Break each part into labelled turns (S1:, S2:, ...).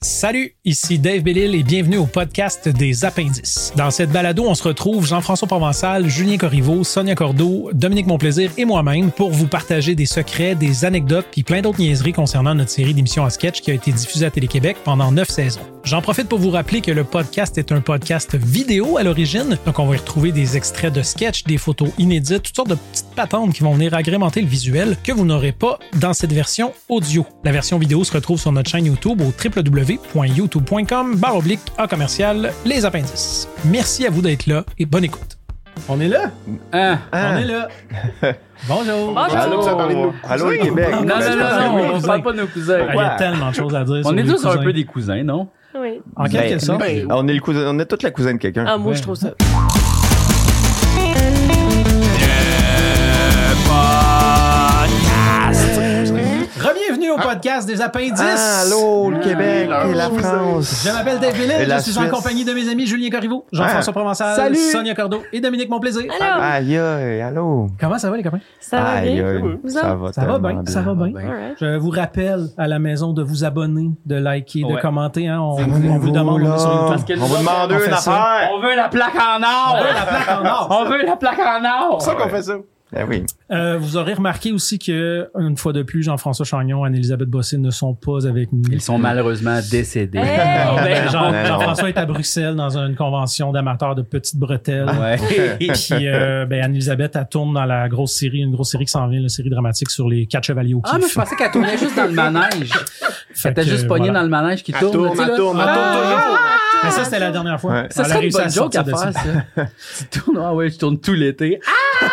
S1: Salut, ici Dave Bellil et bienvenue au podcast des Appendices. Dans cette balado, on se retrouve Jean-François Provençal, Julien Corriveau, Sonia Cordeau, Dominique Monplaisir et moi-même pour vous partager des secrets, des anecdotes puis plein d'autres niaiseries concernant notre série d'émissions à sketch qui a été diffusée à Télé-Québec pendant neuf saisons. J'en profite pour vous rappeler que le podcast est un podcast vidéo à l'origine, donc on va y retrouver des extraits de sketch, des photos inédites, toutes sortes de petites patentes qui vont venir agrémenter le visuel que vous n'aurez pas dans cette version audio. La version vidéo se retrouve sur notre chaîne YouTube au www www.youtube.com barre oblique A commercial les appendices. Merci à vous d'être là et bonne écoute.
S2: On est là?
S3: Ah,
S1: On est là. Bonjour.
S3: Bonjour.
S2: Allô,
S3: Allô,
S2: ça parlait de nous. Allô, le Québec.
S3: Non, non, non, non, on ne parle pas de nos cousins.
S1: Ah, Il y a tellement de choses à dire. sur
S3: On est
S1: les
S3: tous un
S1: cousins.
S3: peu des cousins, non?
S4: Oui.
S1: En quelque
S2: Ben,
S1: sorte.
S2: ben, on est le cousin, on est toute la cousine de quelqu'un.
S4: Ah, moi,
S1: Ouais.
S4: je trouve ça.
S1: Bienvenue au podcast des appendices.
S2: Ah, allô, le Québec
S3: oui,
S2: et la
S3: cousin.
S2: France.
S1: Je m'appelle Dave Villet,
S2: Et
S1: je
S2: la
S1: suis en
S2: Suisse. Ah.
S1: compagnie de mes amis Julien Corriveau, Jean-François Provençal,
S2: Salut.
S1: Sonia Cordeau et Dominique Monplaisir. Ah,
S4: Alors,
S2: Aïe, aïe, allô.
S1: Comment ça va les copains?
S4: ça va
S2: Aïe,
S4: bien?
S2: aïe,
S4: Vous
S2: ça
S4: autres?
S2: va
S1: Ça va
S2: tellement
S1: bien, ça va bien.
S4: All right.
S1: Je vous rappelle à la maison de vous abonner, de liker, de
S3: Ouais.
S1: commenter. hein. On,
S2: Ça va,
S1: on
S2: mais
S1: vous
S2: vous,
S1: demande, on est sur
S2: là.
S1: YouTube.
S3: que
S2: On vous demande
S1: On
S2: une
S1: fait ça.
S2: affaire.
S3: On veut la plaque en or!
S1: La plaque en or.
S3: On veut la plaque en or!
S5: ça qu'on fait ça.
S2: Ben oui.
S1: Euh, vous aurez remarqué aussi que, une fois de plus, Jean-François Chagnon et Anne-Elisabeth Bossé ne sont pas avec nous.
S3: Ils sont malheureusement décédés.
S4: Hey!
S3: Oh, ben
S1: Euh,
S3: non.
S1: Jean-
S2: Ben, non.
S1: Jean-François est à Bruxelles dans une convention d'amateurs de petites bretelles.
S3: Ouais.
S1: Puis euh, ben, Anne-Elisabeth, elle tourne dans la grosse série, une grosse série qui s'en vient, la série dramatique sur les quatre chevaliers au
S3: Ah, mais je
S1: kiff.
S3: pensais qu'elle tournait juste dans le manège.
S1: Fait
S3: Elle était
S1: que,
S3: juste pognée
S1: voilà.
S3: dans le manège qui
S5: Elle
S3: tourne.
S5: tourne,
S3: tu sais,
S5: elle
S3: là.
S5: tourne, elle
S3: Ah!
S5: tourne toujours.
S1: Mais ça, c'était la dernière fois.
S2: Ouais.
S1: On
S3: Ça
S1: a
S3: serait une
S1: réussi
S3: bonne joke
S1: sortir
S3: à
S1: de ça.
S3: faire, ça. tu tournes, ah ouais, je tourne tout l'été. Ah!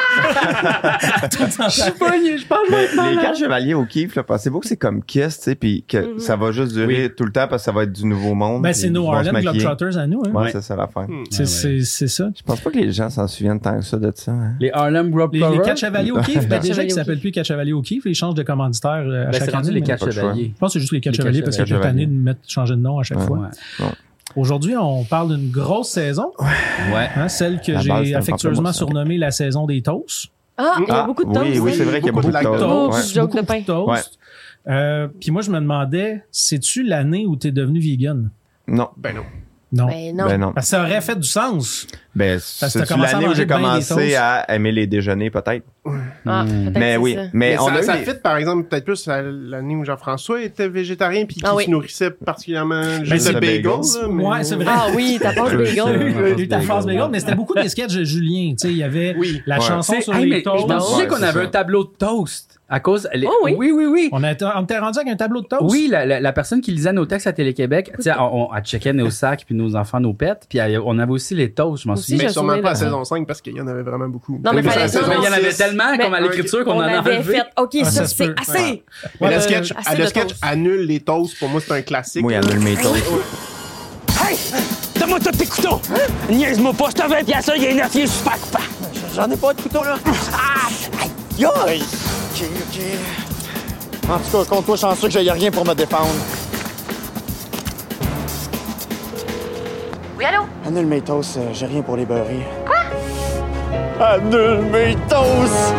S3: je suis pogné, je parle
S2: Les
S3: maintenant.
S2: quatre chevaliers au kiff, là, pensez-vous que c'est comme Kiss, tu sais, puis que
S4: Mhm.
S2: ça va juste durer tout le temps parce que ça va être du nouveau monde.
S1: Ben,
S2: puis
S1: c'est
S2: ils
S1: New
S2: vont se
S1: Orleans
S2: maquiller.
S1: Globetrotters à nous. Hein.
S2: Ouais,
S3: Ouais.
S2: c'est ça l'affaire.
S5: Hmm.
S1: C'est,
S3: Ah ouais.
S1: c'est, c'est ça.
S2: Je pense pas que les gens s'en souviennent tant que ça de ça. hein.
S3: Les Harlem
S1: Les, les
S3: Globetrotters.
S1: quatre chevaliers au kiff, ben,
S4: Quatre
S1: déjà,
S4: chevaliers
S1: ils
S4: au
S1: s'appellent
S4: kiff.
S1: plus quatre chevaliers au kiff. Ils changent de commanditaire euh, à
S3: Ben,
S1: chaque
S3: c'est rendu
S1: année,
S3: les
S1: mais-
S2: pas
S3: quatre
S2: le choix.
S3: chevaliers.
S1: Je pense que c'est juste les quatre
S3: Les
S1: chevaliers
S3: quatre
S1: parce que j'ai
S2: chevaliers.
S1: tanné de mettre, changer de nom à chaque
S2: Ouais.
S1: fois. Aujourd'hui, on parle d'une grosse saison,
S3: Ouais.
S1: hein, celle que
S2: La base, c'est
S1: j'ai
S2: un
S1: affectueusement
S2: pamplemousse.
S1: surnommée la saison des toasts.
S4: Ah, il y
S2: Ah,
S4: a beaucoup de temps.
S2: oui, oui, c'est vrai qu'il y a beaucoup de
S5: Beaucoup de
S2: temps.
S4: toasts.
S2: Ouais.
S4: Joke de pain.
S1: toasts.
S2: Ouais.
S1: Euh, Puis moi, je me demandais, c'est-tu l'année où t'es devenu vegan?
S2: Non,
S5: Ben non.
S1: Non.
S4: Ben non.
S2: ben non.
S1: Parce que ça aurait fait du sens.
S2: Ben,
S1: t'as
S2: c'est
S1: commencé à
S2: l'année où
S1: manger
S2: j'ai
S1: bien des
S2: commencé
S1: toasts.
S2: à aimer les déjeuners, peut-être.
S4: Ah, peut-être
S2: Mais
S4: c'est
S2: oui,
S4: ça.
S2: mais
S5: Mais
S2: Eh, on
S5: ça,
S2: a eu
S5: ça
S2: des-
S5: fit, par exemple, peut-être plus à l'année où Jean-François était végétarien puis qui
S4: Ah oui.
S5: se nourrissait particulièrement juste
S1: c'est
S5: de
S2: le
S5: bagels.
S2: bagel.
S5: là, mais-
S1: Ouais, c'est vrai.
S4: Ah oui, t'as pas de bagel.
S1: Il y a eu ta
S3: Bagel,
S1: phrase bagel,
S3: ouais.
S1: mais c'était beaucoup des sketchs de Julien. Tu sais, il y avait
S5: Oui.
S1: la
S2: Ouais.
S1: chanson
S3: C'est-
S1: sur
S3: hey, mais
S1: les
S3: je me
S1: toasts.
S3: souviens
S2: Ouais,
S3: qu'on
S2: c'est
S3: avait
S2: ça.
S3: un tableau de toast à cause. les-
S4: Oh oui. Oh,
S3: oui, oui, oui.
S1: On, était, on était rendu avec un tableau de toasts.
S3: Oui, la, la- la personne qui lisait nos textes à Télé-Québec, tu sais, on, on- elle checkait nos sacs, puis nos enfants, nos pets, puis elle- on avait aussi les toasts, je m'en
S4: Aussi,
S3: souviens.
S4: je
S5: Mais
S4: me
S5: sûrement
S4: souviens
S5: pas à
S4: de-
S5: saison 5 parce qu'il y en avait vraiment beaucoup.
S4: Non, mais
S5: Mais
S3: Mais
S4: fallait
S5: la
S4: dire-
S5: saison
S3: mais il y en avait
S5: six,
S3: tellement comme à
S4: Mais-
S3: l'écriture qu'on
S4: On
S3: en a
S4: avait
S3: enlevé.
S4: fait. OK,
S1: Ah, ça
S4: ça,
S1: se
S4: c'est
S1: peut.
S4: assez.
S5: Mais
S1: Ouais,
S5: le
S1: euh,
S5: sketch,
S4: assez
S5: le
S4: de
S5: sketch
S4: toast.
S5: annule les toasts. Pour moi, c'est un classique.
S2: Moi, il y
S5: là.
S2: en a le mes toasts.
S6: Hey! Donne-moi tous tes couteaux! Niaise-moi pas, je t'en veux un piastre, il y a une affiche super coupable! J'en ai pas de couteau, là! Ah! Aïe! aïe.
S7: Ok, ok. En tout cas, compte-toi chanceux que j'aille rien pour me défendre.
S8: Oui, allô?
S7: Annule mes toasts, euh, j'ai rien pour les beurrer. Quoi? Annule mes toasts!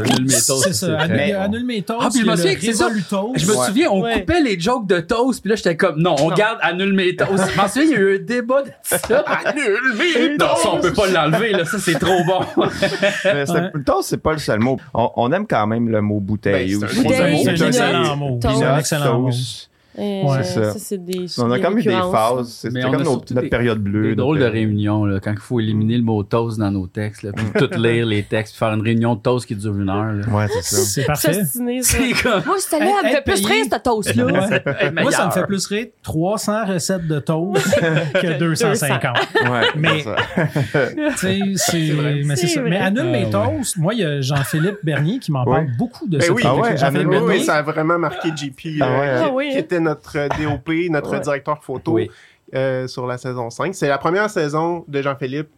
S3: Annule mes toasts,
S1: C'est ça. Annule,
S3: vrai.
S1: annule mes toasts.
S3: Ah, puis je me souviens que c'est ça.
S1: Révolutos.
S3: Je me
S2: Ouais.
S3: souviens, on
S4: Ouais.
S3: coupait les jokes de toast, puis là, j'étais comme, non, on
S4: Non.
S3: garde annule mes toasts. Je m'en souviens, il y a eu un débat de ça.
S5: Annule mes
S3: Non, ça, on
S5: toasts!
S3: peut pas l'enlever, là, ça, c'est trop bon.
S2: Mais c'est-
S1: Ouais.
S2: Le toast, c'est pas le seul mot. On, on aime quand même le mot bouteille.
S5: Ben, c'est un
S2: aussi.
S5: gros
S4: Bouteille,
S2: On aime
S1: C'est un excellent
S2: bouteille,
S1: mot.
S4: Toast.
S1: C'est un
S2: peanuts,
S1: excellent mot.
S2: sauce.
S4: Euh,
S1: Ouais,
S2: c'est ça.
S4: ça, c'est des.
S2: On a quand même eu des
S4: récurrences.
S2: phases. C'est
S3: Mais
S2: c'était
S3: on
S2: comme
S3: a
S2: nos-
S3: surtout
S2: notre
S3: des-
S2: période bleue.
S3: C'est drôle de
S5: euh,
S2: notre-
S3: réunion, là, quand il faut éliminer le mot toast dans nos textes, là, puis tout lire les textes, faire une réunion de toast qui dure une heure. là.
S2: Ouais, c'est ça.
S1: C'est parfait.
S4: S'obstiner, ça.
S3: C'est comme.
S8: Moi, j'étais
S1: Hey,
S8: là, elle me
S1: hey,
S8: fait plus
S1: payé.
S8: rire, cette toast-là.
S1: Ouais. Moi, ça me
S3: meilleur.
S1: fait plus rire 300 recettes de toast que 250.
S2: Ouais,
S1: Mais-
S2: c'est ça.
S1: Tu sais, c'est mais c'est
S4: C'est
S1: ça.
S4: vrai.
S1: Mais annule
S3: Ah,
S1: mes
S3: ouais.
S1: toasts. Moi, il y a Jean-Philippe Bernier qui m'en parle
S2: Ouais.
S1: beaucoup de
S5: Ben
S1: cette
S5: oui,
S2: Ah ouais,
S1: Jean-Philippe
S2: annule mes
S5: Oui,
S1: Bernier.
S5: oui, ça a vraiment marqué JP,
S2: Ah
S5: euh,
S2: ouais, hein.
S4: Ah oui,
S5: qui
S4: hein.
S5: était notre euh, DOP, notre
S4: Ouais.
S5: directeur photo
S3: Oui.
S5: euh, sur la saison 5. C'est la première saison de Jean-Philippe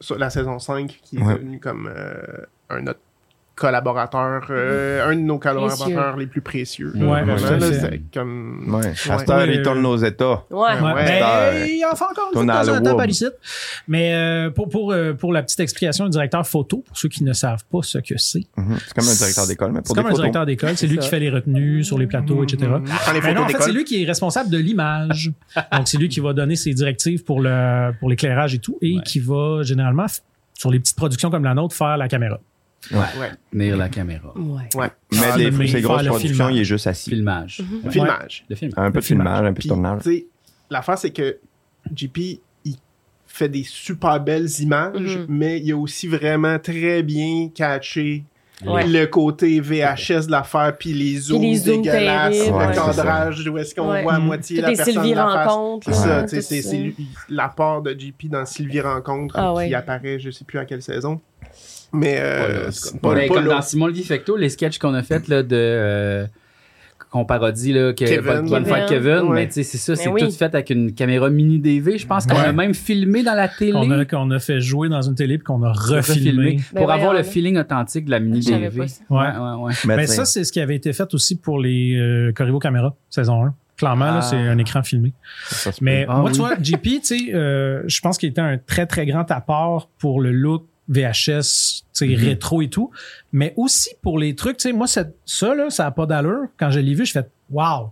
S5: sur la saison 5 qui est
S2: Ouais.
S5: devenue comme euh, un autre collaborateur, euh, un de nos collaborateurs les plus précieux. là,
S1: Ouais,
S5: vraiment,
S2: tout à
S5: là,
S1: fait.
S5: c'est comme...
S2: Ouais. À cette
S5: Ouais.
S2: heure,
S1: Oui,
S2: il tourne
S1: euh,
S2: aux États.
S4: Ouais.
S1: Ouais.
S5: Ouais.
S1: Ben,
S2: Ben,
S1: il en fait encore une
S2: on
S1: fois
S2: a
S1: de temps en
S2: le
S1: temps
S2: Wob.
S1: par ici. Mais euh, pour, pour, euh, pour la petite explication, le directeur photo, pour ceux qui ne savent pas ce que c'est,
S2: Mhm. C'est comme un directeur d'école, mais
S1: c'est
S2: pour des
S1: comme un
S2: photos. Mm-hmm.
S1: directeur d'école, c'est lui
S4: ça.
S1: qui fait les retenues sur les plateaux, etc.
S5: Mhm. Prends les
S1: Mais non,
S5: photos
S1: en fait, c'est
S5: d'école.
S1: lui qui est responsable de l'image. Donc, c'est lui qui va donner ses directives pour le pour l'éclairage et tout, et
S3: Ouais.
S1: qui va généralement, f- sur les petites productions comme la nôtre, faire la caméra.
S3: Tenir la caméra.
S4: Ouais.
S5: Ouais.
S2: Mais
S1: Ah,
S2: des
S1: mais
S2: fois,
S1: il
S2: ces
S1: fait
S2: grosses
S1: le
S2: productions,
S1: filmage.
S2: il est juste assis.
S3: Filmage. Ouais.
S5: Filmage.
S3: Le film.
S2: Un peu
S1: Le
S2: de filmage, un peu de
S5: Puis,
S2: tournage.
S5: tu sais, l'affaire, c'est que JP, il fait des super belles images,
S4: Mhm.
S5: mais il a aussi vraiment très bien catché
S4: Ouais.
S5: le côté VHS de l'affaire, puis les zooms
S4: les zooms
S5: dégueulasses,
S4: terribles,
S5: le
S2: ouais.
S5: cadrage, où est-ce qu'on
S4: Ouais.
S5: voit à
S1: Mhm.
S5: moitié
S4: Toutes
S5: la
S4: les
S5: personne
S4: Sylvie
S5: de la face.
S4: rencontres.
S5: C'est ça,
S4: là,
S5: tu sais,
S4: tout
S5: c'est
S4: ça.
S5: c'est lui- l'apport de JP dans Sylvie Rencontre
S4: Ah
S5: qui
S4: ouais.
S5: apparaît, je sais plus à quelle saison. Mais euh,
S3: là,
S5: c'est
S3: Ben,
S5: pas, pas
S3: comme
S5: là.
S3: dans Simon le Vifecto, les sketchs qu'on a fait là, de. euh, qu'on parodie, là, que
S5: Kevin.
S3: Bonne, bonne
S4: Kevin.
S3: fête Kevin,
S5: Ouais.
S3: mais tu sais, c'est ça,
S4: Mais
S3: c'est
S4: oui.
S3: tout fait avec une caméra mini DV. Je pense qu'on
S5: Ouais.
S3: a même filmé dans la télé.
S1: Qu'on a, qu'on a fait jouer dans une télé puis qu'on a refilmé.
S3: refilmé,
S4: Ben
S3: pour avoir
S4: voyons,
S3: le
S4: là.
S3: feeling authentique de la mini
S4: Je savais
S3: DV.
S4: pas ça.
S1: Ouais.
S3: ouais,
S1: Mais
S3: ouais.
S2: tu sais,
S1: Ben, ça, c'est ce qui avait été fait aussi pour les euh, Corriveau Caméra, saison 1. Clairement, là,
S3: Ah.
S1: c'est un écran filmé.
S2: ça se
S1: Mais
S3: Ah
S1: moi,
S3: oui.
S1: tu vois, JP, tu sais, euh, je pense qu'il était un très, très grand apport pour le look VHS, tu sais,
S3: Mhm.
S1: rétro et tout. Mais aussi pour les trucs, tu sais, moi, cette- ça, là, ça n'a pas d'allure. Quand je l'ai vu, je fais wow!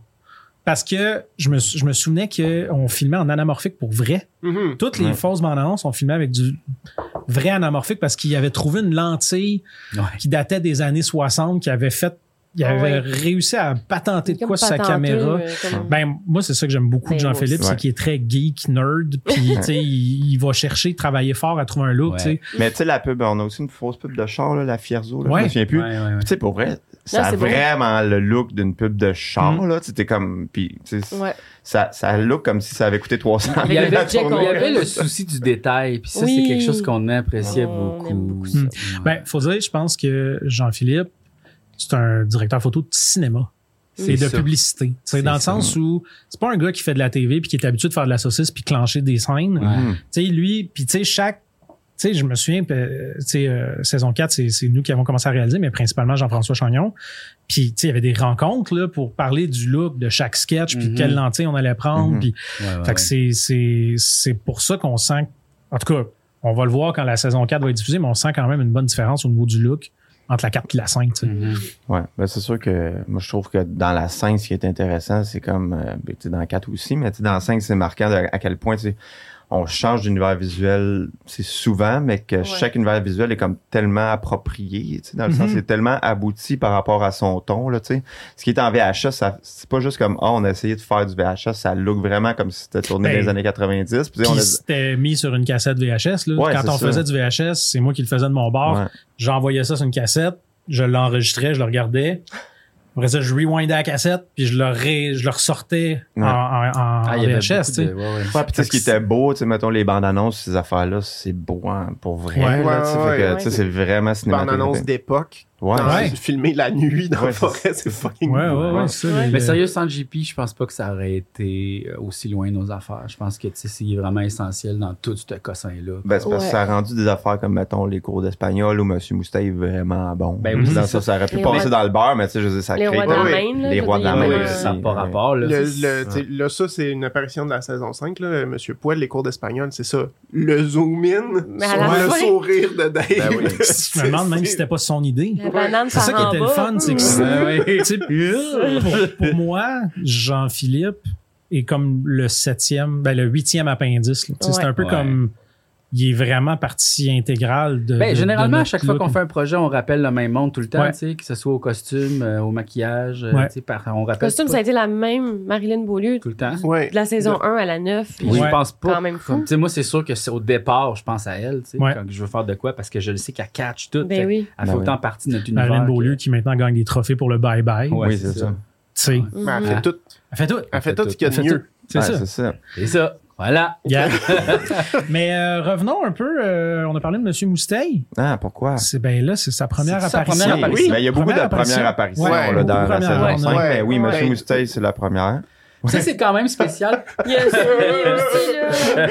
S1: Parce que je me, sou- je me souvenais qu'on filmait en anamorphique pour vrai.
S5: Mhm.
S1: Toutes les
S2: Ouais.
S1: fausses bandes annonces sont filmées avec du vrai anamorphique parce qu'il avait trouvé une lentille
S3: Ouais.
S1: qui datait des années 60, qui avait fait, il
S4: Ah
S1: avait
S4: ouais.
S1: réussi à patenter de
S4: Comme
S1: quoi sur sa
S4: patenteux,
S1: caméra.
S4: euh, comme-
S1: Ben, moi, c'est ça que j'aime beaucoup de
S4: Ben,
S1: Jean-Philippe,
S2: aussi.
S1: c'est qu'il est très geek, nerd, puis tu sais, il, il va chercher, travailler fort à trouver un look,
S3: Ouais.
S1: tu sais.
S2: Mais tu sais, la pub, on a aussi une fausse pub de char, là, la Fierzo, là,
S1: Ouais.
S2: je me souviens plus.
S3: Ouais, ouais, ouais.
S2: Tu sais, pour vrai, ça a
S4: c'est beau.
S2: vraiment le look d'une pub de char, là. Tu sais, t'es comme... Puis, tu sais,
S4: Ouais.
S2: ça, ça look comme si ça avait coûté 300
S3: Il y
S2: 000 à
S3: avait,
S4: Jack
S2: tourner.
S3: il y avait le souci du détail, puis ça,
S4: Oui. Oh,
S3: c'est quelque chose qu'on appréciait
S4: On
S3: beaucoup.
S4: aime beaucoup
S1: ça.
S3: Ouais.
S1: Ben, faut dire, je pense que Jean-Philippe, c'est un directeur photo de cinéma.
S3: C'est
S1: et de
S3: ça.
S1: publicité. C'est
S3: C'est
S1: dans le
S3: ça.
S1: sens où c'est pas un gars qui fait de la TV puis qui est habitué de faire de la saucisse puis clencher des scènes.
S3: Ouais.
S2: Mhm.
S1: Tu sais, lui, puis tu sais, chaque. Tu sais, je me souviens, euh, tu sais, euh, saison 4, c'est, c'est nous qui avons commencé à réaliser, mais principalement Jean-François Chagnon. Puis, tu sais, il y avait des rencontres là, pour parler du look de chaque sketch, puis
S3: Mhm.
S1: quelle lentille on allait prendre.
S2: Mhm.
S1: Puis,
S3: Ouais, ouais,
S1: fait que
S3: ouais.
S1: c'est, c'est, c'est pour ça qu'on sent. En tout cas, on va le voir quand la saison 4 va être diffusée, mais on sent quand même une bonne différence au niveau du look entre la 4 et la 5. tu sais.
S3: Mhm.
S2: Ouais, ben c'est sûr que moi je trouve que dans la 5, ce qui est intéressant, c'est comme euh, ben, tu sais, dans 4 aussi, mais tu sais, dans la 5, c'est marquant de- à quel point tu sais, on change d'univers visuel, c'est souvent, mais que chaque univers visuel est comme tellement approprié, tu sais, dans le sens
S1: Mhm.
S2: c'est tellement abouti par rapport à son ton là, tu sais. Ce qui est en VHS, ça- c'est pas juste comme ah, on a essayé de faire du VHS, ça look vraiment comme si c'était tourné
S1: Ben,
S2: dans les années 90, puis tu sais, on
S1: Puis
S2: a
S1: c'était mis sur une cassette VHS. Là.
S2: Ouais,
S1: Quand
S2: c'est
S1: on
S2: ça.
S1: faisait du VHS, c'est moi qui le faisais de mon bord.
S2: Ouais.
S1: J'envoyais ça sur une cassette, je l'enregistrais, je le regardais. Après ça, je rewindais la cassette, puis je le, ré- je le ressortais en,
S2: Ouais.
S1: en- en-
S3: Ah,
S1: en
S3: il y avait
S1: VHS. tu
S3: beaucoup
S1: sais.
S3: de- ouais, ouais.
S2: Ouais, puis tu sais, ce qui était beau, tu sais, mettons les bandes annonces, ces affaires-là, c'est beau hein, pour vrai.
S1: Ouais,
S2: là, tu sais,
S5: ouais,
S2: fait que,
S4: ouais.
S2: tu sais, c'est vraiment
S5: Bande
S2: cinématographique.
S5: annonce d'époque.
S2: Ouais.
S5: Dans-
S1: Ouais.
S5: Filmer la nuit dans
S2: Ouais,
S5: la forêt, c'est fucking
S1: Ouais, ouais, ouais, c'est ça,
S4: Ouais.
S1: les-
S3: Mais sérieux, sans JP, je pense pas que ça aurait été euh, aussi loin de nos affaires. Je pense que tu sais, c'est vraiment essentiel dans tout ce cossin-là.
S2: Ben, c'est parce que
S4: Ouais.
S2: ça a rendu des affaires comme, mettons, les cours d'espagnol où Monsieur Moustet est vraiment bon.
S3: Ben oui,
S2: Dans
S3: c'est
S2: ça, ça aurait pu
S4: Les
S2: passer
S4: rois-
S2: dans le beurre, mais tu sais, je veux dire, ça
S4: Les
S2: crée.
S4: rois de la
S5: Ouais,
S4: Main. là,
S2: les
S4: je
S2: rois
S4: veux
S2: de la
S4: dire,
S2: Main,
S4: il y a
S2: ouais,
S4: un-
S3: Ah, ça n'a pas
S2: ouais.
S3: rapport. Là,
S5: Le-
S3: C'est-
S5: le- t'sais, là, ça, c'est une apparition de la saison 5. Là. Monsieur Poil, les cours d'espagnol, c'est ça. Le zoom-in
S4: Mais à
S5: sur
S4: la
S5: le
S4: fin-
S5: sourire de Dave.
S2: Ben oui.
S1: Je me demande même si c'était pas son idée.
S4: La banane
S1: C'est ça qui
S4: par en
S1: était le
S4: bas.
S3: hein.
S1: fun, c'est que
S3: Ouais, ouais.
S1: Tu sais, pour, pour moi, Jean-Philippe est comme le septième, ben le huitième appendice. là. Tu sais, C'est
S4: Ouais.
S1: un peu
S3: Ouais.
S1: comme il est vraiment partie intégrale de. de-
S3: Ben,
S1: de
S3: généralement, à
S1: notre
S3: chaque fois
S1: look.
S3: qu'on fait un projet, on rappelle le même monde tout le temps,
S1: Ouais.
S3: tu sais, que ce soit au costume, euh, au maquillage, euh,
S1: Ouais.
S3: tu sais, par- on
S4: Le
S3: rappelle
S4: costume,
S3: pas
S4: ça a été la même Marilyn Beaulieu
S3: tout le temps.
S5: Ouais.
S4: de la saison 1 à la 9.
S3: Puis
S1: Oui.
S3: je pense pas.
S4: Quand même fou.
S3: comme- tu sais, moi, c'est sûr que c'est au départ, je pense à elle, tu sais,
S1: Ouais.
S3: quand je veux faire de quoi, parce que je le sais qu'elle catch tout. Fait
S4: Ben oui.
S3: Elle fait
S2: Ben
S3: autant partie de notre univers. euh,
S1: Marilyn Beaulieu
S3: que-
S1: qui maintenant gagne des trophées pour le bye-bye.
S3: Ouais,
S2: oui, c'est ça.
S1: Tu sais,
S4: Mm-hmm.
S5: Mais elle fait
S3: Mhm.
S5: tout.
S1: elle fait tout.
S5: Elle fait tout ce qu'il y a
S1: Elle
S5: de
S1: fait tout.
S5: mieux.
S1: C'est
S2: Ouais,
S1: ça.
S2: C'est ça.
S3: C'est ça. Voilà.
S1: Yeah. Mais euh, revenons un peu. euh, on a parlé de Monsieur Mousteil.
S2: Ah, pourquoi?
S1: C'est ben là, c'est sa première
S3: C'est sa
S1: apparition.
S3: première apparition.
S2: Ben, il y a beaucoup
S1: Première
S2: de premières
S1: apparition.
S2: apparitions
S1: Ouais,
S2: là,
S1: beaucoup de
S2: dans la
S1: premières.
S2: saison
S1: Ouais.
S2: 5.
S5: Ouais.
S2: Ben oui, Monsieur
S5: Ouais.
S2: Moustet, c'est la première.
S3: Ça, c'est quand même spécial.
S4: Il y a ça, il y a aussi, là,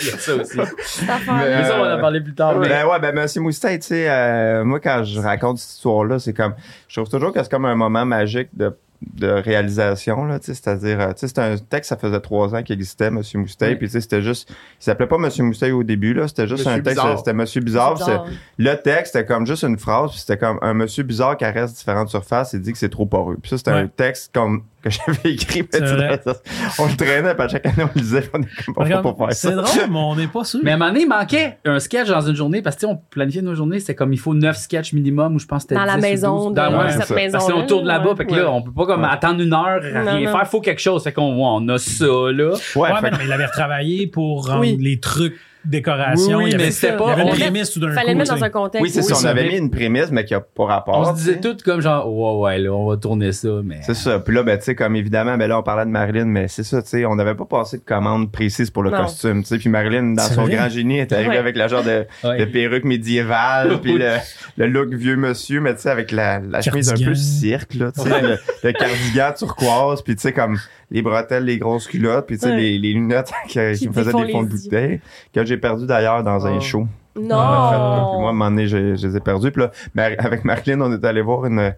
S3: Il y a ça aussi.
S4: cette affaire.
S3: Mais ça, on va en parler plus
S9: Ah,
S3: tard. mais-
S2: Ben Euh, ouais, ben Monsieur Moustet, tu sais, euh, moi quand je raconte cette histoire-là, c'est comme, je trouve toujours que c'est comme un moment magique de, de réalisation, là, tu sais, c'est-à-dire, euh, tu sais, c'est un texte, ça faisait trois ans qu'il existait, Monsieur Moustet,
S3: Oui.
S2: puis tu sais, c'était juste, il s'appelait pas Monsieur Moustet au début, là, c'était juste
S5: Monsieur
S2: un texte,
S5: Bizarre.
S2: c'était Monsieur Bizarre,
S4: C'est
S2: c'est-
S4: bizarre.
S2: le texte, c'était comme juste une phrase, puis c'était comme un monsieur bizarre qui caresse différentes surfaces et dit que c'est trop poreux. Puis ça, c'était
S9: Ouais.
S2: un texte comme, que j'avais écrit. mais
S9: C'est
S2: tu
S9: vrai.
S2: sais, on le traînait, puis à chaque année, on le lisait, on est comme, on peut pas faire ça.
S9: C'est drôle, mais on n'est pas sûr.
S3: Mais à un moment donné, il manquait un sketch dans une journée parce que tu sais, on planifiait nos journées, c'était comme il faut 9 sketchs minimum ou je pense que c'était
S4: Dans la
S3: 10 ou
S4: maison
S3: 12.
S4: de
S3: Dans- ouais,
S4: cette
S2: ça.
S4: maison.
S3: Parce qu'on tourne là-bas, fait que là, on peut pas comme
S2: Ouais.
S3: attendre une heure à
S4: Non,
S3: rien
S4: non.
S3: faire. Faut quelque chose. Fait qu'on ouais, on a ça, là.
S2: Ouais,
S9: Ouais,
S2: fait
S9: mais
S2: que-
S9: non, mais il l'avait retravaillé pour rendre
S4: Oui.
S9: les trucs, décorations.
S3: Oui, oui,
S9: il y avait,
S3: mais c'était
S9: il y
S3: pas-
S9: avait une
S3: on-
S9: prémisse tout d'un coup.
S4: Il fallait le mettre
S9: tu
S4: dans
S9: sais.
S4: un contexte.
S2: Oui, c'est ça. On
S3: c'est
S2: avait
S3: vrai.
S2: mis une prémisse, mais qui a pas rapport.
S3: on se disait
S2: tu sais.
S3: tout comme genre, ouais, ouais, là, on va tourner ça, mais.
S2: C'est ça. Puis là, ben, tu sais, comme évidemment, ben là, on parlait de Marilyn, mais c'est ça, tu sais, on n'avait pas passé de commande précise pour le
S4: Non.
S2: costume, tu sais. Puis Marilyn, dans
S9: C'est
S2: son
S9: vrai.
S2: grand génie, est arrivée
S4: Ouais.
S2: avec la genre de,
S3: Ouais.
S2: de perruque médiévale, puis le, le look vieux monsieur, mais tu sais, avec la, la chemise un
S9: Cardigan.
S2: peu cirque, là, tu sais, le, le cardigan turquoise, puis tu sais, comme les bretelles, les grosses culottes, puis tu sais,
S4: Ouais.
S2: les, les lunettes que- qui,
S4: Qui
S2: me faisaient
S4: défont
S2: des fonds de
S4: les yeux.
S2: bouteille, que j'ai perdu d'ailleurs dans un
S5: Oh.
S2: show. En fait,
S9: Oh.
S2: là. Puis moi, à un
S4: Non.
S2: moment donné, je, je les ai perdus. Puis là, Mar- avec Marlene, on est allé voir une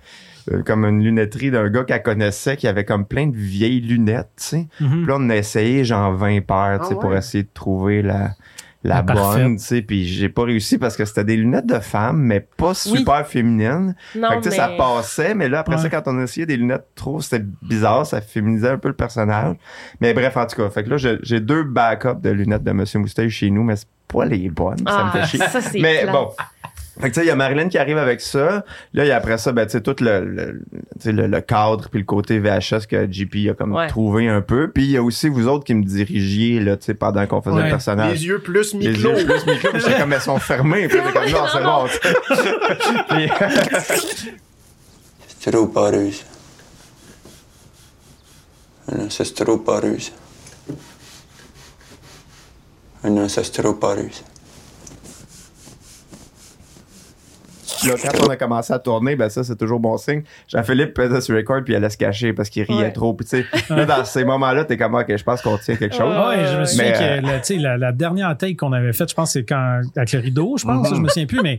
S2: euh, comme une lunetterie d'un gars qu'elle connaissait qui avait comme plein de vieilles lunettes, tu sais. Puis
S9: Mhm.
S2: là, on a essayé genre 20 paires, tu
S5: Ah
S2: sais, pour
S5: ouais.
S2: essayer de trouver la, la,
S9: La
S2: bonne,
S9: parfaite.
S2: tu sais. Puis j'ai pas réussi parce que c'était des lunettes de femme, mais pas
S4: Oui.
S2: super féminines. fait
S4: Non,
S2: que tu sais, ça
S4: mais-
S2: passait, mais là, après
S9: Ouais.
S2: ça, quand on a essayé des lunettes trop, c'était bizarre, ça féminisait un peu le personnage. Mais bref, en tout cas, fait que là, je- j'ai deux backups de lunettes de Monsieur Moustache chez nous, mais c'est pas les bonnes, ça me
S4: Ah,
S2: fait chier.
S4: ça, c'est
S2: Mais
S4: plate.
S2: bon. Fait que tu sais, il y a Marilyn qui arrive avec ça. Là, il y a après ça, ben, tu sais, tout le, le, tu sais, le, le cadre puis le côté VHS que JP a comme
S4: Ouais.
S2: trouvé un peu. Puis il y a aussi vous autres qui me dirigiez, là, tu sais, pendant qu'on faisait
S9: Ouais.
S2: le personnage.
S5: Les yeux plus
S2: Les
S5: mi-clos.
S2: yeux plus micro, puis j'étais comme, elles sont fermées. Puis j'étais comme, non, c'est bon, tu sais. Puis,
S10: C'est trop pareuse. Non, c'est trop pareuse. Non, c'est trop pareuse.
S2: Là, quand on a commencé à tourner, ben ça, c'est toujours bon signe. Jean-Philippe faisait ce record puis il allait se cacher parce qu'il riait
S4: Ouais.
S2: trop. Puis tu sais, là, dans ces moments-là, t'es comme, ok, je pense qu'on tient quelque chose.
S9: Ah ouais, je me souviens
S2: Mais, euh,
S9: que la, tu sais, la, la dernière take qu'on avait faite, je pense, c'est quand avec le rideau, je pense,
S2: Mhm.
S9: je me souviens plus, mais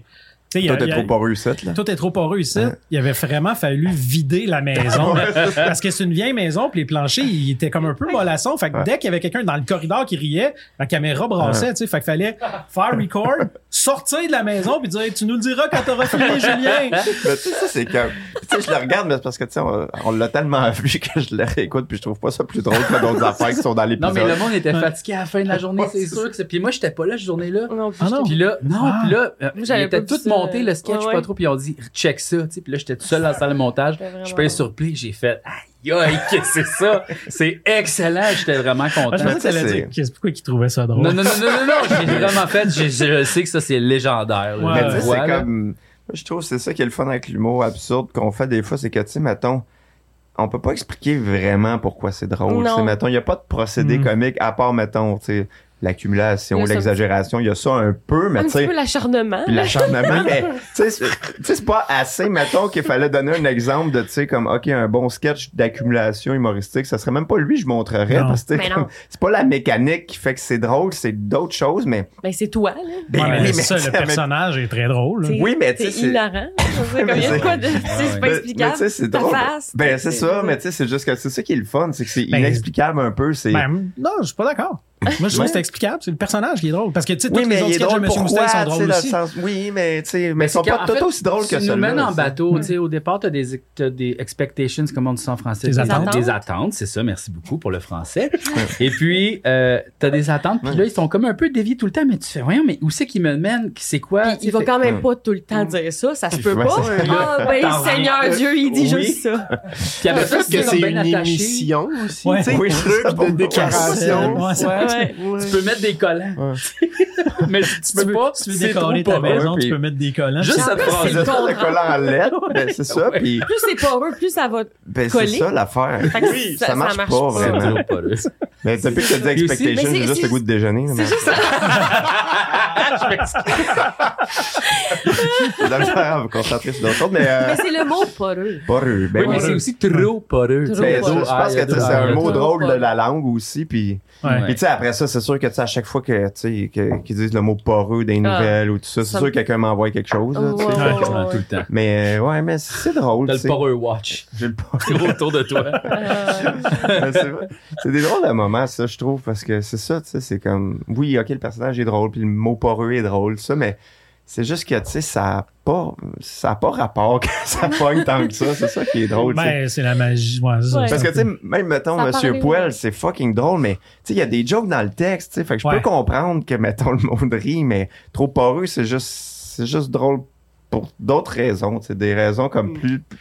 S9: tu sais, il y a-
S2: Toi, t'es
S9: il y a-
S2: trop pas réussite, là.
S9: Tout est trop poreux ici. Il avait vraiment fallu vider la maison. parce que c'est une vieille maison, puis les planchers, ils étaient comme un peu mollassons. Fait que
S2: Ouais.
S9: dès qu'il y avait quelqu'un dans le corridor qui riait, la caméra brassait, tu sais. Fait qu'il fallait faire record, sortir de la maison, puis dire Tu nous le diras quand t'auras fini, Julien.
S2: Mais tu sais, ça, c'est comme. Tu sais, je le regarde, mais c'est parce que, tu sais, on, on l'a tellement vu que je le réécoute, puis je trouve pas ça plus drôle que d'autres affaires qui sont dans
S3: Non, mais le
S2: l'épisode.
S3: monde était
S9: Ouais.
S3: fatigué à la fin de la journée, c'est sûr. que c'est- Puis moi, j'étais pas là cette journée-là.
S4: Non, puis
S9: Ah non.
S4: j'étais-
S3: Puis là, non,
S9: Ah.
S3: puis là, euh,
S4: Moi,
S3: il
S4: j'avais pas
S3: était
S4: vu
S3: tout
S4: ça.
S3: monté le sketch,
S4: Ouais,
S3: pas
S4: ouais.
S3: trop, puis on dit check ça, tu sais. Puis là, j'étais tout seul dans la salle de montage.
S4: C'était vraiment
S3: Je pèse sur play, j'ai fait aïe aïe, qu'est-ce que c'est ça C'est excellent, j'étais vraiment
S2: Ah,
S9: Moi, je
S3: content.
S9: pensais que t'allais
S2: Mais tu sais,
S9: dire Qu'est-ce- pourquoi ils trouvaient ça drôle.
S3: Non, non, non, non, non, non, j'ai vraiment fait, j'ai- je sais que ça c'est légendaire. là.
S9: Ouais.
S2: Mais
S3: Je
S2: tu sais,
S3: vois,
S2: c'est
S3: là.
S2: comme. Moi, je trouve que c'est ça qui est le fun avec l'humour absurde qu'on fait des fois, c'est que, tu sais, mettons. On peut pas expliquer vraiment pourquoi c'est drôle.
S4: Non.
S2: tu sais, mettons, il n'y a pas de procédé
S9: Mm.
S2: comique à part, mettons, tu sais, l'accumulation,
S4: Le
S2: l'exagération. Il y a ça un peu, mais
S4: Un
S2: tu
S4: petit
S2: sais,
S4: peu l'acharnement.
S2: Puis l'acharnement, mais tu sais, c'est- tu sais, c'est pas assez, mettons, qu'il fallait donner un exemple de, tu sais, comme, OK, un bon sketch d'accumulation humoristique, ça serait même pas lui, que je montrerais,
S9: Non.
S2: parce que tu sais,
S4: Mais
S2: comme,
S4: non.
S2: c'est pas la mécanique qui fait que c'est drôle, c'est d'autres choses, mais.
S4: Ben, c'est toi, là.
S9: Ouais, mais
S2: oui,
S9: ça,
S2: ça,
S9: le personnage est très drôle. là.
S2: Oui, mais tu sais,
S4: C'est
S2: c'est.
S4: hilarant. Je sais, comme il y a
S2: mais
S4: de quoi de. C'est c'est
S2: mais-
S4: pas
S2: Ben, mais
S4: explicable.
S2: tu sais, c'est
S4: Ta
S2: drôle.
S4: face.
S2: Ben, c'est ça, mais tu sais, c'est juste que c'est ça qui est le fun, c'est que c'est
S9: Ben,
S2: inexplicable un peu, c'est.
S9: Ben, non, je suis pas d'accord. Moi, je trouve
S2: Ouais.
S9: que c'est explicable. C'est le personnage qui est drôle. Parce que, tu sais, tous
S2: oui,
S9: les
S2: mais
S9: autres
S2: il est
S9: sketchs de
S2: drôle
S9: Monsieur
S2: pourquoi,
S9: Moustache sont
S2: tu sais,
S9: drôles
S2: dans le
S9: aussi.
S2: sens, oui, mais tu sais, mais ils
S3: c'est
S2: sont pas
S3: qu'en
S2: tout
S3: fait,
S2: aussi drôles que
S3: Tu nous
S2: ceux-là,
S3: mènes en
S2: tu sais.
S3: bateau, tu sais, au départ, tu as des, t'as des expectations, comment on dit ça en français?
S9: Des
S4: attentes.
S3: Des attentes, c'est ça, merci beaucoup pour le français. Et puis, euh, tu as des attentes, puis là, ils sont comme un peu déviés tout le temps, mais tu fais, voyons, mais où c'est qu'ils me mènent? C'est quoi?
S4: Puis
S3: Tu sais,
S4: il va
S3: fait-
S4: quand
S2: Hum.
S4: même pas tout le temps dire ça, ça se peut
S2: Ouais,
S4: pas.
S2: c'est
S4: Ah ben
S3: Attends,
S4: Seigneur
S3: oui.
S4: Dieu, il dit
S3: Oui.
S4: juste ça.
S3: Puis après ça,
S5: Parce que
S3: comme
S5: c'est
S3: bien
S5: une
S3: attaché.
S5: émission aussi.
S9: Ouais.
S5: tu sais,
S2: Oui,
S5: truc
S2: ça,
S5: de
S9: Cassel.
S5: décoration.
S9: Ouais, c'est-
S3: Ouais.
S4: Ouais.
S3: Tu peux mettre des collants. mais tu peux pas,
S9: tu veux
S3: c'est trop
S9: décorer ta
S3: pas vrai.
S9: maison,
S2: puis-
S9: tu peux mettre des collants.
S3: Juste
S4: En
S3: cette
S4: plus,
S2: Ils
S4: c'est
S2: ont
S4: le
S3: phrase-là.
S2: le
S4: contraire.
S2: collant en lettres, ben, c'est ça,
S3: Ouais.
S2: puis
S4: Plus c'est poreux, plus ça va.
S2: ben, c'est
S4: Coller.
S2: ça l'affaire.
S4: Fait que
S2: ça marche pas, vraiment.
S3: C'est toujours pas là.
S2: Mais depuis que tu dis
S3: Mais
S2: expectation,
S4: c'est-
S2: j'ai juste
S4: c'est-
S2: le goût de déjeuner. là,
S4: C'est
S2: mais-
S4: juste ça.
S2: J'ai de la misère à me concentrer sur d'autres choses, mais... euh,
S4: Mais c'est le mot poreux.
S2: poreux, ben
S3: oui, mais
S2: oui.
S3: c'est aussi trop poreux.
S4: Trop
S2: Ben,
S4: poreux.
S2: je pense que tu sais, c'est
S4: Ah, il y
S2: un
S4: a
S2: mot
S4: deux.
S2: drôle de la langue aussi, puis...
S1: Ouais.
S2: Puis tu sais, après ça, c'est sûr que tu sais, à chaque fois que tu sais, que- qu'ils disent le mot poreux des
S4: Ah.
S2: nouvelles ou tout ça, c'est
S4: Ça
S2: sûr
S4: me-
S2: que quelqu'un m'envoie quelque chose. là, tu sais.
S4: Ouais, ouais, ouais.
S3: tout le temps.
S2: Mais euh, ouais, mais c'est drôle.
S3: T'as
S2: tu
S3: le
S2: sais.
S3: Power Watch.
S2: J'ai le poreux.
S3: Gros autour de toi.
S4: Euh,
S2: Mais c'est vrai. c'est des drôles de moments, ça, je trouve, parce que c'est ça, tu sais, c'est comme, oui, ok, le personnage est drôle, puis le mot poreux est drôle, ça, mais c'est juste que, tu sais, ça a pas, ça a pas rapport que ça pogne tant que ça, c'est ça qui est drôle, tu sais.
S1: Ben, c'est la magie. Ouais, c'est ça,
S4: Ouais.
S1: c'est
S2: Parce que,
S1: un
S2: tu sais,
S1: peu-
S2: même, mettons,
S4: Ça a
S2: Monsieur
S4: parlé,
S2: Poel,
S4: ouais.
S2: c'est fucking drôle, mais, tu sais, il y a des jokes dans le texte, tu sais, fait que je
S1: Ouais.
S2: peux comprendre que, mettons, le monde rit, mais trop poreux, c'est juste, c'est juste drôle pour d'autres raisons, tu sais, des raisons comme plus, plus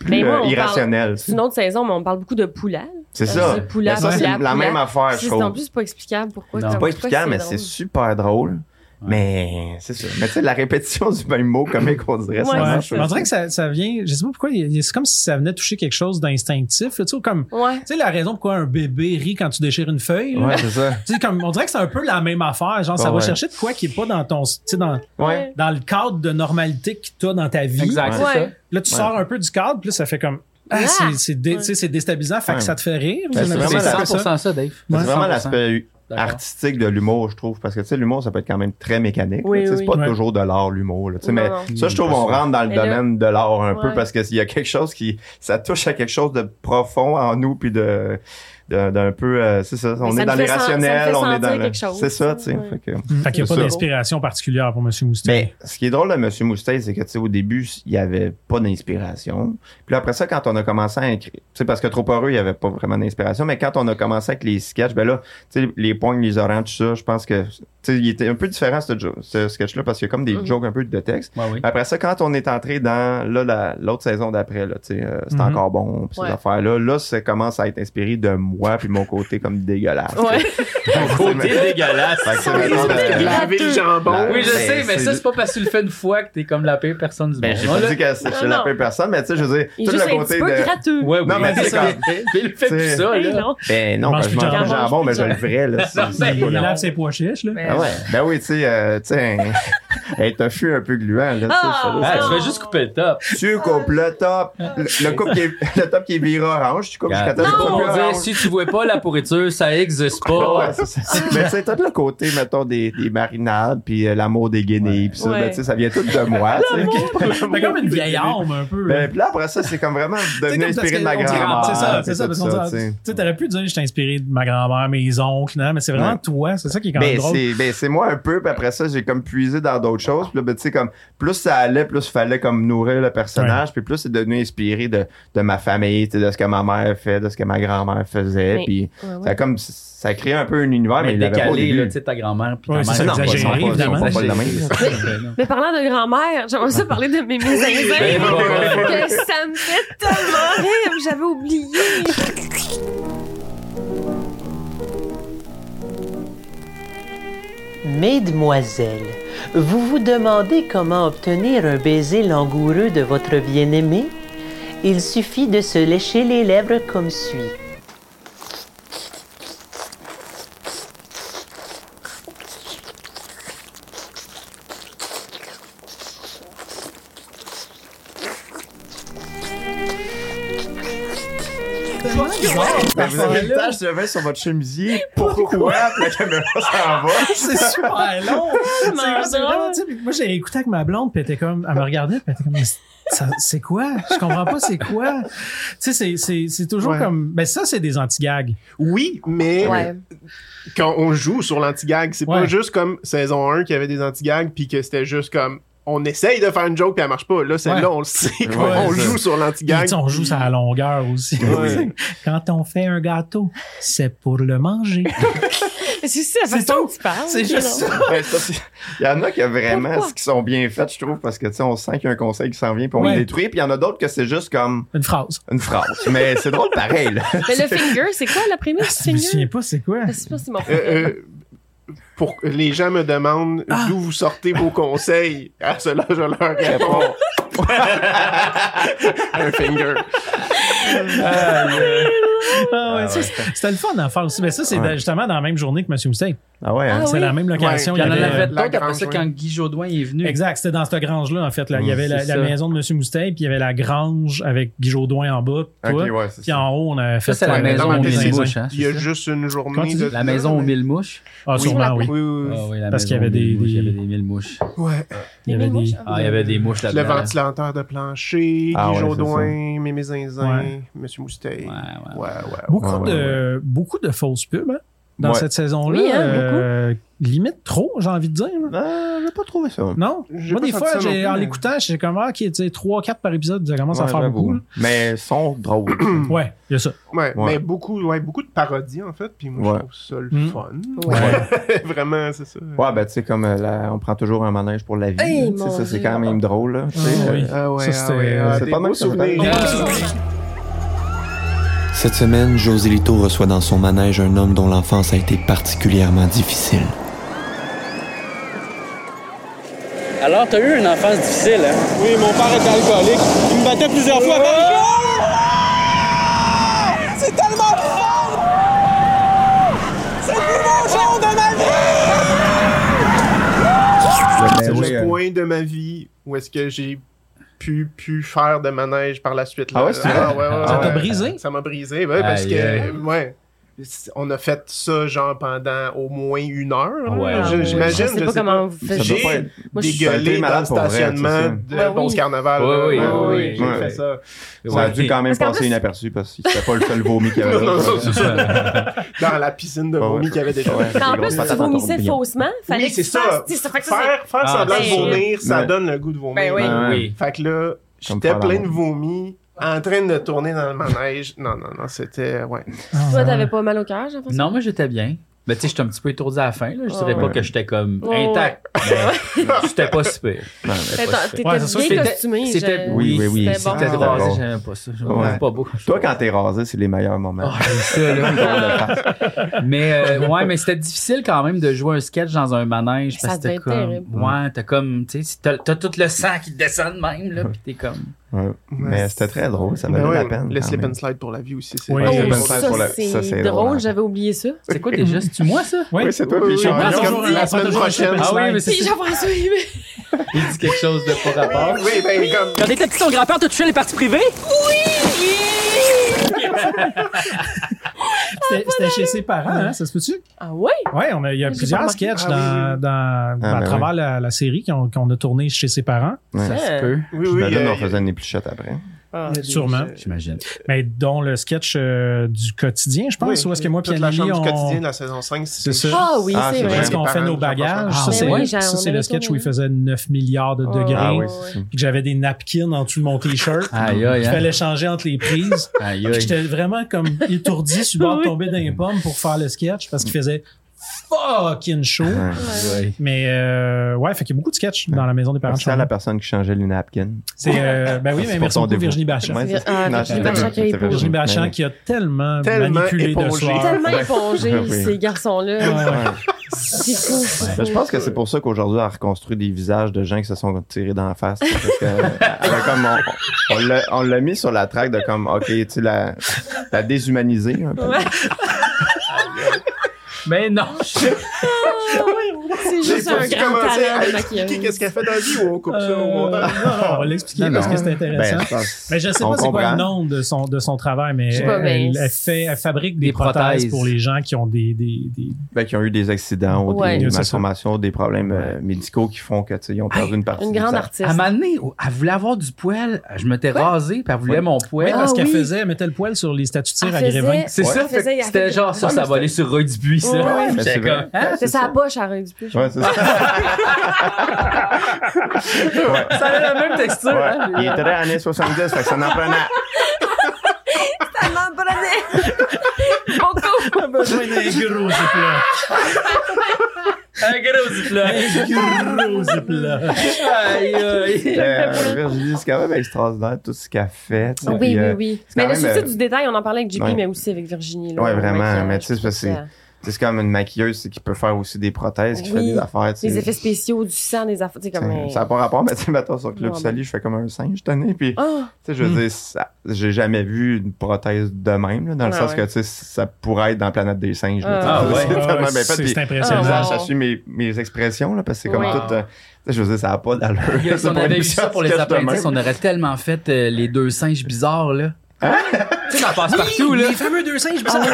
S4: Mm. Mais moi,
S2: euh,
S4: on parle-
S2: irrationnelles. tu sais.
S4: C'est une autre saison, mais on parle beaucoup de poulal.
S2: C'est
S4: Euh,
S2: ça.
S4: c'est Poula,
S2: Mais ça, c'est
S4: Poula,
S2: la
S4: Poula.
S2: même affaire, je
S4: C'est
S2: trouve.
S4: en plus pas explicable pourquoi.
S3: Non.
S2: C'est
S4: comme-
S2: pas
S4: pourquoi
S2: explicable, mais
S4: drôle.
S2: c'est super drôle. Mais c'est ça. Mais tu sais, la répétition du même mot, comment qu'on dirait, ça
S4: Ouais,
S1: Ouais.
S2: marche.
S1: On dirait que ça, ça vient, je sais pas pourquoi, il- il- c'est comme si ça venait toucher quelque chose d'instinctif. là, Tu sais, comme, tu
S4: Ouais.
S1: sais, la raison pourquoi un bébé rit quand tu déchires une feuille, là.
S2: Ouais, c'est ça.
S1: Tu sais, comme, on dirait que c'est un peu la même affaire. Genre, ça
S2: Ouais,
S1: va
S2: ouais.
S1: chercher de quoi qui est pas dans ton, tu sais, dans,
S2: Ouais.
S1: dans le cadre de normalité que t'as dans ta vie.
S3: Exact,
S2: Ouais.
S3: c'est ça.
S4: Ouais.
S1: Là, tu
S2: Ouais.
S1: sors un peu du cadre, puis là, ça fait comme, ah,
S4: Ah!
S1: c'est- c'est dé-
S4: Ouais.
S1: tu sais, c'est déstabilisant, fait que
S2: Ouais.
S1: ça te fait rire. J'ai
S2: Ben, c'est
S1: l'impression
S2: vraiment
S1: que
S2: la-
S1: c'est ça.
S3: 100% ça, Dave.
S1: Ouais.
S2: C'est vraiment
S3: 100%.
S2: l'aspect
S3: D'accord.
S2: artistique de l'humour, je trouve, parce que tu sais, l'humour, ça peut être quand même très mécanique.
S4: Oui,
S2: là, tu sais,
S4: oui.
S2: C'est pas
S1: Ouais.
S2: toujours de l'art, l'humour. là, tu sais,
S4: Non,
S2: Mais
S4: non.
S2: ça, je trouve, on rentre dans le
S4: Mais là-
S2: domaine de l'art un peu
S4: Ouais.
S2: parce qu'il y a quelque chose qui, ça touche à quelque chose de profond en nous, puis de, de- d'un peu, euh, c'est ça. On
S4: ça
S2: est
S4: nous
S2: dans
S4: fait sen- ça nous
S2: l'irrationnel,
S4: fait
S2: on est dans
S4: sentir
S2: le-
S4: quelque chose,
S2: C'est ça, tu sais.
S4: ouais.
S2: fait
S1: Fait
S2: que-
S1: qu'il n'y a
S2: C'est
S1: pas
S2: ça. Ben,
S1: d'inspiration particulière pour Monsieur Moustique.
S2: Mais ce qui est drôle de Monsieur Moustache, c'est que tu sais, au début, il n'y avait pas d'inspiration. Puis là, après ça, quand on a commencé à écrire, tu sais, parce que trop heureux, il n'y avait pas vraiment d'inspiration. Mais quand on a commencé avec les sketchs, ben là, tu sais, les poignes, les oranges, tout ça, je pense que tu sais, il était un peu différent ce, jo- ce sketch-là parce qu'il y a comme des
S4: Mhm.
S2: jokes un peu de texte.
S3: Ouais, oui.
S2: Après ça, quand on est entré dans là, la- l'autre saison d'après, là, tu sais, euh, c'est
S1: Mhm.
S2: encore bon, puis ces
S4: Ouais.
S2: affaires-là, là, ça commence à être inspiré de moi puis mon côté comme dégueulasse.
S4: Ouais.
S2: Mon
S3: Côté dégueulasse.
S2: Fait que c'est
S4: Oui,
S2: mettons,
S4: c'est
S2: euh,
S4: dégueulasse.
S5: Laver le jambon.
S3: Oui, je
S2: Ben,
S3: sais, mais
S2: c'est-
S3: ça, c'est pas parce que tu le fais une fois que t'es comme la pire personne du
S2: Ben,
S3: monde.
S2: j'ai pas
S3: Là,
S2: dit que c'est
S4: Non,
S2: chez la
S4: non.
S2: pire personne, mais tu sais, je veux dire,
S4: Il est
S2: tout
S4: juste
S2: le
S4: un
S2: côté
S4: petit peu
S2: de.
S4: gratteux.
S3: Ouais, oui.
S2: Non, mais c'est
S3: ça.
S2: comme-
S3: Mais il fait plus
S2: C'est-
S3: ça,
S4: Hey,
S3: là.
S4: non.
S2: Ben non,
S1: Mange
S2: ben, je
S1: plus de
S2: mange plus de
S4: jambon.
S2: jambon, mais je le ferais, là. c'est-
S3: Non,
S2: c'est
S3: mais-
S1: Il
S2: pas long.
S1: lave ses pois chiches, là.
S2: Ah ouais, ben oui, tu sais, euh, tu sais, un- un tofu un peu gluant, là, tu sais,
S4: Ah,
S2: ça, là,
S3: Ah,
S2: ça-
S3: tu vas juste couper le top.
S2: Tu coupes le top, le, le coupe qui est, le top qui est viré orange, tu coupes jusqu'à temps
S3: Regarde,
S2: que
S3: comme
S2: le
S3: on
S2: top
S3: dit,
S2: orange. Ah
S3: si tu vois pas la pourriture, ça existe
S2: Ouais,
S3: pas.
S2: c'est ça.
S4: Ah.
S2: Mais tu sais, tout le côté, mettons, des, des marinades, puis euh, l'amour des guenilles, puis ça,
S4: Ouais.
S2: ben, tu sais, ça vient tout de moi, tu sais.
S1: T'as comme une vieille âme, un peu. hein.
S2: Ben, puis là, après ça, c'est comme vraiment
S1: Tu sais,
S2: devenu
S1: comme parce
S2: inspiré de
S1: que
S2: ma
S1: on dirait-
S2: grand-mère.
S1: C'est ça, c'est
S2: puis
S1: ça.
S2: tout
S1: parce qu'on
S2: tu sais.
S1: dirait- Tu sais, t'aurais pu dire, je t'ai inspiré de ma grand-mère, mes oncles, non, mais c'est vraiment
S2: Ouais.
S1: toi. C'est ça qui est quand même
S2: Ben,
S1: drôle. Ah.
S2: c'est, ben, c'est moi un peu, puis après ça, j'ai comme puisé dans d'autres choses. Puis là, ben, tu sais, comme, plus ça allait, plus fallait comme nourrir le personnage, puis plus c'est devenu inspiré de, de ma famille, tu sais, de ce que ma mère fait, de ce que ma grand-mère faisait,
S4: Mais-
S2: puis
S4: Ouais, ouais.
S2: ça a comme, ça crée un peu un univers, mais,
S3: mais
S2: il l'avait pas au
S3: décalé,
S2: début.
S3: là, tu sais, ta grand-mère puis
S1: Ouais,
S3: ta
S1: c'est
S3: mère.
S1: ça,
S3: ils sont
S1: exagéré,
S3: pas- ils sont
S1: évidemment.
S2: Ils sont pas de la même.
S3: même.
S4: Mais parlant de grand-mère, j'aimerais ça parler de mes mes
S3: Ben,
S4: zinzins.
S3: ouais, ouais.
S4: que ça me fait tellement rire, j'avais oublié.
S11: Mesdemoiselles, vous vous demandez comment obtenir un baiser langoureux de votre bien-aimé Il suffit de se lécher les lèvres comme suit.
S2: Ben, vous avez une tache de vin sur votre chemisier, pourquoi? Puis la caméra s'en va.
S1: C'est super long. C'est-
S4: Tellement
S1: c'est
S4: drôle.
S1: vraiment- tu sais, puis Moi, j'ai écouté avec ma blonde, puis elle était comme, elle me regardait, puis elle était comme, Mais ça- c'est quoi? Je comprends pas, c'est quoi? Tu sais, c'est- c'est c'est toujours
S5: Ouais.
S1: comme, ben ça, c'est des anti-gags.
S5: Oui, mais
S4: Ouais.
S5: quand on joue sur l'anti-gag, c'est pas
S1: Ouais.
S5: juste comme saison 1 qui avait des anti-gags puis que c'était juste comme on essaye de faire une joke puis elle marche pas. Là, celle-là, on le sait. qu'on
S2: Ouais,
S5: on
S2: c'est
S5: joue sur
S1: Puis, tu
S5: l'anti-gag.
S1: sais, on joue ça à la longueur aussi.
S5: Ouais.
S1: Quand on fait un gâteau, c'est pour le manger.
S4: C'est ça, la
S1: C'est
S4: façon
S1: tout.
S4: que tu parles.
S1: C'est juste ça.
S2: Ouais, ça, c'est- il y en a qui a vraiment
S4: Pourquoi?
S2: ce qui sont bien faites, je trouve, parce que tu sais, on sent qu'il y a un conseil qui s'en vient, puis on
S1: Ouais.
S2: le détruit, puis il y en a d'autres que c'est juste comme
S1: Une phrase.
S2: une phrase. Mais c'est drôle pareil, là.
S4: Mais le finger, c'est quoi la prémisse
S1: Je me
S4: du
S1: souviens
S4: finger?
S1: pas, c'est quoi?
S4: Je sais pas si c'est mon
S5: Euh, euh, pour... les gens me demandent d'où vous sortez vos conseils. À cela, je leur réponds. Un finger.
S1: Ah ouais,
S2: Ah
S1: ça,
S2: ouais.
S1: c'est- C'était le fun d'en faire aussi. Mais ça, c'est
S2: Ouais.
S1: justement dans la même journée que Monsieur Moustet.
S2: Ah ouais, hein?
S4: Ah
S1: c'est
S4: oui?
S1: la même location.
S5: Ouais,
S1: il
S3: Il
S1: y
S3: y en
S1: avait,
S3: avait
S5: euh,
S3: d'autres après
S5: Lagrange,
S3: ça
S5: oui.
S3: quand Guy Jodoin est venu.
S1: Exact, c'était dans cette grange-là, en fait. là. Il y
S2: Mm,
S1: avait la,
S3: c'est
S1: la
S3: ça.
S1: maison de Monsieur Moustet, puis il y avait la grange avec Guy Jodoin en bas. puis toi.
S2: Ok, ouais, c'est
S1: Puis
S2: ça.
S1: en haut, on a fait
S3: Ça, c'est la
S1: euh,
S3: maison
S5: dans ma
S3: aux
S5: tête,
S3: mille
S5: c'est
S3: mouches. hein,
S5: Il y a
S3: c'est ça?
S5: juste une
S1: Quand tu
S5: journée
S1: dis
S5: de
S3: La maison aux mille mouches.
S1: Ah, sûrement, oui.
S5: Oui, oui, oui.
S3: Ah oui, la
S1: Parce qu'il y
S3: maison
S1: avait des-
S3: aux mille mouches, Il y
S1: des-
S3: avait des mille mouches.
S5: Ouais.
S1: Il y avait des-
S3: Ah, il y avait des mouches
S5: Le
S3: là-dedans. là.
S5: ventilateur de plancher,
S2: Ah
S5: Guy
S2: ouais, c'est
S5: Jodoin, Mémé Zinzin,
S1: Ouais.
S5: Monsieur Moustay.
S3: Ouais, ouais.
S5: Ouais, ouais.
S1: Beaucoup,
S2: Ouais, ouais,
S1: de, beaucoup de fausses pubs hein, dans
S2: Ouais.
S1: cette saison-là.
S4: Oui, hein,
S1: euh, limite trop, j'ai envie de dire. là.
S2: Ah, j'ai pas trouvé ça.
S1: Non?
S5: J'ai
S1: Moi,
S5: pas
S1: des
S5: senti
S1: fois,
S5: ça non
S1: j'ai-
S5: plus,
S1: en
S5: mais-
S1: l'écoutant, j'ai comme, ah, ok, tu sais, 3-4 par épisode, ça commence à
S2: Ouais,
S1: faire
S2: j'avoue.
S1: beaucoup. là.
S2: Mais ils sont drôles.
S1: Ouais, il y a ça.
S5: Ouais,
S2: Ouais.
S5: mais beaucoup, ouais, beaucoup de parodies en fait, puis moi
S2: Ouais.
S5: je trouve ça le
S1: Mm.
S5: fun.
S2: Ouais.
S5: Vraiment, c'est ça.
S2: Ouais, ben tu sais, comme euh, la- on prend toujours un manège pour la vie. là,
S4: Hey,
S2: tu sais,
S4: mon
S2: ça, c'est
S4: Dieu.
S2: quand même drôle. Là, tu sais,
S1: Ah,
S2: euh,
S1: oui.
S5: Ah ouais,
S1: Ça,
S5: ah ouais,
S1: c'était-
S5: ah,
S2: c'est
S5: des
S2: pas
S5: beaux
S2: mal que ça va
S5: souvenirs.
S10: Cette semaine, José Lito reçoit dans son manège un homme dont l'enfance a été particulièrement difficile.
S7: Alors, t'as eu une enfance difficile, hein? Oui, mon père était alcoolique. Il me battait plusieurs fois C'est tellement fort! C'est le plus beau jour de ma vie!
S2: mais
S1: Ah,
S5: C'est
S2: oui,
S5: le
S2: euh,
S5: point de ma vie où est-ce que j'ai pu, pu faire de manège par la suite. là.
S2: Ah ouais, c'est vrai?
S5: ouais, ouais,
S1: Ça t'a
S5: ouais.
S1: brisé?
S5: Ça m'a brisé, ouais, parce
S3: Aïe,
S5: que,
S3: aïe.
S5: ouais. c'est- On a fait ça, genre, pendant au moins une heure. là.
S3: Ouais,
S5: Je-
S3: ouais.
S5: J'imagine.
S4: Je sais pas comment vous
S2: ça
S4: faites.
S2: doit
S5: J'ai-
S2: pas être.
S4: Moi, je suis-
S2: Ça a été
S5: Dégueulé dans
S2: malade
S5: le
S2: pour vrai,
S5: stationnement
S2: c'est
S5: de
S4: Ouais, oui.
S5: Ponce Carnaval.
S3: Ouais,
S5: là.
S3: oui,
S5: Ouais,
S3: oui,
S5: oui, J'ai
S2: oui.
S5: fait ça.
S2: Ça a dû quand même
S4: Parce qu'en
S2: passer
S4: plus-
S2: inaperçu parce que c'était pas le seul vomi qu'il y avait.
S5: Non,
S2: là.
S5: non, non, c'est Dans la piscine de
S2: Ah ouais.
S5: vomi qu'il y avait déjà.
S2: Ouais.
S4: Mais
S2: Des
S4: En plus,
S2: grosses
S4: tu
S2: patates en
S4: vomissais
S2: tourbillon.
S4: faussement. Fallait
S5: Oui,
S4: que
S5: c'est
S4: tu
S5: ça.
S4: fasses- tu sais, Ça fait que ça, c'est-
S5: Faire, faire
S3: Ah,
S5: semblant de
S4: c'est-
S5: vomir, ça
S2: Ouais.
S5: donne le goût de vomir.
S4: Ben oui.
S2: Ouais.
S3: Oui.
S5: Fait que là,
S2: Comme
S5: j'étais
S2: faire
S5: plein de
S2: l'amour.
S5: vomi, en train de tourner dans le manège. Non, non, non, c'était. Ouais.
S1: Ah,
S4: Toi, t'avais pas mal au cœur, j'ai
S3: Non, moi, j'étais bien. Mais tu sais, j'étais un petit peu étourdi à la fin. Là. Je dirais
S4: Ouais.
S3: pas que j'étais comme
S4: Ouais, ouais.
S3: intact. mais C'était pas super.
S2: Ouais.
S4: T'étais
S1: Ouais, c'est ça,
S4: bien
S3: c'était-
S4: costumé.
S3: c'était-
S4: je-
S2: Oui, oui, oui,
S4: c'était
S2: c'était
S3: C'était
S2: Ah,
S4: bon.
S2: drôle.
S3: rasé,
S2: d'accord.
S3: j'aime pas ça. Je me
S2: Ouais.
S3: trouve pas beau.
S2: Toi, quand t'es rasé, c'est les meilleurs moments.
S3: Ah, c'est ça, là.
S2: Ah,
S3: Mais euh, ouais, mais c'était difficile quand même de jouer un sketch dans un manège
S4: Ça
S3: parce que t'as
S4: devait être terrible.
S3: comme ouais, t'as comme tu sais, t'as t'as tout le sang qui descend de même là, puis t'es comme
S2: ouais. Mais c'était très drôle, ça valait
S5: Ben
S2: la
S5: ouais,
S2: peine.
S5: Le
S2: quand
S5: slip
S2: même.
S5: and slide pour la vie aussi. c'est-
S1: Oui.
S5: Ouais,
S2: j'ai
S4: Oh,
S2: bonne
S5: c'est-
S2: place pour
S4: ça,
S2: la- ça,
S4: c'est
S2: c'est
S4: drôle,
S2: drôle.
S4: j'avais oublié ça.
S3: c'est quoi déjà, c'est tu moi ça
S1: Oui. hein.
S2: Oui, c'est hein, toi, puis
S5: Oui,
S2: Charles.
S5: oui,
S1: Jean-
S5: comme-
S1: Jean-
S5: la
S1: Jean-
S5: semaine
S1: Jean-
S5: prochaine.
S1: Jean-
S3: Ah oui, mais c'est
S4: Puis
S3: ça.
S4: Jean-François Hubert.
S3: Il dit quelque chose de pas rapport.
S5: Oui, ben comme.
S7: T'as détecté ton grand-père, t'as touché les parties privées?
S1: C'était c'était chez ses parents, hein, ça se peut-tu?
S4: Ah ouais?
S1: Oui, on a- il y a
S4: J'ai pas
S1: plusieurs
S4: remarqué.
S1: sketchs
S5: Ah,
S1: dans,
S5: oui.
S1: dans-
S2: Ah,
S1: à
S2: ben
S1: travers la, la série qu'on qu'on a tourné chez ses parents,
S2: Ouais.
S3: Ça se peut,
S5: Oui, oui.
S2: J'imagine
S5: euh,
S2: Ben on faisait une épluchette après.
S5: ah,
S1: sûrement.
S5: euh,
S3: j'imagine.
S1: mais dont le sketch euh, du quotidien, je pense,
S5: oui,
S1: ou est-ce que moi
S5: toute
S1: puis
S5: la chambre
S1: Amélie, on...
S5: du quotidien de la saison 5, c'est
S1: C'est ça.
S4: Ah oui,
S2: Ah,
S4: c'est
S2: c'est
S4: vrai.
S1: Parce
S2: Ouais.
S1: qu'on
S5: Les
S1: fait
S5: parents,
S1: nos
S5: je pense,
S1: bagages.
S3: ah,
S1: ça,
S3: ouais.
S1: c'est
S3: Oui,
S1: ça,
S4: j'en-
S1: c'est
S4: on
S1: le
S4: avait
S1: sketch où
S4: tourné.
S1: il faisait 9 milliards de
S4: Oh.
S1: degrés.
S2: Ah oui,
S4: ouais,
S2: c'est ça.
S1: Puis que j'avais des napkins en dessous de mon t-shirt.
S3: Aïe aïe.
S1: Il
S3: hein.
S1: fallait changer entre les prises.
S3: Aïe
S1: Puis
S3: aïe.
S1: J'étais vraiment comme étourdi sur le bord de tomber dans les pommes pour faire le sketch parce qu'il faisait fucking chaud.
S2: Ouais.
S4: Ouais.
S3: Aïe, aïe.
S1: Mais euh, ouais, fait qu'il y a beaucoup de sketchs dans la maison des parents. de
S2: Merci à la
S1: Charles.
S2: personne qui changeait les napkins.
S1: C'est euh, ben oui, mais
S2: pour
S1: merci
S2: ton
S1: beaucoup
S2: dévouement.
S1: Virginie Bachan.
S2: Ouais, c'est-
S4: Ah,
S2: Non,
S4: Virginie
S2: c'était
S4: Bachan
S2: Virginie,
S4: qui a
S2: c'était
S4: épousé.
S1: Virginie Bachan
S2: Mais-
S1: qui a tellement,
S5: Tellement
S1: manipulé de
S5: épongé.
S1: soir.
S4: Tellement épongé,
S2: Oui.
S4: ces garçons-là.
S1: Ouais.
S4: C'est fou.
S2: Ben, je pense que c'est pour ça qu'aujourd'hui, elle reconstruit des visages de gens qui se sont tirés d'en face. Parce que, euh, comme on, on l'a- on l'a mis sur la traque de comme, OK, tu sais, la, la déshumaniser un peu.
S4: Ouais.
S3: Mais non, je-
S4: Ah C'est
S5: J'ai
S4: juste
S5: pas
S4: un
S5: dû
S4: grand talent de
S5: commencer à expliquer
S4: maquillage.
S5: qu'est-ce qu'elle fait dans la vie ou on coupe ça au Ah,
S1: Euh,
S5: montage.
S1: non, non, on va l'expliquer
S2: Non,
S1: parce
S2: non.
S1: que c'est intéressant.
S2: Ben, je pense-
S1: mais je sais
S2: on
S1: pas c'est quoi
S2: comprend.
S1: le nom de son, de son travail, mais,
S4: Je sais pas,
S1: elle-
S4: mais
S1: elle,
S4: c'est-
S1: fait, elle fabrique des,
S3: Des
S1: prothèses.
S3: prothèses.
S1: pour les gens qui ont des, des, des-
S4: Ah
S2: Ben, qui ont eu des accidents ou
S4: Ouais.
S2: des
S1: C'est ça.
S2: malformations, des problèmes euh, médicaux qui font que, tu sais, ils ont perdu une partie.
S4: Une
S2: de
S4: grande
S2: ça.
S4: artiste.
S3: à un moment donné, elle voulait avoir du poil, je m'étais rasé, puis elle voulait
S2: Oui.
S3: mon
S1: Oui,
S3: poil.
S1: parce
S4: Ah
S1: qu'elle
S4: oui.
S1: faisait, elle mettait le poil sur les statues de tir à
S4: Elle faisait-
S1: Grévin.
S3: C'est
S4: Ouais.
S3: ça,
S4: Elle faisait-
S3: fait que
S4: elle
S3: c'était
S4: faisait-
S3: genre ça,
S2: Ouais,
S3: ça
S2: mais
S3: va aller sur Roy Dupuis, ça.
S4: Ouais, ouais,
S2: mais
S3: J'étais
S2: c'est vrai.
S3: comme, hein?
S4: C'est sa
S2: ça.
S4: poche à Reine du Puy, je
S2: Ouais, c'est ça.
S3: Ça avait la même texture,
S2: Ouais.
S3: hein?
S2: Il était dans les années 70, fait que ça en prenait.
S4: Elle m'en prenait. Beaucoup.
S1: besoin d'un gros ziploc.
S3: Un gros diplôme.
S1: gros ziploc.
S3: Aïe, aïe.
S2: Euh, Virginie, c'est quand même extraordinaire tout ce qu'elle fait. tu sais,
S4: Oui,
S2: puis,
S4: oui,
S2: euh,
S4: oui.
S2: c'est
S4: Mais
S2: quand
S4: le
S2: même,
S4: souci
S2: euh,
S4: du détail, on en parlait avec JP,
S2: ouais.
S4: mais aussi avec Virginie. là,
S2: Ouais,
S4: le
S2: vraiment,
S4: maquillage,
S2: mais tu sais,
S4: je trouve
S2: c'est-
S4: ça-
S2: Tu sais, C'est comme une maquilleuse c'est qui peut faire aussi des prothèses, qui fait
S4: Oui.
S2: des affaires. tu sais.
S4: Les effets spéciaux, du sang, des affaires. tu sais, comme.
S2: Ça n'a pas rapport, mais tu sais, mettons sur Club
S4: Non,
S2: Soli, je fais comme un singe cette année. Puis, tu
S4: Ah!
S2: sais, je veux dire, ça- j'ai jamais vu une prothèse de même, là, dans le
S4: Ah
S2: sens que,
S4: ouais.
S2: tu sais, ça pourrait être dans Planète des singes. là,
S4: Ah
S2: tu sais,
S3: ouais.
S2: c'est tellement
S9: Ah,
S2: bien fait,
S9: c'est
S2: puis-
S9: c'est
S4: Ah,
S9: impressionnant.
S4: wow.
S2: ça J'assume mes, mes expressions, là, parce que c'est comme
S4: Oui.
S2: tout. euh, tu sais, je veux dire, ça n'a pas d'allure.
S3: Si
S2: C'est
S3: on
S2: pas
S3: avait
S2: une
S3: eu ça
S2: science
S3: pour les
S2: qui cache de
S3: appendices,
S2: même.
S3: on aurait tellement fait euh, les deux singes bizarres, là. tu sais, dans Passe-Partout, là.
S9: Les fameux deux singes bizarres.
S3: Hein?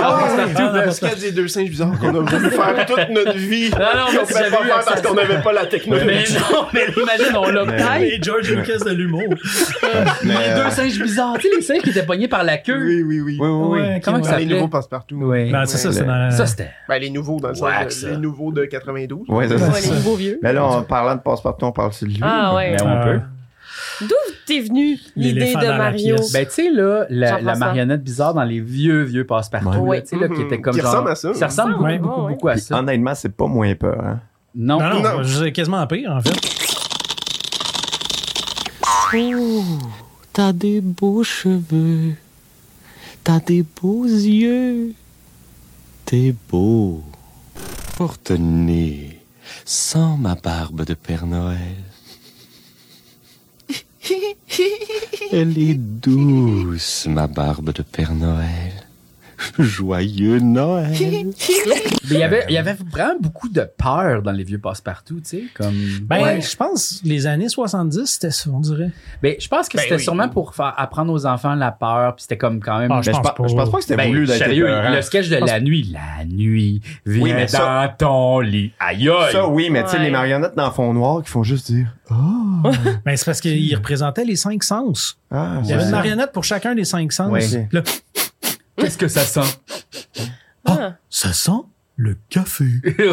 S3: Ah,
S5: Ah,
S3: Passe-Partout, là.
S5: parce qu'il y a des deux singes bizarres qu'on a voulu faire toute notre vie.
S3: Non, non, mais
S5: qu'on
S3: si
S5: pouvait
S3: j'avais
S5: pas
S3: eu
S5: faire
S3: accès
S5: parce
S3: à
S5: qu'on
S3: ça.
S5: n'avait pas la
S3: Mais
S5: technologie.
S3: non, mais imagine, on l'a
S2: Mais-
S4: Ah,
S3: peut-être.
S9: Et George Lucas de l'humour.
S2: Mais,
S3: Les
S2: euh,
S3: deux singes bizarres. Tu sais, les singes qui étaient pognés par la queue.
S5: Oui, oui, oui.
S2: Oui, oui, oui.
S9: Ouais,
S3: Comment
S9: ok,
S3: que
S9: ouais.
S3: ça
S5: les
S3: plaît.
S5: nouveaux passent partout.
S3: Ouais.
S1: Bah, Ben,
S9: Non, c'est ça, c'est dans la-
S3: Ça, c'était.
S5: Ben, les nouveaux, dans le sens,
S3: Whack,
S5: euh,
S3: ça.
S5: les nouveaux de 92.
S2: Ouais, c'est ça.
S4: Ouais, les nouveaux vieux.
S2: Mais là, en parlant de passe-partout, on parle de lui.
S4: Ah ouais.
S3: Mais on
S9: Euh,
S3: peut.
S4: D'où t'es venu l'idée
S9: L'éléphant
S4: de
S9: dans la
S4: Mario?
S9: pièce.
S3: Ben, tu sais, là, la,
S4: Jean-François.
S3: la marionnette bizarre dans les vieux, vieux passe-partout,
S4: Ouais.
S3: là, tu sais, là, qui était comme
S5: Qui
S3: genre.
S5: ressemble à ça.
S3: Ça ressemble beaucoup,
S9: Ouais.
S3: beaucoup,
S4: Ouais.
S3: beaucoup à
S2: Puis,
S3: ça.
S2: Honnêtement, c'est pas moins peur. Hein.
S3: Non.
S9: Non, non,
S5: Non.
S9: c'est quasiment pire, en fait.
S12: T'as des beaux cheveux, t'as des beaux yeux, t'es beau. Porte-nez, sans ma barbe de Père Noël. Elle est douce, ma barbe de Père Noël. Joyeux Noël.
S3: Mais il y avait, il y avait vraiment beaucoup de peur dans les vieux passe-partout, tu sais, comme.
S9: Ben,
S3: Ouais.
S9: je pense les années 70, c'était ça, on dirait.
S3: Ben, je pense que
S5: Ben
S3: c'était
S5: oui.
S3: sûrement pour faire apprendre aux enfants la peur, puis c'était comme quand même.
S9: Ah, je
S2: Mais
S9: pense
S2: je,
S9: pas.
S2: pense je pense pas que c'était
S3: Ben,
S2: voulu d'être
S3: sérieux,
S2: épeurant.
S3: le sketch de la nuit. La nuit, viens
S2: Oui, mais
S3: dans
S2: ça-
S3: ton lit. Aïe, aïe.
S2: Ça, oui, mais tu sais,
S4: Ouais.
S2: les marionnettes dans le fond noir qui font juste dire
S9: Ben, c'est parce qu'ils représentaient les cinq sens.
S2: Ah,
S9: Il y avait
S2: ouais.
S9: une marionnette pour chacun des cinq sens.
S2: Ouais.
S9: Là,
S3: Qu'est-ce que ça sent?
S4: Ah.
S9: ça sent le café.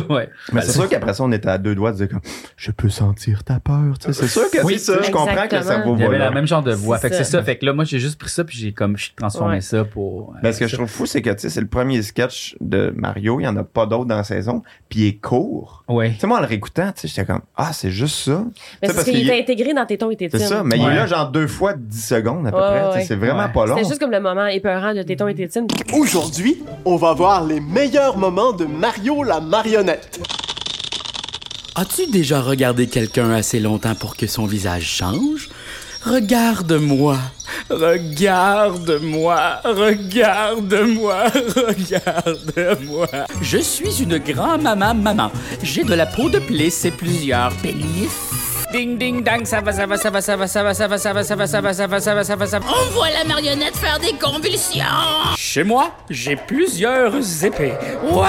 S3: ouais.
S2: Mais c'est sûr qu'après ça, on était à deux doigts de dire comme, Je peux sentir ta peur. Tu sais, c'est sûr que
S5: Oui,
S2: c'est ça. Je comprends que le
S4: exactement.
S2: cerveau
S3: Il y
S2: va
S3: avait
S2: là.
S3: la même genre de voix.
S4: C'est
S3: Fait que c'est
S4: ça.
S3: ça. Fait que là, moi, j'ai juste pris ça, puis j'ai comme j'ai transformé
S4: Ouais.
S3: ça pour.
S2: Mais Ben, ce que je trouve fou, c'est que tu sais, c'est le premier sketch de Mario. Il n'y en a pas d'autres dans la saison. Puis il est court.
S3: Ouais.
S2: Tu sais, moi, en le réécoutant, tu sais, j'étais comme, ah, c'est juste ça.
S4: Mais
S2: Tu sais,
S4: c'est parce qu'il était intégré dans tes tons et tes
S2: C'est
S4: tines.
S2: ça, mais il
S9: Ouais.
S2: est là genre deux fois 10 secondes à peu
S4: Ouais,
S2: près. tu sais,
S4: ouais.
S2: C'est vraiment
S3: Ouais.
S2: pas long. Mm-hmm.
S4: C'était juste comme le moment épeurant de Téton et Tétine.
S10: Aujourd'hui, on va voir les meilleurs moments de Mario la marionnette.
S13: As-tu déjà regardé quelqu'un assez longtemps pour que son visage change? Regarde-moi, regarde-moi, regarde-moi, regarde-moi. Je suis une grand-maman maman. J'ai de la peau de plisse et plusieurs pénis. Ding ding dang, ça va, ça va, ça va, ça va, ça va, ça va, ça va, ça va, ça va, ça va, ça va, ça va, ça va.
S12: On voit la marionnette faire des convulsions.
S13: Chez moi, j'ai plusieurs épées. Ouah!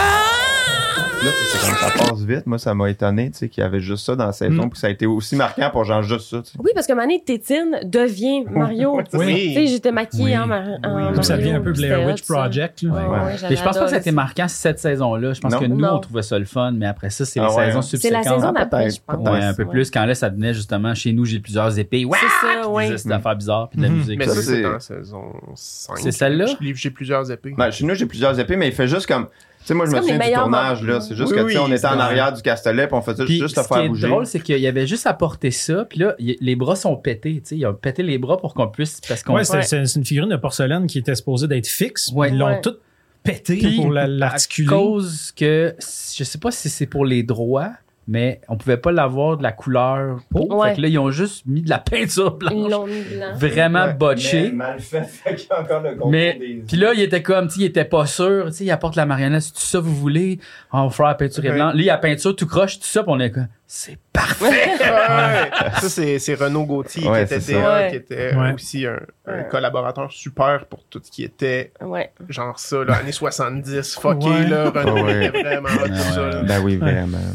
S2: Là, tu sais, c'est comme ça passe vite. Moi, ça m'a étonné, tu sais, qu'il y avait juste ça dans la
S3: Mm.
S2: saison, puis ça a été aussi marquant pour genre juste ça. tu sais.
S4: Oui, parce que Mané Tétine devient Mario. Tu sais, j'étais maquillée
S3: Oui.
S4: en, Mar- en Mario.
S9: Ça devient un peu Blair
S4: C'était
S9: Witch
S4: hot, ça.
S9: Project. là.
S4: Ouais, ouais,
S2: Ouais.
S4: j'avais
S3: Puis je pense pas que ça a été
S4: adoré
S3: marquant cette saison-là. Je pense
S2: Non.
S3: que nous,
S4: Non.
S3: on trouvait ça le fun, mais après ça, c'est
S2: Ah
S3: les
S2: ouais,
S3: saisons
S2: hein.
S4: C'est la
S3: subséquentes.
S4: saison d'après,
S2: peut-être,
S4: je pense.
S3: Ouais, un peu plus. Quand là, ça venait justement chez nous, j'ai plusieurs épées. Ouais,
S4: C'est ça,
S3: Puis
S4: Ah ouais.
S3: Des affaires bizarres, puis de la
S9: Mhm.
S3: musique.
S5: Mais
S2: Ça,
S5: ça, c'est
S2: c'est-
S5: dans la saison 5.
S3: C'est celle-là?
S5: J'ai j'ai plusieurs épées.
S2: Ben, chez nous, j'ai plusieurs épées, mais il fait juste comme. Tu sais, moi, je
S4: C'est
S2: me
S4: comme les
S2: souviens du
S4: meilleurs
S2: tournage,
S4: moments.
S2: là. C'est juste
S3: Oui,
S2: que, tu sais,
S3: oui,
S2: on était
S3: c'est
S2: en
S3: vrai.
S2: arrière du castelet, puis on faisait
S3: Puis,
S2: juste
S3: ce
S2: le
S3: qui
S2: faire
S3: est
S2: bouger.
S3: drôle, c'est qu'il y avait juste à porter ça, puis là, y- les bras sont pétés, tu sais, ils ont pété les bras pour qu'on puisse, parce qu'on...
S9: Ouais, c'était- c'est c'est une figurine de porcelaine qui était supposée d'être fixe.
S3: Ouais.
S9: Ils l'ont
S4: Ouais.
S9: toute pétée
S3: Puis,
S9: pour la-
S3: à
S9: l'articuler.
S3: cause que, je sais pas si c'est pour les droits, mais on pouvait pas l'avoir de la couleur peau,
S4: Ouais.
S3: fait que là, ils ont juste mis de la peinture
S4: Ils
S3: blanche,
S4: l'ont mis blanc.
S3: vraiment botchée.
S2: mal fait, fait qu'il y a encore le concours
S3: Mais
S2: des-
S3: puis là, il était comme, tu sais, il était pas sûr, tu sais, il apporte la marionnette, c'est tout ça vous voulez, Ah, on va faire la peinture et
S5: Ouais.
S3: blanc. Là, il y a la peinture tout croche, tout ça, puis on est comme, c'est parfait.
S5: Ouais. ça, c'est c'est Renaud Gauthier
S2: Ouais,
S5: qui était,
S2: c'est
S5: TA,
S4: ça.
S5: qui était euh,
S9: Ouais.
S5: aussi un, un
S4: Ouais.
S5: collaborateur super pour tout ce qui était
S4: Ouais.
S5: genre ça, là, années 70, fucké,
S9: Ouais.
S5: là, Renaud
S2: Ouais.
S5: était vraiment hot, tout ça. là.
S2: Ben oui, vraiment.
S3: Euh.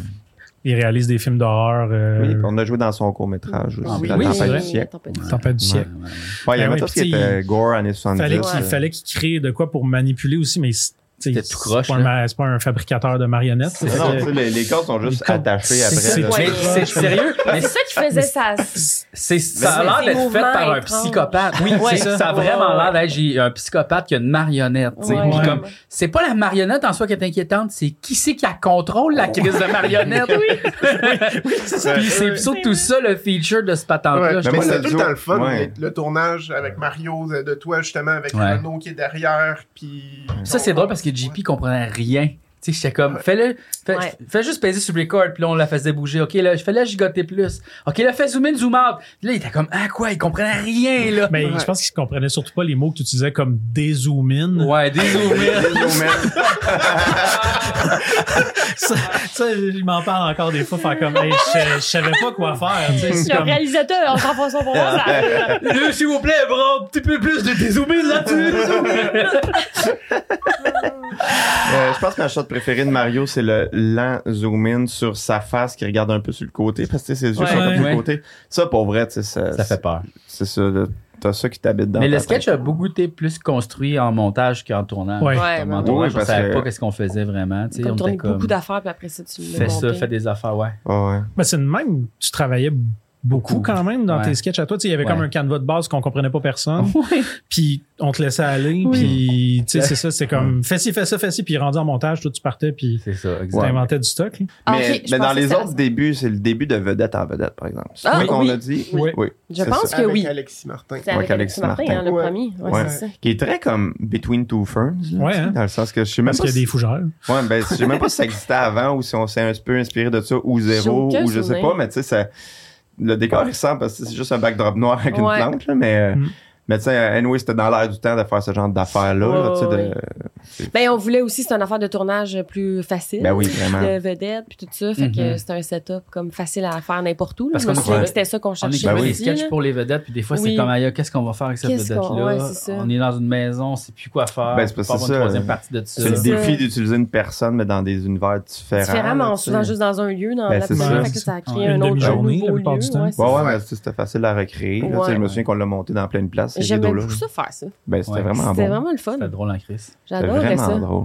S9: Ils réalisent des films d'horreur. euh,
S2: Oui, puis on a joué dans son court-métrage
S4: Ah
S2: aussi.
S3: Oui,
S2: dans
S3: oui,
S2: la
S3: c'est
S2: fin
S3: vrai.
S2: du siècle.
S9: Tempête du
S2: Ouais.
S9: siècle.
S2: Ouais, il y
S9: Ben
S2: avait
S9: oui,
S2: tout ce
S9: puis
S2: qui était gore
S9: Fallait
S2: années 70.
S9: qu'il
S4: Ouais.
S9: fallait qu'il crée de quoi pour manipuler aussi, mais c'est- t'sais,
S3: C'était
S9: c'est
S3: tout croche,
S9: pas, un ma- c'est pas un fabricateur de marionnettes. Fait
S2: Non, tu
S9: que-
S2: sais, les, les cordes sont juste
S9: Les cordes,
S2: attachées après.
S9: c'est-
S2: là.
S4: Ouais.
S3: Mais c'est sérieux, mais
S4: C'est ça qui faisait ça.
S3: c'est, ça
S4: Mais
S3: a
S4: c'est
S3: l'air
S4: des
S3: d'être fait par
S4: mouvements
S3: un
S4: étranges.
S3: psychopathe. Oui,
S4: Ouais.
S3: c'est ça. Ça a
S4: Ouais,
S3: vraiment
S4: ouais.
S3: l'air d'être j'ai un psychopathe qui a une marionnette. tu sais.
S4: Ouais.
S3: Puis comme, c'est pas la marionnette en soi qui est inquiétante, c'est qui c'est qui la contrôle la crise de marionnette. Puis c'est surtout tout ça le feature de ce
S5: Ouais,
S3: patente-là. je
S2: Mais
S5: mais
S2: moi,
S3: trouve.
S5: c'était
S2: le
S5: tout le temps
S2: duo-
S5: le fun,
S2: ouais.
S5: le, le tournage avec Mario, euh, de toi justement, avec
S3: Ouais.
S5: Renaud qui est derrière, puis...
S3: Ça, c'est drôle parce que que JP comprenait rien. Tu sais, j'étais comme, fais-le, fais,
S4: Ouais.
S3: fais juste peser sur record, puis là, on la faisait bouger. OK, là, je fais la gigoter plus. OK, là, fais zoom in, zoom out. Puis là, il était comme, ah, quoi, il comprenait rien, là.
S1: Mais je pense qu'ils comprenaient surtout pas les mots que tu utilisais comme dézoom in.
S3: Ouais, des zoom in.
S1: ça, ça, je m'en parle encore des fois, faire comme, hey, je, je savais pas quoi faire. tu sais, c'est
S4: Le
S1: comme-
S4: réalisateur, Jean-François Provençal.
S3: Là, s'il vous plaît, bro, un petit peu plus de des zoom in là-dessus.
S2: Euh, je pense que ma shot préférée de Mario, c'est le lent zoom in sur sa face qui regarde un peu sur le côté parce que tu sais, ses yeux
S3: Ouais,
S2: sont comme sur
S3: ouais.
S2: le côté. Ça, pour vrai, tu sais, ça,
S3: Ça fait peur.
S2: c'est ça. là, T'as ça qui t'habite dans
S3: Mais
S2: ta
S3: le
S2: tête.
S3: sketch a beaucoup été plus construit en montage qu'en tournage.
S1: Ouais.
S4: Ouais,
S3: Comme en
S4: ouais.
S3: tournage,
S2: Oui,
S3: on
S2: parce
S3: savait
S2: que-
S3: pas qu'est-ce qu'on faisait vraiment. tu sais,
S4: Comme
S3: on
S4: tourner
S3: était comme,
S4: beaucoup d'affaires, puis après ça, tu le
S3: fais ça,
S4: montais.
S3: fais des affaires, ouais.
S2: Ah ouais.
S1: Ben, c'est de même, tu travaillais beaucoup quand même dans
S3: Ouais.
S1: tes sketchs à toi. Tu sais, Il y avait
S3: Ouais.
S1: comme un canevas de base qu'on comprenait pas personne.
S3: Ouais.
S1: Puis on te laissait aller. Puis tu sais, c'est ça, c'est comme fais ci, fais ça, fais ci. Puis rendu en montage, toi, tu partais. Puis
S3: C'est ça, exact.
S1: tu inventais du stock. là.
S4: Ah,
S2: mais
S4: ok, je
S2: mais dans
S4: pensais que
S2: les
S4: c'était
S2: autres
S4: la-
S2: débuts, c'est le début de vedette en vedette, par exemple. C'est
S4: Ah,
S2: ça qu'on
S4: oui.
S2: a dit.
S1: Oui.
S4: Je
S2: C'est
S4: pense
S2: ça.
S4: que
S5: Avec
S4: oui.
S5: Alexis Martin.
S4: C'est avec
S2: Ouais,
S4: Alexis Martin, hein, le
S5: Ouais.
S4: premier. Ouais,
S2: Ouais.
S4: c'est ça.
S2: Qui est très comme Between Two Ferns. là,
S1: Ouais,
S2: tu sais,
S1: hein.
S2: Dans le sens que je sais même
S1: Parce
S2: pas
S1: qu'il y a
S2: si-
S1: des fougères.
S2: Ouais, ben, je sais même pas si ça existait avant ou si on s'est un petit peu inspiré de ça ou zéro
S4: aucun
S2: ou je sais
S4: souvenir.
S2: pas, mais tu sais, ça- le décor est simple parce que c'est juste un backdrop noir avec une
S4: Ouais.
S2: plante, là, mais, euh,
S1: Mm.
S2: mais tu sais, anyway, c'était dans l'air du temps de faire ce genre d'affaires-là, là, tu sais, de-
S4: Ben, on voulait aussi, c'est une affaire de tournage plus facile.
S2: ben oui, vraiment.
S4: De vedettes, puis tout ça. Fait que
S3: Mhm.
S4: c'est un setup comme facile à faire n'importe où. là.
S3: Parce
S4: Je me
S3: qu'on
S4: souviens
S2: fait-
S4: que c'était ça qu'on
S3: On
S4: cherchait.
S3: écrivait
S2: oui.
S3: des
S4: aussi,
S3: sketchs
S4: là.
S3: pour les vedettes, puis des fois,
S4: Oui.
S3: c'est comme, aïe, qu'est-ce qu'on va faire avec cette
S4: Qu'est-ce qu'on-
S3: vedette-là?
S4: ouais, c'est ça.
S3: on est dans une maison, on sait plus quoi faire.
S2: Ben, c'est parce
S3: on
S2: que
S3: peut avoir une
S2: c'est ça.
S3: troisième partie de ça.
S2: C'est le
S4: ça.
S2: défi d'utiliser une personne, mais dans des univers différents.
S4: Différemment,
S2: là,
S4: on
S2: tu sais.
S4: souvent juste dans un lieu, dans
S2: Ben,
S4: la
S2: c'est
S4: maison.
S1: ça.
S4: Fait que ça crée
S1: Une
S4: un autre un
S1: demi-journée,
S4: nouveau
S1: la plupart
S4: lieu.
S1: du temps.
S4: ouais, c'est
S2: Ouais, ouais,
S4: ça.
S2: mais tu sais, c'était facile à recréer. là, tu sais,
S4: Ouais.
S2: je me souviens qu'on l'a monté dans plein de places, ces
S4: J'aimais
S2: rideaux-là.
S4: beaucoup ça faire ça.
S2: Ben, c'était
S3: Ouais.
S2: vraiment
S4: C'était
S2: bon.
S4: vraiment le fun.
S3: C'était drôle hein, en crise.
S2: C'était
S4: J'adorais
S2: vraiment
S4: ça.
S2: drôle.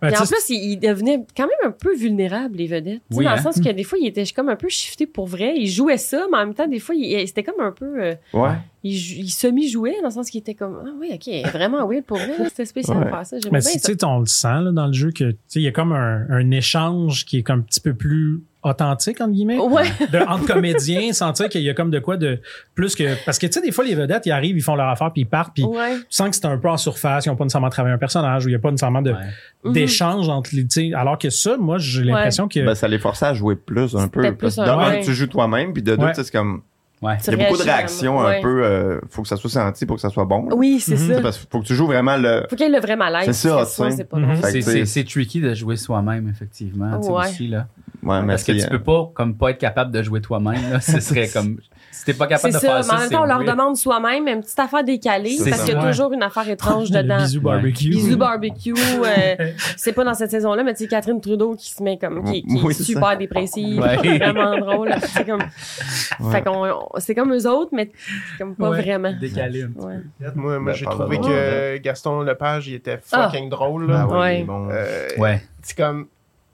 S1: Ben,
S4: Et
S1: tu
S4: en
S1: sais,
S4: plus, ils ils devenaient quand même un peu vulnérables, les vedettes. Tu sais,
S3: Oui,
S4: dans
S3: hein?
S4: le sens que des fois, ils étaient comme un peu shiftés pour vrai. Ils jouaient ça, mais en même temps, des fois, ils- c'était comme un peu. euh,
S2: Ouais.
S4: ils, jou- ils semi-jouaient, dans le sens qu'ils étaient comme Ah oui, OK, vraiment weird pour vrai. C'était spécial
S2: Ouais.
S4: de faire ça. J'aimais
S1: Mais
S4: bien
S1: si,
S4: ça.
S1: tu sais, on le sent là, dans le jeu que tu sais, il y a comme un, un échange qui est comme un petit peu plus authentique entre guillemets
S4: Ouais,
S1: de, entre comédiens sentir qu'il y a comme de quoi de plus que parce que tu sais des fois les vedettes ils arrivent ils font leur affaire puis ils partent puis
S4: ouais.
S1: tu sens que c'est un peu en surface ils n'ont pas nécessairement travaillé un personnage ou il n'y a pas nécessairement de-
S3: Ouais.
S4: Mhm.
S1: d'échange entre les tu sais, alors que ça moi j'ai l'impression que
S2: Ben, ça les forçait à jouer plus un peu.
S4: C'était plus
S2: Parce que
S4: un-
S2: de un,
S4: ouais.
S2: tu joues toi-même, puis de deux,
S1: Ouais.
S2: tu sais, c'est comme.
S3: Ouais.
S4: Tu
S2: Il y a beaucoup de
S4: réagis à-
S2: réactions un
S4: ouais.
S2: peu. euh, faut que ça soit senti pour que ça soit bon. là.
S4: Oui, c'est
S1: Mhm.
S2: Tu sais,
S4: ça.
S2: Parce qu'il faut que tu joues vraiment le.
S4: Faut qu'il y ait le vrai malaise.
S2: C'est ça,
S4: parce que sinon,
S2: tu sais.
S4: c'est pas
S1: Mhm.
S4: drôle.
S2: Fait que,
S3: C'est-
S2: tu sais,
S3: C'est c'est tricky de jouer soi-même, effectivement. tu sais,
S4: Ouais.
S3: aussi, là.
S2: ouais, Ah, mais
S3: Parce que
S2: c'est- hein.
S3: tu peux pas, comme, pas être capable de jouer toi-même, là. Ce serait comme, si t'es pas capable
S4: C'est
S3: de
S4: ça,
S3: faire
S4: mais en
S3: ça,
S4: même
S3: c'est
S4: temps, on leur
S3: weird.
S4: demande soi-même une petite affaire décalée
S2: C'est
S4: parce
S2: ça.
S4: qu'il y a
S1: Ouais.
S4: toujours une affaire étrange dedans.
S1: Le bisou barbecue
S4: Bisous barbecue, euh, c'est pas dans cette saison-là, mais c'est Catherine Trudeau qui se met comme, qui, qui
S2: Oui,
S4: est
S2: c'est
S4: super dépressive,
S3: Ouais.
S4: vraiment drôle. C'est comme,
S2: Ouais.
S4: fait qu'on, on- c'est comme eux autres, mais comme pas
S1: Ouais.
S4: vraiment.
S3: Décalé un
S4: Ouais.
S5: Moi, moi
S2: Ben,
S5: j'ai
S2: pardon.
S5: trouvé que Gaston Lepage, il était fucking drôle.
S2: Ah
S5: Là.
S2: oui,
S4: Ouais.
S2: bon.
S5: Euh,
S3: petit- Ouais.
S5: C'est comme.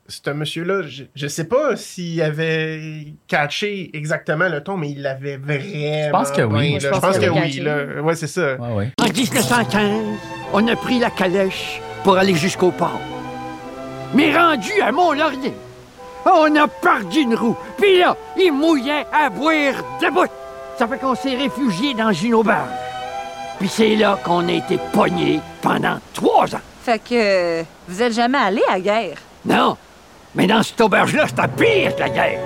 S5: C'est un monsieur-là, je, je sais pas s'il avait catché exactement le ton, mais il l'avait vraiment. Je
S3: pense que oui.
S4: Moi, je
S5: Je
S4: pense
S5: pense
S4: qu'il
S5: que
S4: a
S5: oui.
S4: catché.
S5: là. Ouais, c'est ça.
S3: Ouais, ouais.
S7: En 1915, on a pris la calèche pour aller jusqu'au port. Mais rendu à Mont-Laurier, on a perdu une roue. Puis là, il mouillait à boire debout. Ça fait qu'on s'est réfugié dans une auberge. Puis c'est là qu'on a été pognés pendant trois ans.
S14: Fait que vous êtes jamais allé à guerre.
S7: Non, mais dans cette auberge-là, c'était pire que la guerre.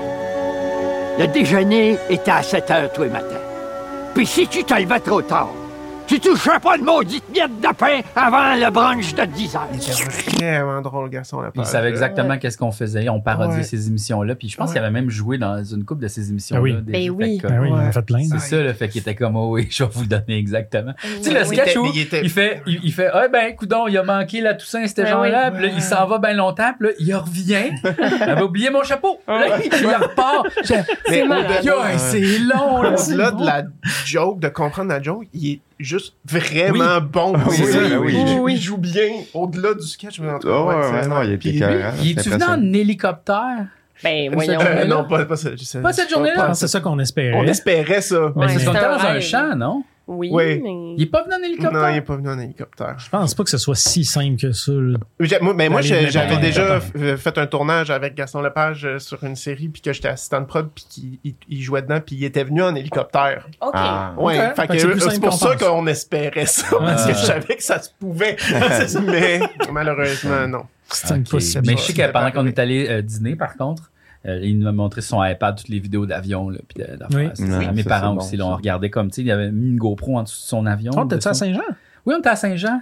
S7: Le déjeuner était à 7 heures tous les matins. Puis si tu te levais trop tard, tu touchais pas de maudite miette de pain avant le brunch de 10 heures.
S5: Il était vraiment drôle, Gaston Lepage.
S3: Il savait
S5: là.
S3: exactement qu'est-ce qu'on faisait. On parodiait
S5: Ouais.
S3: ces émissions-là. Puis je pense
S5: Ouais.
S3: qu'il avait même joué dans une coupe de ces émissions-là.
S1: Ah oui.
S3: déjà.
S4: Ben
S3: Fait
S4: oui.
S3: que,
S1: Ben oui, on en a
S5: Ouais.
S1: fait plein
S3: C'est
S5: Ouais.
S3: ça, le fait qu'il était comme, oh oui, je vais vous le donner exactement. Tu sais, le
S5: Oui,
S3: sketch
S5: mais
S3: où
S5: il était-
S3: il fait, il, il fait, ah ben, coudon, il a manqué la Toussaint, c'était
S4: Ben
S3: genre-là,
S5: oui.
S3: puis là, il s'en va bien longtemps, puis là, il revient, il avait oublié mon chapeau, là, il il repart. Je-
S5: Mais
S4: Ah C'est
S5: au-delà-
S4: malade.
S3: Yo, hey, c'est long, là.
S5: Au-delà de la joke, de comprendre la joke, il est juste vraiment bon.
S2: Oui,
S5: C'est ça,
S2: oui, oui.
S5: Il, joue,
S4: Oui.
S5: il joue bien au-delà du sketch. Mais en tout cas,
S2: Oh,
S5: ouais,
S2: ouais,
S5: c'est-
S2: non, il
S5: Puis
S2: était
S5: lui,
S2: écœurant,
S3: Il est-tu
S2: c'était
S3: venu
S2: impressionnant.
S3: en hélicoptère?
S4: Ben,
S3: Comme ça,
S4: voyons.
S5: Euh,
S3: journée-là?
S5: non, pas, pas, ça, je sais-
S3: Pas cette
S5: je sais
S3: journée-là?
S1: Ah, c'est ça qu'on espérait
S5: On espérait ça.
S3: Mais
S4: Ouais,
S3: c'est
S4: c'est
S3: comme
S4: un
S3: dans un
S4: rêve.
S3: champ, non?
S4: Oui,
S5: Oui.
S4: mais.
S3: Il est pas venu en hélicoptère.
S5: Non, il est pas venu en hélicoptère.
S1: Je pense pas que ce soit si simple que ça. là.
S5: J'ai- Moi, ben, moi
S1: D'aller
S5: j'ai-
S1: n'importe
S5: j'avais
S1: où.
S5: déjà f- fait un tournage avec Gaston Lepage euh, sur une série, puis que j'étais assistant de prod, puis qu'il il- il jouait dedans, puis il était venu en hélicoptère.
S4: OK.
S2: Ah.
S5: Ouais,
S1: Ok.
S5: fait
S1: Fait
S5: que
S1: que c'est plus
S5: c'est
S1: simple
S5: pour
S1: qu'on
S5: ça
S1: pense.
S5: qu'on espérait ça, parce que je savais que ça se pouvait. Mais malheureusement, non.
S1: C'est une
S3: Ok.
S1: possibilité.
S3: Mais je sais que pendant qu'on est allé euh, dîner, par contre, euh, il nous a montré sur son iPad toutes les vidéos d'avion. là, puis de- d'affaires.
S1: Oui.
S3: C'est
S2: Oui,
S3: ça.
S2: ça,
S3: Mes
S2: c'est
S3: parents
S2: bon,
S3: aussi
S2: ça.
S3: l'ont regardé comme, tu sais, il avait mis une GoPro en dessous de son avion.
S5: Ah,
S1: Oh,
S3: de
S1: t'es-tu à
S3: son-
S1: Saint-Jean?
S3: Oui, on était à Saint-Jean.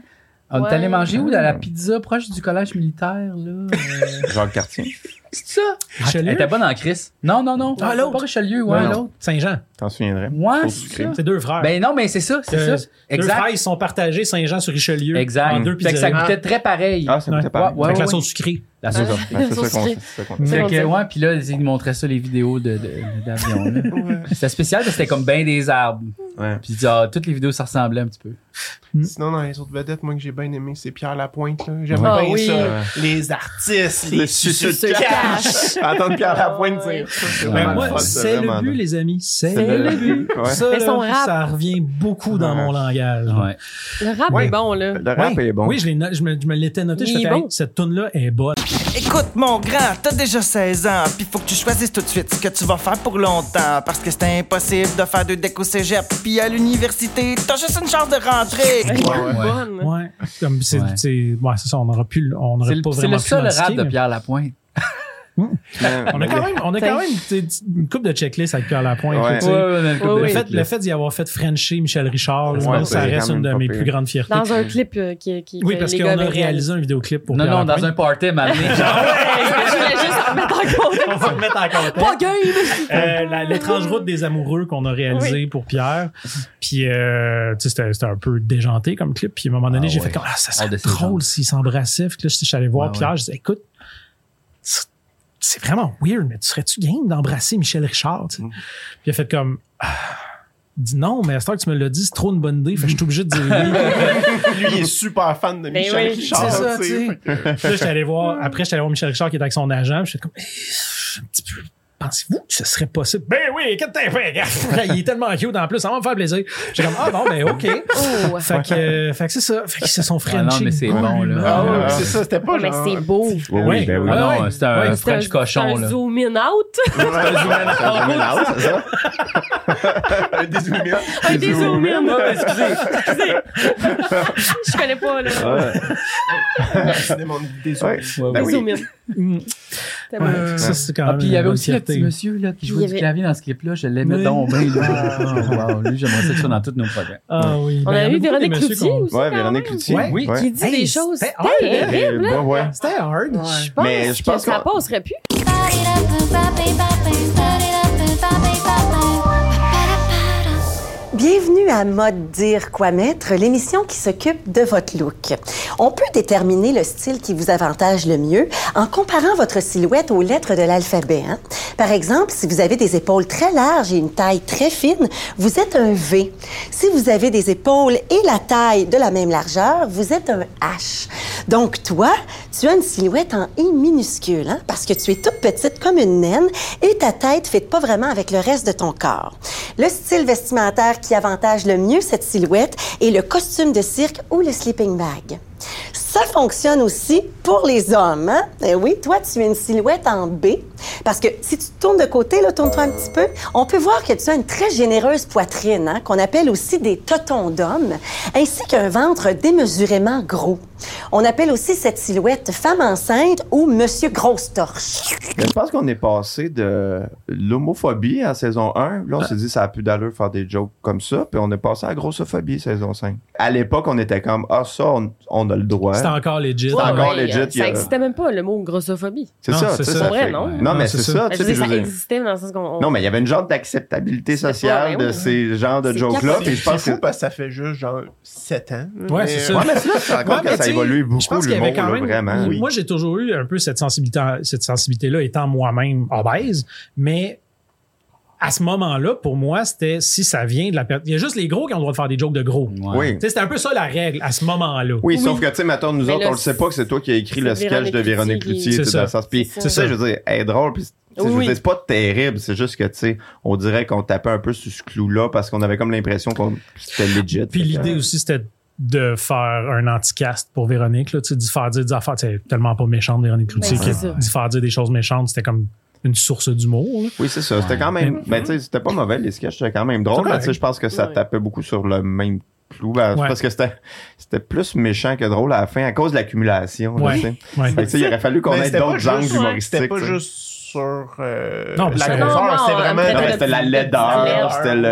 S3: On
S4: Ouais.
S3: est allé manger où? Dans la
S2: Mm.
S3: pizza proche du collège militaire, là. euh,
S2: Ah, Jacques Cartier.
S3: C'est
S1: Ah,
S3: ça? Elle
S1: Richelieu?
S3: était bonne en crise. Non, non, non.
S1: Ah, l'autre.
S3: Pas Richelieu, ouais,
S1: Non.
S3: l'autre.
S1: Saint-Jean.
S2: T'en souviendrais?
S4: Ah,
S3: Ouais,
S2: Faute du
S3: c'est ça.
S2: crime.
S1: C'est deux frères.
S3: Ben non, mais c'est ça, c'est
S1: Euh,
S3: ça.
S1: Deux frères,
S3: Exact.
S1: ils sont partagés Saint-Jean sur Richelieu. En
S3: Exact.
S1: deux
S3: Fait que ça
S1: pizzerias.
S3: goûtait très pareil.
S2: Ah, ça
S1: Ouais.
S2: coûtait pas.
S3: Ouais, ouais,
S1: Avec la
S3: ouais.
S1: sauce sucrée.
S3: La sauce
S4: Ah.
S2: Ben, c'est
S4: Sauce
S2: ça qu'on-
S4: sucrée.
S2: c'est ça qu'on
S4: C'est
S3: Fait
S4: bon
S3: que,
S4: dire.
S3: ouais, puis là, ils montraient ça, les vidéos de- de- d'avion. là. C'était spécial parce que c'était comme ben des arbres.
S2: Ouais.
S3: Puis ah, toutes les vidéos, ça ressemblait un petit peu.
S5: Sinon, dans les autres vedettes, moi que j'ai bien aimé, c'est Pierre Lapointe. là. J'aime
S4: Ah
S5: bien
S4: oui.
S5: ça. Les artistes, les suceux
S4: suceux
S5: de
S4: de
S5: cash.
S2: Ah,
S5: Entendre Pierre Lapointe dire ça, c'est
S1: Ben,
S5: vraiment
S1: moi,
S5: le fun.
S2: c'est
S1: c'est le
S2: vraiment
S1: but,
S2: bon.
S1: les amis. C'est
S2: C'est
S1: le
S2: le
S1: but.
S2: but, ouais.
S1: Ça,
S4: Mais son
S1: là,
S4: rap.
S1: ça revient beaucoup dans
S2: Ouais.
S1: mon langage.
S3: Ouais.
S4: Le rap
S5: Ouais.
S4: est bon, là.
S2: Le rap
S1: Ouais.
S2: est bon.
S1: Oui, je, l'ai no- je me, je me l'étais noté. Je fais,
S4: Il est
S1: hey,
S4: bon.
S1: cette tune-là est bonne.
S7: Écoute, mon grand, t'as déjà 16 ans, puis faut que tu choisisses tout de suite ce que tu vas faire pour longtemps, parce que c'est impossible de faire deux deck au cégep, puis à l'université, t'as juste une chance de rentrer.
S4: Elle est
S3: ouais.
S4: bonne.
S1: Ouais. Comme c'est,
S3: Ouais.
S1: c'est- ouais, c'est ça, on n'aurait plus, on
S3: C'est
S1: n'aurait
S3: le,
S1: pas
S3: c'est
S1: vraiment
S3: le
S1: pu
S3: seul rap
S1: l'antiquer,
S3: de
S1: mais-
S3: Pierre Lapointe.
S2: Mais-
S1: On a quand même, on a quand même des- une couple de checklists avec Pierre Lapointe.
S2: Ouais.
S1: tu sais.
S4: Ouais,
S1: Le
S4: oui.
S1: fait, le fait d'y avoir fait Frencher Michel Richard, là,
S2: Ouais,
S1: moi,
S2: ouais,
S1: ça
S2: c'est
S1: reste
S2: quand
S1: une de
S2: même
S1: mes
S2: pas
S1: plus
S2: pire.
S1: grandes fiertés.
S4: Dans un clip euh, qui, qui
S1: Oui,
S4: que
S1: parce
S4: les
S1: qu'on
S4: gars
S1: a
S4: verraient.
S1: réalisé un vidéoclip pour
S3: Non,
S1: Pierre
S3: non, dans un
S1: Lapointe.
S3: party, m'amener. genre,
S4: Ouais, je voulais juste en mettre en contexte.
S1: On va le mettre en contexte.
S4: Pas game!
S1: Euh, la- L'étrange route des amoureux qu'on a réalisé pour Pierre. Puis, euh, tu sais, c'était c'était un peu déjanté comme clip. Puis, à un moment donné,
S3: Ah
S1: j'ai
S3: ouais.
S1: fait comme, ah, ça
S3: Ah,
S1: serait
S3: de ces gens.
S1: drôle s'ils s'embrassaient. Fait que là, je je suis allé voir
S3: Ouais,
S1: Pierre.
S3: ouais.
S1: Je disais, écoute, c'est- c'est vraiment weird, mais tu serais-tu game d'embrasser Michel Richard?
S3: Mm.
S1: tu sais? Puis, il a fait comme, Ah, dis non, mais à ce que tu me l'as dit, c'est trop une bonne idée. Fait que je suis obligé de dire oui.
S5: Lui, il est super fan de
S4: Ben
S5: Michel
S4: oui.
S5: Richard.
S1: C'est ça,
S5: tu sais.
S1: Ah, tu sais. Puis là, j'étais allé voir, après, j'étais allé voir Michel Richard qui est avec son agent. Puis j'étais comme, Eh, un petit peu, pensez-vous que ce serait possible? Ben oui, qu'est-ce que t'as fait, gars? Il est tellement cute en plus, ça va me faire plaisir. J'étais comme, ah bon, ben OK.
S4: Oh!
S1: Fait que, euh, fait que c'est ça. Fait qu'ils se sont
S3: Ah
S1: frenchés.
S3: non, mais c'est bon, là.
S5: Ah ouais,
S2: Ah.
S5: c'est ça, c'était pas
S4: Oh, mais
S5: genre-
S4: c'est beau!
S2: Oui,
S1: Ouais.
S2: oui, ben oui.
S3: Ah non,
S1: ouais.
S3: c'était un
S1: Ouais,
S4: C'est un-
S3: French cochon,
S4: c'est un
S3: là. Ah,
S4: zoom in out!
S2: Ah,
S5: Un des humains.
S4: Un des zoom in!
S3: Ouais, excusez.
S4: Je connais pas, là.
S5: Décidément, des humains.
S2: Ouais.
S3: Ouais,
S5: Ben
S4: Des
S5: oui.
S4: zoom in.
S1: Mm.
S4: C'était bon.
S1: Ouais, Ça, c'est quand
S3: Ah,
S1: même.
S3: puis il y
S1: une
S3: avait
S1: bonne
S3: aussi le
S1: fierté.
S3: petit monsieur là, qui
S4: Il
S3: jouait
S4: y
S3: du
S4: avait-
S3: clavier dans ce clip-là. Je l'aimais
S1: Oui.
S3: donc bien, là. Ah, wow, lui, j'aimerais ça que ça soit dans tous nos projets.
S1: Ah oui.
S4: On
S1: Ben, il y en
S4: a eu
S1: beaucoup des
S4: Véronique
S1: messieurs
S4: Cloutier
S1: qu'on-
S4: aussi.
S2: Ouais,
S4: quand
S2: Véronique
S4: même,
S2: Cloutier.
S1: Ouais.
S2: Oui.
S4: Qui dit
S1: Hey,
S4: des choses
S1: c'était hard, hein?
S4: terribles.
S2: Ouais, ouais.
S1: C'était hard.
S4: Je pense
S2: Mais je pense
S4: que ça
S2: qu'on-
S4: passerait plus.
S11: Bienvenue à Mode Dire Quoi Mettre, l'émission qui s'occupe de votre look. On peut déterminer le style qui vous avantage le mieux en comparant votre silhouette aux lettres de l'alphabet. hein. Par exemple, si vous avez des épaules très larges et une taille très fine, vous êtes un V. Si vous avez des épaules et la taille de la même largeur, vous êtes un H. Donc toi, tu as une silhouette en I minuscule, hein, parce que tu es toute petite comme une naine et ta tête ne fit pas vraiment avec le reste de ton corps. Le style vestimentaire qui avantage le mieux cette silhouette est le costume de cirque ou le sleeping bag. Ça fonctionne aussi pour les hommes. Hein? Eh oui, toi, tu as une silhouette en B. Parce que si tu te tournes de côté, là, tourne-toi un petit peu, on peut voir que tu as une très généreuse poitrine, hein, qu'on appelle aussi des totons d'hommes, ainsi qu'un ventre démesurément gros. On appelle aussi cette silhouette femme enceinte ou monsieur grosse torche.
S2: Mais je pense qu'on est passé de l'homophobie en saison 1. Là, on s'est dit, ça a plus d'allure de faire des jokes comme ça. Puis on est passé à la grossophobie saison 5. À l'époque, on était comme, ah, ça, on, on a le droit.
S1: C'était encore legit.
S2: C'était encore
S4: Ouais,
S2: legit,
S4: euh,
S2: il y
S4: Ça
S2: a-
S4: existait même pas, le mot grossophobie.
S2: C'est
S1: Non,
S2: ça,
S1: c'est
S2: tu sais,
S1: ça.
S2: ça.
S4: Vrai,
S2: fait-
S4: non?
S2: Non, mais c'est ça.
S4: Je
S2: Ah, tu sais,
S4: veux dire,
S2: je veux
S4: ça
S2: dire-
S4: existait dans le sens qu'on... on-
S2: Non, mais il y avait une genre d'acceptabilité sociale
S4: pas, ben
S2: de
S4: oui.
S2: ces genres de
S4: C'est
S2: jokes-là.
S4: capoté.
S2: Puis je pense que.
S5: C'est fou parce que ça fait juste genre 7 ans. là.
S1: Ouais,
S5: Mais-
S1: c'est ça.
S2: Ouais, mais c'est là, que tu te rends
S1: Ouais,
S2: compte
S1: mais
S2: que ça
S1: tu sais,
S2: évolue
S1: Je
S2: beaucoup,
S1: pense qu'il y
S2: l'humour,
S1: avait quand
S2: là,
S1: même.
S2: vraiment.
S1: Moi, j'ai toujours eu un peu cette sensibilité, cette sensibilité-là, étant moi-même obèse, mais à ce moment-là, pour moi, c'était si ça vient de la personne. Il y a juste les gros qui ont le droit de faire des jokes de gros.
S2: Oui.
S1: Tu sais, C'était un peu ça la règle à ce moment-là.
S2: Oui, sauf que, tu sais, maintenant, nous
S4: Mais
S2: autres,
S4: là,
S2: on le sait pas que c'est toi qui as écrit le
S4: c'est
S2: sketch de
S4: Véronique
S2: Véronique
S4: Cloutier qui-
S2: Cloutier,
S1: C'est
S2: tu sais, dans
S1: ça.
S2: le sens. Puis,
S4: C'est
S2: tu
S4: ça.
S2: sais, je veux dire, elle est drôle, puis Tu sais, Je veux
S4: Oui.
S2: dire, c'est pas terrible, c'est juste que, tu sais, on dirait qu'on tapait un peu sur ce clou-là parce qu'on avait comme l'impression qu'on que c'était legit.
S1: Puis
S2: Fait que,
S1: l'idée
S2: euh,
S1: aussi, c'était de faire un anticast pour Véronique, là, tu sais, d'y faire dire des affaires, tu sais, tellement pas méchante, Véronique Cloutier,
S2: Ben, c'est
S1: que
S2: ça.
S1: d'y faire dire des choses méchantes, c'était comme une source d'humour. là.
S2: Oui, c'est ça. C'était quand même. Ben, tu sais, c'était pas mauvais, les sketchs. C'était quand même drôle,
S1: C'est
S2: mais tu sais, je pense que ça tapait beaucoup sur le même clou. Ben,
S1: Ouais.
S2: Parce que c'était c'était plus méchant que drôle à la fin à cause de l'accumulation. là,
S1: Ouais.
S2: tu sais.
S1: Ouais.
S2: Fait que, tu sais, il aurait fallu qu'on
S5: Mais
S2: ait
S5: c'était pas
S2: d'autres genres
S5: juste- ouais,
S2: humoristiques.
S5: C'était pas
S2: tu sais.
S5: juste sur euh,
S2: Non, mais
S5: la
S2: c'est-
S5: grosseur,
S2: Non, non,
S5: c'est
S2: on
S5: vraiment.
S2: Non, mais c'était la laideur, c'était le.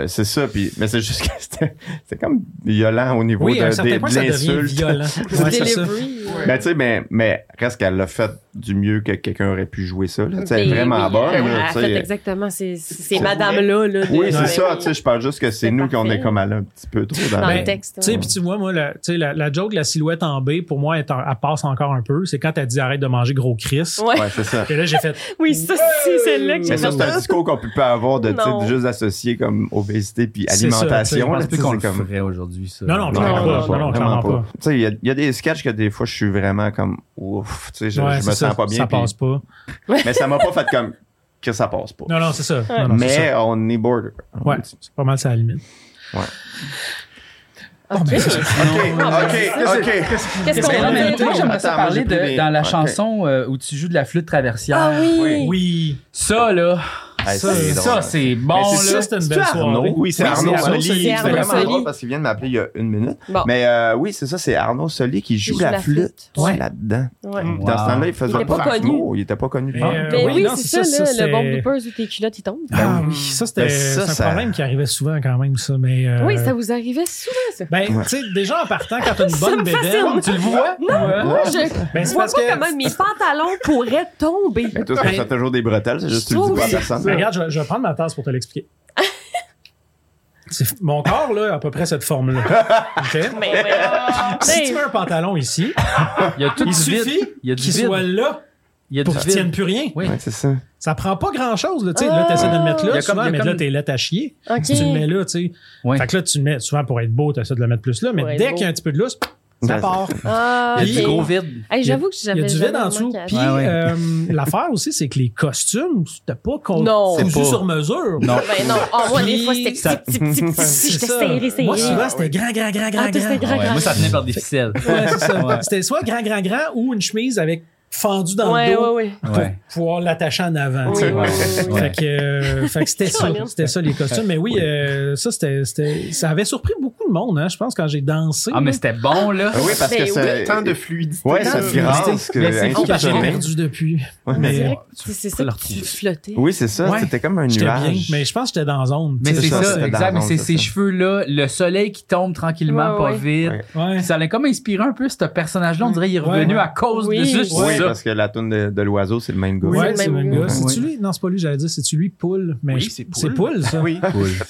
S5: Ouais.
S2: C'est ça, puis. Mais c'est juste que c'était c'était comme violent au niveau
S1: Oui, à
S2: de,
S1: un certain
S2: des-
S1: point,
S2: de
S1: ça devient
S2: l'insulte.
S1: violent. Ouais, c'est ça. Delivery, ouais.
S2: Mais tu sais, mais, mais reste qu'elle l'a fait du mieux que quelqu'un aurait pu jouer ça. là. Tu sais, Elle est
S4: Ben
S2: vraiment
S4: oui,
S2: bonne.
S4: Elle
S2: là,
S4: a
S2: tu sais.
S4: fait exactement ces, ces madames-là. Là, de-
S2: Oui, c'est
S4: ben
S2: ça.
S4: oui.
S2: Tu sais, je parle juste que c'est nous qu'on est comme allé un petit peu trop dans,
S4: Dans le
S2: la-
S4: texte.
S1: Ah ben, Tu sais, puis tu vois, moi, la, tu sais, la, la joke de la silhouette en B, pour moi, elle, en- elle passe encore un peu. C'est quand elle dit arrête de manger gros Chris.
S4: Ouais.
S2: Ouais, c'est ça.
S1: Et là, j'ai fait.
S4: Oui, ça, c'est celle-là que j'ai
S2: Mais ça, c'est un
S4: fait.
S2: discours qu'on peut pas avoir de tu sais,
S4: Non.
S2: juste associer comme obésité puis
S3: C'est ça, tu sais, je
S2: alimentation.
S3: pense
S2: là,
S3: plus
S2: tu sais,
S3: qu'on
S2: c'est
S3: le
S2: comme-
S3: ferait aujourd'hui, ça.
S1: Non, non, clairement pas. Non, non, clairement pas.
S2: Tu sais, il y a- il y, a des sketchs que des fois, je suis vraiment comme ouf. Tu sais, je,
S1: Ouais,
S2: je
S1: c'est
S2: me
S1: ça,
S2: sens pas bien.
S1: ça
S2: puis-
S1: passe pas.
S2: Mais ça m'a pas fait comme que ça passe pas.
S1: Non, non, c'est ça. Non, non, c'est
S2: mais
S1: ça.
S2: on est border.
S1: Ouais, c'est pas mal, ça à la limite.
S2: Ouais.
S1: Oh, mais-
S4: Qu'est-ce
S3: Mais
S4: qu'on
S3: en
S4: a
S3: même
S4: fait?
S3: temps,
S4: Moi,
S3: j'aimerais ça
S4: attends, moi,
S3: parler
S4: j'ai plus
S3: de-
S4: les-
S3: dans la
S4: Ok.
S3: chanson euh, où tu joues de la flûte traversière.
S4: Ah oui!
S1: Oui.
S3: Ça, là.
S2: Ah,
S3: ça,
S2: c'est drôle.
S3: ça, c'est bon.
S2: Mais c'est
S3: là.
S2: ça, c'était une
S3: C'est-tu
S2: belle soirée.
S3: Oui, c'est Arnaud. Soli.
S2: C'est
S3: Arnaud
S2: vraiment
S3: Soli.
S2: drôle parce qu'il vient de m'appeler il y a une minute.
S4: Bon.
S2: Mais euh, oui, c'est ça, c'est Arnaud Soli qui joue,
S4: joue
S2: la,
S4: la
S2: flûte,
S4: flûte. Ouais.
S2: là-dedans.
S4: Ouais.
S2: Dans
S4: Wow.
S2: ce temps-là, il faisait
S4: Il était
S2: pas,
S4: pas connu.
S2: d'humour, Il était pas connu.
S1: Mais, euh,
S4: Ben
S1: Oui,
S4: oui,
S1: non,
S4: c'est
S1: c'est ça,
S4: ça,
S1: ça,
S4: là, le
S1: c'est-
S4: bon bloopers où tes culottes, ils tombent.
S1: Ah oui, ça, c'était
S2: Ben,
S1: c'est
S2: ça,
S1: un
S2: ça-
S1: problème qui arrivait souvent quand même, ça. Mais, euh,
S4: Oui, ça vous arrivait souvent, ça.
S1: Ben, tu sais, déjà en partant, quand t'as une
S4: Ça
S1: bonne
S4: me fascine.
S1: bédaine,
S4: Tu le vois? Non, moi, je
S1: Ben, c'est
S4: vois
S1: parce
S4: pas
S1: que.
S4: comment mes pantalons pourraient tomber.
S2: Mais toi, tu as toujours des bretelles, c'est juste que tu le dis pas à personne.
S1: Ben, regarde, je vais, je vais prendre ma tasse pour te l'expliquer. C'est- Mon corps, là, a à peu près cette forme-là. OK? si tu mets un pantalon ici,
S3: Il y a tout
S1: il
S3: du vide.
S1: suffit
S3: Il y a du
S1: qu'il
S3: vide.
S1: soit là
S3: Il y a du
S1: pour qu'il
S3: vide.
S1: tienne plus rien.
S3: Oui.
S2: Ouais, c'est ça.
S1: Ça prend pas grand-chose. Là, tu sais.
S4: Ah.
S1: là tu essaies de le mettre
S3: Il y
S1: là,
S3: a comme-
S1: souvent,
S3: il y a
S1: mais
S3: comme-
S1: là, t'es là, t'as chié.
S4: Ok.
S1: Si tu le mets là, tu sais.
S3: Ouais.
S1: Fait que là, tu le mets souvent pour être beau, tu essaies de le mettre plus là, mais
S4: Pour être
S1: dès
S4: beau.
S1: qu'il y a un petit peu de lousse, ça
S2: Ouais,
S1: part.
S4: Ah,
S1: Il y a du
S4: ok.
S1: gros
S3: vide.
S4: Hey, J'avoue que
S1: Il y
S4: j'avais
S1: a du vide
S4: jamais
S1: en dessous. Puis
S4: remarqué avant.
S1: euh, l'affaire aussi, c'est que les costumes, c'était pas con-
S4: Non.
S1: cousu
S4: C'est pas-
S1: sur mesure.
S3: Non.
S4: Ben non, oh, moi, des
S1: Puis-
S4: fois, c'était petit, petit, petit, petit, petit.
S1: C'est
S4: J'étais
S1: ça.
S4: serré, serré.
S1: Moi, souvent, c'était grand, grand, grand, grand,
S4: Ah, toi, c'était grand,
S3: Ouais,
S4: grand.
S3: Moi, ça tenait par des ficelles.
S1: Ouais, c'est ça.
S3: Ouais.
S1: C'était soit grand, grand, grand ou une chemise avec fendu dans
S4: Ouais,
S1: le dos
S4: ouais, ouais.
S1: pour
S3: Ouais.
S1: pouvoir l'attacher en avant. tu sais.
S4: oui, oui,
S1: Fait que, euh, fait que c'était ça.
S4: Caroline.
S1: C'était ça, les costumes. Mais oui, euh, ça, c'était, c'était- ça avait surpris beaucoup de monde, hein, je pense, quand j'ai dansé.
S3: Ah, mais c'était bon, là.
S2: Oui, parce que
S4: Ben
S2: c'est.
S5: Tant de fluidité.
S2: Ouais,
S5: Tant
S2: ça
S5: de
S2: te grâce.
S3: Mais c'est fou
S1: J'ai
S3: parce
S2: que-
S3: que-
S1: perdu depuis.
S2: Ouais,
S4: On
S1: mais euh,
S4: dirait que c'est- c'est ça que tu flottais.
S2: Oui, c'est ça.
S1: Ouais.
S2: C'était comme un
S1: j'étais bien.
S2: nuage.
S1: Mais je pense que j'étais dans la zone.
S3: Mais
S1: tu
S3: c'est
S1: sais,
S3: ça,
S1: je
S2: c'était dans la
S3: exact. Mais
S2: zone,
S3: c'est
S2: c'est
S3: ces
S2: ça.
S3: cheveux-là, le soleil qui tombe tranquillement,
S4: Ouais,
S3: pas
S4: ouais.
S3: vite.
S2: Ouais.
S1: pense- Ouais.
S3: Ça l'a comme inspiré un peu ce personnage-là. On dirait qu'il est revenu
S1: Ouais, ouais.
S3: à cause de
S4: Oui.
S3: juste
S2: Oui,
S3: ça.
S2: parce que la toune de, de l'oiseau, c'est le même gars.
S1: Oui,
S4: Ouais,
S1: c'est le même
S4: même
S1: gars.
S3: gars.
S1: C'est-tu lui? Non, c'est pas lui, j'allais dire. C'est-tu lui, Poule? Mais
S5: Oui,
S1: je-
S5: c'est
S1: c'est
S5: Poule.
S1: Poule, ça?
S5: Oui.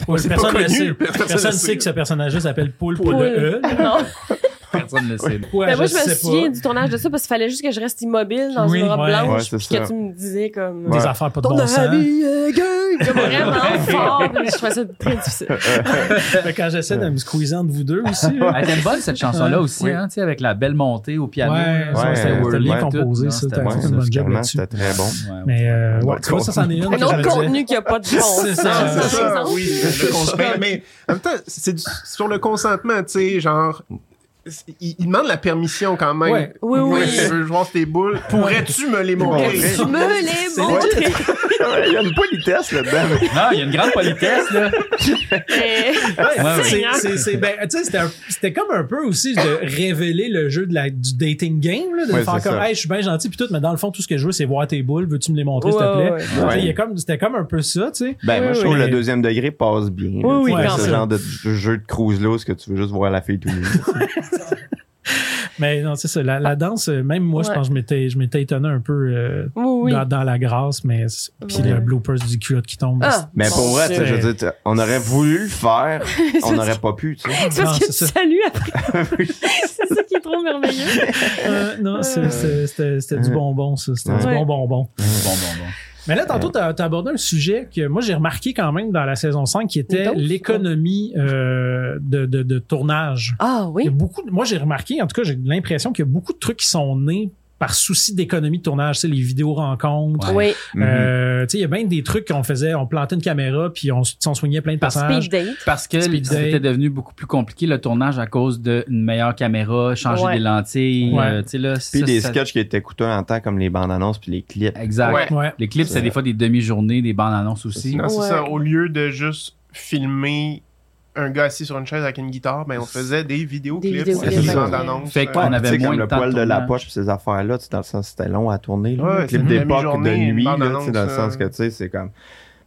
S1: Ouais,
S5: C'est
S1: personne
S5: pas
S1: ne
S5: connu.
S1: sait.
S5: Personne
S1: Personne
S5: le
S1: ne
S5: sait.
S1: sait que ce personnage-là s'appelle Poule, pour
S4: Poule.
S1: le E.
S4: Non.
S3: Personne ne le sait.
S1: Ouais,
S4: Ben, moi, je,
S1: je
S4: me
S1: sais
S4: souviens
S1: pas.
S4: du tournage de ça parce qu'il fallait juste que je reste immobile dans
S1: Oui,
S4: une robe
S1: ouais.
S2: Ouais,
S4: blanche
S2: c'est
S4: puis
S2: ça.
S4: que tu me disais comme...
S1: Des
S2: Ouais.
S1: affaires pas de
S4: Ton
S1: bon sens.
S4: habit est gay! Comme vraiment fort. Je trouvais ça très difficile.
S1: Fait que Quand j'essaie de me squeezer entre vous deux aussi. là.
S3: Elle était bonne cette chanson-là aussi,
S2: Oui.
S3: hein, tu sais, avec la belle montée au piano.
S1: Ouais,
S2: ouais, c'était
S3: Whirly,
S2: bien
S3: tout.
S1: composé,
S3: Non,
S1: ça,
S3: c'était
S1: t'as
S3: bon,
S1: fait une
S3: ça.
S1: bonne job
S2: Finalement,
S1: là-dessus.
S2: C'était très bon.
S3: Ouais, ouais.
S1: Mais euh, ouais,
S2: Bon,
S1: tu vois, ça, c'en est une.
S4: Un
S1: que
S4: autre
S1: j'avais dit.
S4: contenu qui n'a pas de bon sens.
S1: C'est ça,
S4: par
S5: C'est ça,
S4: exemple.
S5: oui. le consentement. Mais en même temps, c'est du- sur le consentement, tu sais, genre. c'est- Il, il demande la permission quand même.
S1: Ouais.
S4: Oui, oui.
S5: Je veux voir tes boules. Pourrais-tu me les montrer?
S4: Tu me les montrer.
S2: Il y a une politesse là-dedans.
S3: Non, il y a une grande politesse, là.
S1: Ouais,
S3: Ouais,
S1: c'est-
S4: ouais.
S1: c'est- c'est- ben, tu sais, c'était un- C'était comme un peu aussi de révéler le jeu de la, du dating game, là, de
S2: Ouais,
S1: faire
S2: c'est
S1: comme,
S2: ça.
S1: hey, je suis bien gentil, puis tout, mais dans le fond, tout ce que je veux, c'est voir tes boules, veux-tu me les montrer, s'il te
S4: Ouais,
S1: plaît?
S4: ouais.
S1: Tu sais,
S2: Ouais.
S1: il y a comme- C'était comme un peu ça, tu sais.
S2: Ben, moi,
S4: Oui,
S2: je
S4: oui.
S2: trouve que
S1: Mais-
S2: le deuxième degré passe bien. là,
S4: Oui,
S2: tu
S1: oui,
S2: sais,
S1: quand
S2: ce
S1: même.
S2: genre de jeu de cruise là, ce que tu veux juste voir la fille tout nue.
S1: Mais non, c'est ça. La, la danse, euh, même moi, je
S4: Ouais.
S1: pense que je m'étais, je m'étais étonné un peu euh,
S4: Oui, oui.
S1: dans, dans la grâce, mais c'est- puis
S4: Ouais.
S1: le bloopers du culotte qui tombe.
S4: Ah,
S2: Mais pour vrai, tu sais, je veux dire, on aurait voulu le faire, on n'aurait pas pu, tu sais.
S4: C'est
S1: Non,
S4: parce que
S1: c'est
S4: tu
S1: ça.
S4: salues après. c'est ça qui est trop merveilleux.
S1: c'est- euh, non, c'est- c'est- c'était, c'était du bonbon, ça. C'était du
S4: Ouais.
S1: bon bonbon.
S3: Bon, bon, bon.
S1: Mais là, tantôt, tu as, abordé un sujet que moi, j'ai remarqué quand même dans la saison 5 qui était
S4: D'autres,
S1: l'économie euh, de, de- de tournage.
S4: Ah
S1: Il y
S4: oui.
S1: a beaucoup de- moi, j'ai remarqué, en tout cas, j'ai l'impression qu'il y a beaucoup de trucs qui sont nés par souci d'économie de tournage, tu sais, les vidéos rencontres.
S4: Ouais.
S2: Mm-hmm.
S4: Oui.
S1: Euh, tu sais, il y a bien des trucs qu'on faisait, on plantait une caméra puis on, s- on soignait plein de
S4: Par
S1: passages.
S4: speed date.
S3: Parce que
S1: Speed
S3: c'était
S1: date.
S3: devenu beaucoup plus compliqué le tournage à cause d'une meilleure caméra, changer
S4: Ouais.
S3: des lentilles,
S1: Ouais.
S3: euh, tu sais, là,
S2: Puis
S3: ça,
S2: des
S3: ça-
S2: sketchs qui étaient coûteux en temps, comme les bandes annonces puis les clips.
S3: Exact.
S5: Ouais.
S1: Ouais.
S3: Les clips, c'est des fois des demi-journées, des bandes annonces aussi.
S5: Non, Ah, c'est
S4: Ouais.
S5: ça. Au lieu de juste filmer un gars assis sur une chaise avec une guitare, ben, on faisait des vidéoclips,
S4: Des
S5: des,
S4: vidéoclips,
S5: bandes
S4: ouais.
S5: annonces.
S3: Fait que
S5: euh,
S3: on avait
S2: Tu sais,
S3: moins
S2: comme
S3: de
S2: le
S3: temps de
S2: poil de la
S3: tournage.
S2: poche, puis ces affaires-là, tu sais, dans le sens, c'était long à tourner. Là.
S5: Ouais,
S2: le
S5: c'est
S2: clip
S5: une
S2: d'époque, de
S5: demi-journée, une
S2: nuit, là,
S5: bande
S2: tu sais, dans le
S5: annonce,
S2: sens
S5: euh.
S2: que, tu sais, c'est comme.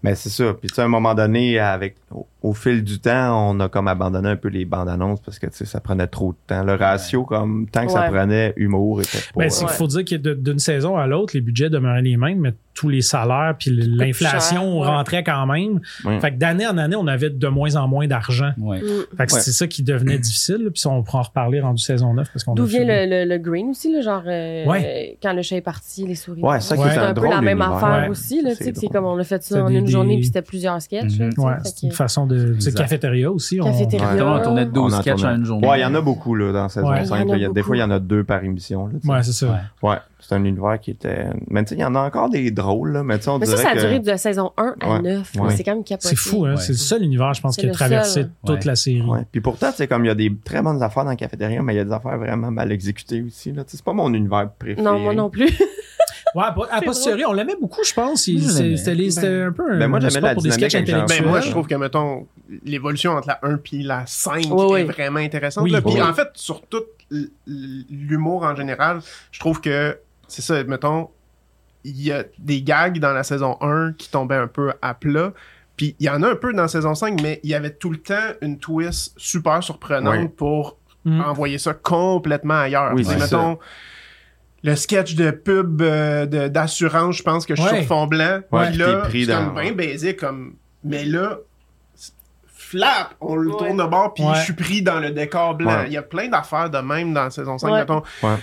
S2: Mais c'est ça. Puis, tu sais, à un moment donné, avec, au, au fil du temps, on a comme abandonné un peu les bandes annonces parce que, tu sais, ça prenait trop de temps. Le ratio, comme, tant que ça
S4: Ouais.
S2: prenait, humour était pas.
S1: Ben, c'est
S2: euh,
S1: qu'il faut dire que de- d'une saison à l'autre, les budgets demeuraient les mêmes, mais tous les salaires puis l'inflation
S4: cher, ouais.
S1: rentrait quand même.
S2: Ouais.
S1: Fait que d'année en année, on avait de moins en moins d'argent.
S3: Ouais.
S4: Mm.
S1: Fait que
S2: Ouais.
S1: c'est ça qui devenait difficile. là, Puis ça, on pourra en reparler rendu saison 9 parce qu'on
S4: D'où
S1: a
S4: vient
S1: fait-
S4: le, le- le green aussi, là, genre euh,
S1: Ouais.
S4: euh, quand le chat est parti, les souris.
S2: Ouais, ça qui
S1: Ouais.
S2: est
S4: C'est
S2: un,
S4: un peu
S2: drôle
S4: la même
S2: univers.
S4: affaire
S1: Ouais.
S4: aussi, là, tu
S2: C'est
S4: sais, que c'est
S2: drôle.
S4: comme on a fait
S1: C'est
S4: ça en
S1: des-
S4: une
S1: des-
S4: journée, puis c'était plusieurs sketchs. là,
S3: Mhm.
S4: tu sais,
S1: Ouais,
S4: fait
S1: c'est une
S4: que-
S1: façon de. C'est
S3: Exact.
S1: cafétéria aussi. on-
S4: Cafétéria.
S2: Ouais.
S3: on tournait
S2: On
S3: 12
S2: en
S3: sketchs
S2: tournait.
S3: en une journée.
S2: Ouais, il y en a beaucoup, là, dans saison
S1: Ouais. Il y
S2: 5.
S4: en a
S2: là. Il y a- des
S4: beaucoup.
S2: fois, il y en a deux par émission, là, tu sais.
S1: Ouais, c'est ça.
S3: Ouais.
S2: Ouais, c'est un univers qui était. Mais tu sais, il y en a encore des drôles, là. Mais tu sais, on
S4: Mais ça,
S2: dirait
S4: ça a
S2: que.
S4: duré de saison 1 à
S2: Ouais.
S4: 9.
S2: Ouais.
S4: mais C'est quand même capoté.
S1: C'est fou, hein?
S3: Ouais.
S1: C'est le seul univers, je pense,
S4: C'est
S1: qui a
S4: le
S1: traversé
S4: seul.
S1: toute
S3: Ouais.
S1: la série.
S2: Ouais. Puis pourtant, c'est comme il y a des très bonnes affaires dans la cafétéria, mais il y a des affaires vraiment mal exécutées aussi. Là. Tu sais, C'est pas mon univers préféré.
S4: Non, moi non plus.
S1: Ouais, à po- à posteriori, on l'aimait beaucoup, je pense. Il-
S3: Je
S1: c'est-
S3: l'aimais.
S1: C'était les- c'était un peu un
S2: Ben, moi, j'aimais
S1: spot
S2: la
S1: pour des
S2: dynamique
S1: sketchs
S2: avec Jean-
S1: intellectuels.
S5: Ben, moi, je
S2: Ouais.
S5: trouve que, mettons, l'évolution entre la 1 puis la 5
S4: Ouais, ouais.
S5: est vraiment intéressante.
S1: Oui,
S5: là. Puis
S1: oui.
S5: en fait, sur tout l- l- l'humour en général, je trouve que, c'est ça, mettons, il y a des gags dans la saison 1 qui tombaient un peu à plat. Puis il y en a un peu dans la saison 5, mais il y avait tout le temps une twist super surprenante
S2: Ouais.
S5: pour
S1: Mm.
S5: envoyer ça complètement ailleurs.
S2: Oui,
S5: Tu sais,
S2: c'est ça.
S5: mettons, le sketch de pub euh, de- d'assurance, je pense que je suis
S1: Ouais.
S5: sur fond blanc.
S2: Ouais,
S5: Puis
S2: puis
S5: là,
S2: t'es pris
S5: c'est
S2: dans-
S5: comme bien baisé, comme. Mais là, c'est- flap, on le
S4: Ouais.
S5: tourne de bord, puis
S1: Ouais.
S5: je suis pris dans le décor blanc.
S2: Ouais.
S5: Il y a plein d'affaires de même dans la saison 5,
S4: Ouais.
S5: mettons.
S2: Ouais.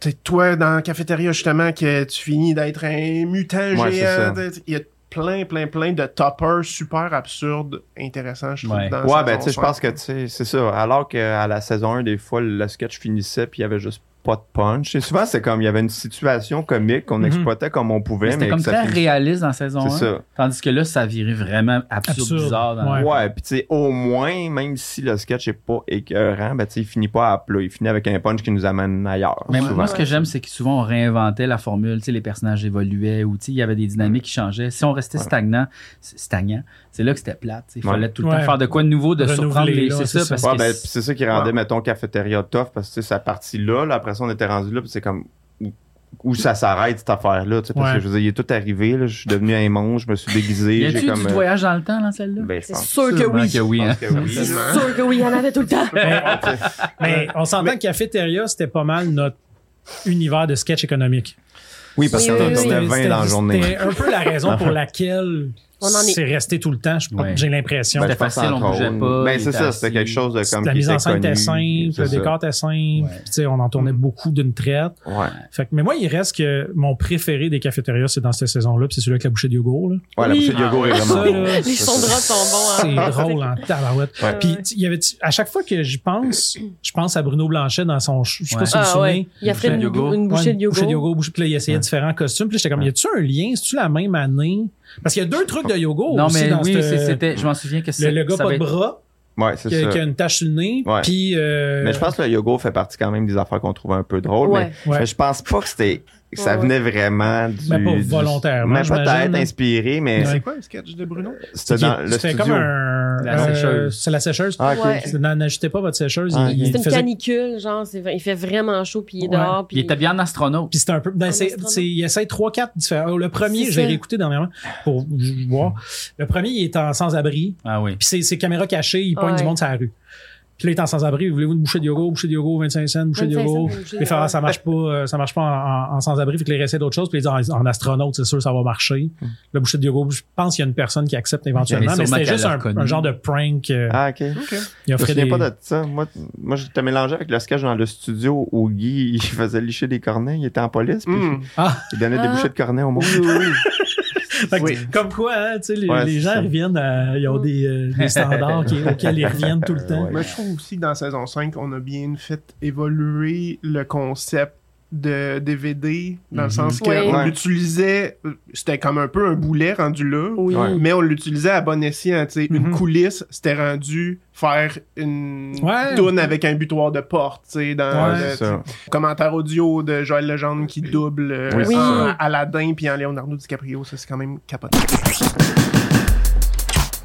S5: T'sais, toi, dans la cafétéria, justement, que tu finis d'être un mutant
S2: Ouais, c'est
S5: géant.
S2: ça.
S5: t'sais, Il y a plein, plein, plein de toppers super absurdes, intéressants, je trouve.
S3: Ouais.
S5: dans la
S2: Ouais, ben,
S5: saison
S2: tu sais, je
S5: 5.
S2: pense que, tu sais, c'est ça. Alors qu'à la saison 1, des fois, le sketch finissait, puis il y avait juste pas de punch. Et souvent, c'est comme, il y avait une situation comique qu'on
S1: Mhm.
S2: exploitait comme on pouvait, mais,
S3: C'était
S2: que
S3: comme
S2: ça
S3: très hein.
S2: finissait-
S3: réaliste dans saison 1.
S2: C'est ça.
S3: Tandis que là, ça virait vraiment absurde,
S1: Absurde.
S3: bizarre. Dans
S1: Ouais.
S2: Ouais, puis tu sais, au moins, même si le sketch est pas écœurant, ben, tu sais, il finit pas à plat. Il finit avec un punch qui nous amène ailleurs.
S3: Mais
S2: souvent.
S3: moi, ce que j'aime, c'est que souvent, on réinventait la formule. Tu sais, les personnages évoluaient ou tu sais, il y avait des dynamiques qui changeaient. Si on restait
S2: Ouais.
S3: stagnant, c'est- stagnant, c'est là que c'était plate. tu sais. Il
S2: Ouais.
S3: fallait tout le
S1: Ouais.
S3: temps faire de quoi de nouveau, de
S1: Renouveler,
S3: surprendre les.
S1: là,
S3: C'est
S1: c'est
S3: ça,
S1: ça.
S3: parce
S2: Ouais,
S3: que
S2: ben,
S3: c'est-
S2: puis c'est ça qui rendait, mettons, Cafétéria tough, parce que tu sais, ça partie là, là, après ça, on était rendu là, puis c'est comme où, où ça s'arrête, cette affaire-là, tu sais, parce
S1: Ouais.
S2: que je veux dire, il est tout arrivé, là, je suis devenu un monstre, je me suis
S3: Y
S2: déguisé,
S3: a-tu
S2: j'ai
S3: eu
S2: comme...
S3: du
S2: euh,
S3: voyage dans le temps dans celle-là?
S2: ben, je
S4: C'est
S2: pense,
S4: sûr que
S3: Sûrement
S4: oui.
S3: que oui.
S2: je
S3: hein.
S2: pense que oui.
S4: C'est sûr que oui, il y en avait tout le temps.
S1: Mais on s'entend que Cafétéria, c'était pas mal notre univers de sketch économique.
S2: Oui, parce
S4: Oui,
S2: qu'on
S4: oui,
S2: tournait
S1: C'était-
S2: 20 dans la
S1: c'était-
S2: journée. Ben,
S1: C'était un peu la raison pour laquelle
S4: On en est-
S1: c'est resté tout le temps, je-
S3: Ouais.
S1: j'ai l'impression.
S2: Ben, je
S3: C'était
S2: pense,
S3: facile, on
S2: entre
S3: bougeait
S2: autres.
S3: pas,
S2: Ben,
S3: il
S2: c'est
S3: était
S2: ça, c'était
S3: assis.
S2: quelque chose de comme
S1: la
S2: qui
S1: mise en
S2: était
S1: scène était
S2: connu,
S1: simple,
S2: c'est
S1: le
S2: ça. Mm.
S1: décor était simple,
S3: Ouais.
S1: puis tu sais, on en tournait beaucoup d'une traite.
S2: Ouais.
S1: Fait que- mais moi, il reste que mon préféré des cafétérias, c'est dans cette saison-là, puis c'est celui avec la bouchée de yogourt. là.
S2: Ouais, la
S4: Oui.
S2: bouchée de yogourt est
S1: Ah, Ça,
S2: vraiment...
S1: là,
S4: Les sons de rock sont
S1: C'est
S4: bons. hein.
S1: drôle en tabarouette.
S2: Ouais.
S1: Puis tu- il y avait tu- à chaque fois que j'y pense, je pense à Bruno Blanchet dans son ch- je sais pas
S3: Ouais.
S1: si vous vous
S4: Ah ouais.
S1: souvenez.
S4: Il a fait
S3: Bouchée
S4: une,
S3: de yogourt.
S4: une bouchée
S1: Ouais,
S4: de yogourt.
S1: Bouchée de yogourt, bouchée- puis là, il essayait différents costumes. Puis là, j'étais comme, y a-tu un lien? C'est-tu la même année? Parce qu'il y a deux trucs de yogourt
S3: Non,
S1: aussi
S3: mais
S1: dans
S3: oui,
S1: cette-
S3: c'est- c'était. Je m'en souviens que
S1: le,
S3: c'est-
S1: le gars pas
S3: ça va
S1: de
S3: être-
S1: bras,
S2: Ouais, c'est
S1: qui a,
S2: ça.
S1: qui a une tache sur le nez.
S2: Ouais.
S1: Puis, euh,
S2: Mais je pense que le yogourt fait partie quand même des affaires qu'on trouve un peu drôles.
S4: Ouais.
S2: Mais,
S1: Ouais.
S2: mais je pense pas que c'était. que Ça
S4: Ouais,
S2: venait vraiment du.
S1: Mais pas
S2: du-
S1: volontairement,
S2: Mais
S1: j'imagine. hein.
S2: peut-être inspiré, mais
S1: Ouais.
S5: C'est quoi le sketch de Bruno?
S2: c'était
S1: qui-
S2: dans le
S1: c'était
S2: studio.
S1: comme un.
S3: La
S1: euh,
S3: sécheuse.
S1: C'est la sécheuse.
S2: Ah, ok.
S4: Ouais.
S1: C'est- n'en- N'ajoutez pas votre sécheuse. il,
S2: Ah, ok.
S1: il
S4: C'est une
S1: faisait-
S4: canicule, genre, c'est- il fait vraiment chaud, puis il est
S1: Ouais.
S4: dehors. Puis
S3: Il était bien en astronaute.
S1: Puis c'est un peu. ben, c'est-
S4: astronaute.
S1: c'est- il essaie trois, quatre différents. Le premier,
S4: C'est
S1: j'ai
S4: ça.
S1: réécouté dernièrement pour voir. Le premier, il est en sans-abri.
S3: Ah oui.
S1: Puis c'est- c'est caméra cachée, il pointe
S4: Ouais.
S1: du monde sur la rue. Puis là, il est en sans-abri. Voulez-vous une bouchée de yogourt, bouchée de yogourt, 25 cents, bouchée de
S4: 25 cents,
S1: yogourt.
S4: une bouchée de
S1: Les faire,
S4: yogourt.
S1: ça marche pas, euh, ça marche pas en, en- en sans-abri. Fait que les essaient d'autres choses. Puis ils disent, en, en astronaute, c'est sûr, ça va marcher.
S2: Hmm.
S1: La bouchée de yogourt, je pense qu'il y a une personne qui accepte éventuellement.
S3: Mais
S1: Mais
S3: sûrement
S1: c'était
S3: qu'elle
S1: juste
S3: l'a
S1: un,
S3: reconnu.
S1: un genre de prank. euh,
S2: Ah, ok.
S1: il
S2: Je me
S1: offrait
S2: souviens
S1: des...
S2: pas de ça. Moi, moi j'étais mélangé avec le sketch dans le studio où Guy il faisait licher des cornets. Il était en police. Puis
S5: Hmm.
S2: Il donnait des
S4: Ah.
S2: bouchées de cornets au monde.
S1: Fait que, Comme quoi, hein, tu sais, les,
S2: Ouais,
S1: les
S2: c'est
S1: gens
S2: ça.
S1: reviennent à- ils ont des, euh, des standards qui- auxquels ils reviennent
S2: Ben,
S1: tout le temps.
S2: Ouais.
S5: Mais je trouve aussi que dans saison 5, on a bien fait évoluer le concept de DVD, dans le
S1: Mhm.
S5: sens qu'on
S1: Oui. Ouais.
S5: l'utilisait, c'était comme un peu un boulet rendu là,
S1: Oui. Ouais.
S5: mais on l'utilisait à bon escient. tu sais.
S2: Mhm.
S5: Une coulisse, c'était rendu faire une
S1: Ouais.
S5: toune avec un butoir de porte, tu sais, dans
S2: Ouais,
S5: le-
S2: c'est ça.
S5: commentaire audio de Joël Legendre qui double euh,
S2: Oui, c'est
S5: en
S2: ça.
S5: Aladdin puis en Leonardo DiCaprio, ça c'est quand même capoté.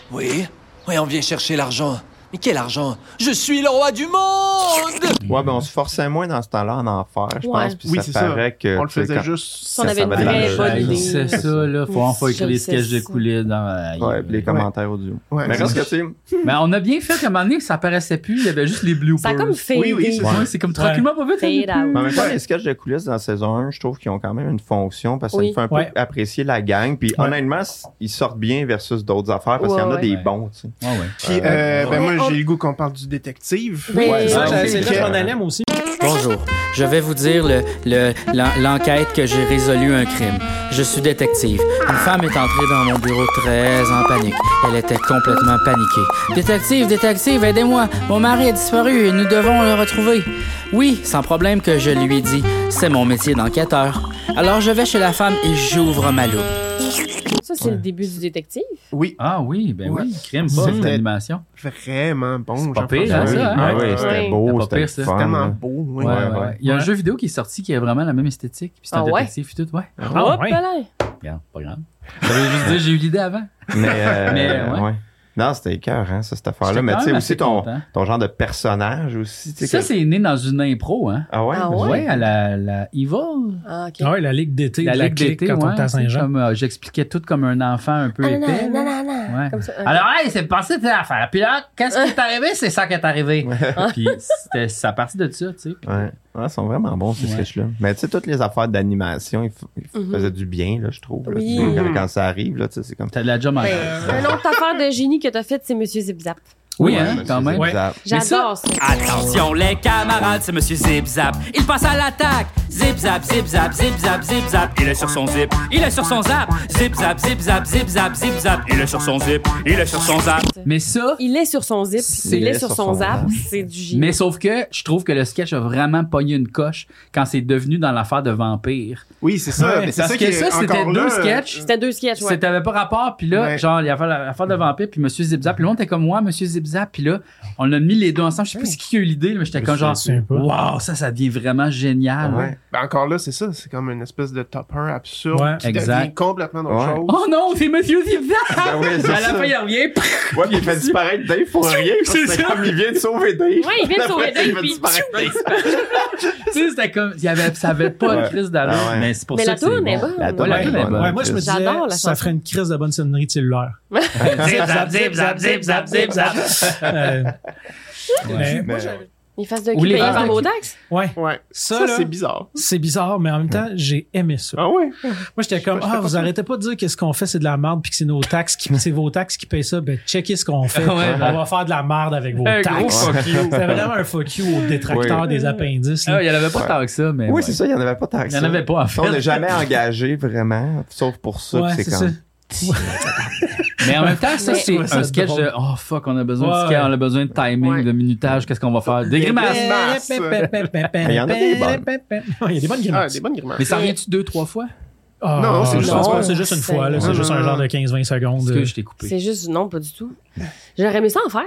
S15: Oui, oui, on vient chercher l'argent. Mais quel argent Je suis le roi du monde
S2: Ouais, ben on se forçait moins dans ce temps-là à en faire, je
S15: Ouais.
S2: pense. Puis
S15: Oui,
S2: ça
S15: c'est ça.
S2: paraît que.
S5: On le
S2: tu sais,
S5: faisait
S2: quand-
S5: juste si
S2: ça,
S5: on avait
S2: ça
S5: une
S2: va dans
S5: vraie
S4: ben,
S2: le
S5: bonne
S2: jeu.
S5: idée.
S3: C'est ça, là. Faut, faut écrire des
S5: sais
S3: sketchs de
S5: ça.
S3: coulisses dans.
S2: Ouais, puis les commentaires audio.
S3: Ouais.
S2: Mais reste que, tu sais,
S3: Mais on a bien fait qu'à un moment donné, ça apparaissait plus, il y avait juste les bloopers.
S4: Ça a comme fadé.
S3: Oui, oui, c'est
S2: Ouais.
S3: ça, c'est comme
S2: Ouais.
S3: tranquillement, pas vite. ça
S4: Fade
S3: n'est plus.
S4: out.
S2: Mais en même temps, les sketchs de coulisses dans saison 1, je trouve qu'ils ont quand même une fonction parce que ça
S4: Oui.
S2: nous fait un peu
S4: Ouais.
S2: apprécier la gang. Puis honnêtement, c- ils sortent bien versus d'autres affaires parce qu'il y en a
S4: Ouais,
S2: des
S4: ouais.
S2: bons. tu sais.
S5: Puis, euh, ben moi, j'ai le goût qu'on parle du détective.
S2: Ben,
S1: Ouais, ça, j'ai- c'est là
S5: que-
S1: qu'on allait, moi aussi.
S13: Bonjour, je vais vous dire le- le- l'en- l'enquête que j'ai résolu un crime. Je suis détective. Une femme est entrée dans mon bureau très en panique. Elle était complètement paniquée. Détective, détective, aidez-moi. Mon mari a disparu et nous devons le retrouver. Oui, sans problème que je lui ai dit. C'est mon métier d'enquêteur. Alors je vais chez la femme et j'ouvre ma loupe.
S4: Ça, c'est le début du détective.
S5: Oui.
S3: Ah oui, ben oui, crime, pas,
S5: C'était
S3: c'est l'animation.
S5: Vraiment bon.
S3: pas
S5: Jean-François.
S3: pire, hein, ça, hein?
S2: Ah oui, c'était
S3: Oui.
S2: beau,
S3: C'était pas
S2: c'était
S3: pire, ça.
S2: fun,
S5: C'était tellement
S2: là.
S5: beau, oui.
S3: Ouais, ouais,
S2: Ouais,
S3: ouais.
S2: ouais.
S3: Il y a un
S5: Ouais.
S3: jeu vidéo qui est sorti qui a vraiment la même esthétique. Puis c'est un
S4: Ah ouais?
S3: détective et tout, ouais.
S4: Ah Hop ouais. là!
S3: Regarde, pas grave. Ça veut juste dire j'ai eu l'idée avant.
S2: Mais, euh,
S3: Mais, ouais.
S2: ouais. Non, c'était écœur, hein, ça, cette affaire-là.
S3: J'étais
S2: Mais
S3: quand
S2: tu sais
S3: même
S2: aussi
S3: assez
S2: ton,
S3: content.
S2: ton genre de personnage aussi. tu sais,
S3: Ça,
S2: que-
S3: c'est né dans une impro, hein?
S2: Ah ouais? Ah ouais?
S3: Ouais, à la, la Evil.
S4: Ah, OK.
S1: Ah ouais, la Ligue d'été, de
S3: La
S1: la
S3: Ligue
S1: clique
S3: d'été,
S1: quand on
S3: ouais,
S1: était à
S3: c'est
S1: Saint-Jean.
S3: comme, euh, J'expliquais tout comme un enfant un peu
S4: Ah, non,
S3: épais. là.
S4: non, non, non, non.
S3: Ouais.
S4: Comme ça, ok.
S3: Alors, hey, c'est passé telle affaire. Puis là, qu'est-ce qui est arrivé? C'est ça qui est arrivé.
S4: Ah.
S3: Puis c'était- c'est à partir de ça, tu sais.
S2: Ouais. Ouais, ils sont vraiment bons, ces
S3: Ouais.
S2: sketchs-là. Mais tu sais, toutes les affaires d'animation, ils, f- ils
S4: Mhm.
S2: faisaient du bien, là, je trouve. là.
S4: Oui.
S2: Quand-
S4: Mhm.
S2: Quand ça arrive, là, tu sais, c'est comme.
S3: T'as de la job en
S4: Ben, un autre affaire de génie que t'as faite, c'est Monsieur Zipzap.
S3: Oui, hein, quand même.
S4: J'adore ça.
S13: Attention les camarades, c'est Monsieur Zip Zap. Il passe à l'attaque. Zip Zap, Zip Zap, Zip Zap, Zip Zap. Il est sur son zip. Il est sur son zap. Zip Zap, Zip Zap, Zip Zap, Zip Zap. Il est sur son zip. Il est sur son zap.
S3: Mais ça,
S4: Il est sur son zip, il est sur son zap, c'est du génie.
S3: Mais sauf que je trouve que le sketch a vraiment pogné une coche quand c'est devenu dans l'affaire de vampire.
S5: Oui, c'est ça.
S3: Ouais,
S5: mais c'est
S3: parce
S5: ça
S3: que
S5: qui est
S3: ça, c'était
S5: encore
S3: deux
S5: là, euh,
S3: sketchs.
S4: C'était deux sketchs, ouais.
S3: C'était pas rapport, puis là,
S4: Ouais.
S3: genre, il y avait l'affaire de vampire, puis Monsieur Zipzap, puis le monde était comme moi, Monsieur Zipzap, puis là, on a mis les deux ensemble. Je sais pas si qui a eu l'idée, là, mais j'étais
S5: Je
S3: comme genre,
S5: sais pas.
S3: waouh, ça, ça devient vraiment génial.
S5: Ouais. Ben, encore là, c'est ça. C'est comme une espèce de topper absurde
S3: Ouais.
S5: qui
S3: Exact.
S5: devient complètement d'autre
S3: Ouais.
S5: chose.
S3: Oh non, c'est Monsieur Zipzap!
S5: Ben ouais, c'est
S3: à la
S5: ça.
S3: fin, il revient.
S2: Ouais, puis il fait disparaître Dave pour rien. puis
S3: C'est
S2: C'est
S3: ça.
S2: comme il vient de sauver Dave.
S4: Ouais, il vient de sauver Dave,
S2: Il fait
S4: puis
S2: disparaître Dave.
S3: tu sais, c'était comme, il y avait, ça avait pas de
S2: Ouais.
S3: crise d'allure,
S2: Ah ouais.
S3: mais c'est pour
S4: Mais
S3: ça
S4: la
S3: que c'est
S4: tourne est
S3: bon.
S4: bonne.
S3: La tourne est bonne.
S1: Ouais, moi, je me disais,
S4: J'adore la
S1: ça
S4: chanson.
S1: ferait une crise de bonne sonnerie de cellulaire.
S3: Zip, zap, zip, zap, zip, zap, zip, zap.
S1: Euh, mais-
S5: Moi, j'avais-
S4: Les faces de
S1: Ou
S4: cul
S1: les
S4: payées
S1: faces
S4: par
S1: de
S4: Modax.
S1: Ouais.
S5: Ça,
S1: là,
S5: c'est bizarre.
S1: C'est bizarre, mais en même temps, j'ai aimé ça.
S5: Ah ouais?
S1: Moi, j'étais comme, ah, vous arrêtez pas de dire que ce qu'on fait, c'est de la merde, puis que c'est nos taxes, qui, c'est vos taxes qui payent ça. Ben, checkez ce qu'on fait.
S3: Ouais.
S1: On va faire de la merde avec vos
S3: Un gros
S1: taxes.
S3: fuck you.
S1: C'était vraiment un fuck you aux détracteurs
S2: Oui.
S1: des appendices. là.
S3: Ah, il y en avait pas tant que ça, mais.
S2: Oui,
S3: ouais.
S2: c'est ça, il n'y en avait pas tant que
S3: Il y
S2: ça.
S3: en avait pas, en fait.
S2: On n'est jamais engagé vraiment, sauf pour ça.
S1: Ouais,
S2: puis
S1: c'est
S2: c'est comme.
S3: Mais en même temps, ça,
S1: Mais-
S3: c'est
S1: Ouais, ça,
S3: un sketch
S1: drôle.
S3: de Oh fuck, on a besoin de
S1: Ouais.
S3: sketch, on a besoin de timing, de minutage, qu'est-ce qu'on va faire? Des grimaces!
S2: Il y en a des bonnes.
S1: Ouais, Il y a des bonnes
S5: Ah,
S1: grimaces.
S5: des bonnes grimaces.
S3: Mais ça revient-tu deux, trois fois?
S1: Ah,
S5: Non, c'est
S1: je
S5: juste
S1: pense
S5: une
S1: pas,
S5: fois.
S1: c'est juste une fois. là.
S5: Non,
S1: C'est
S5: non,
S1: juste un
S5: non.
S1: genre de 15-20 secondes.
S3: Parce que je t'ai coupé.
S4: C'est juste, non, pas du tout. J'aurais aimé ça en faire.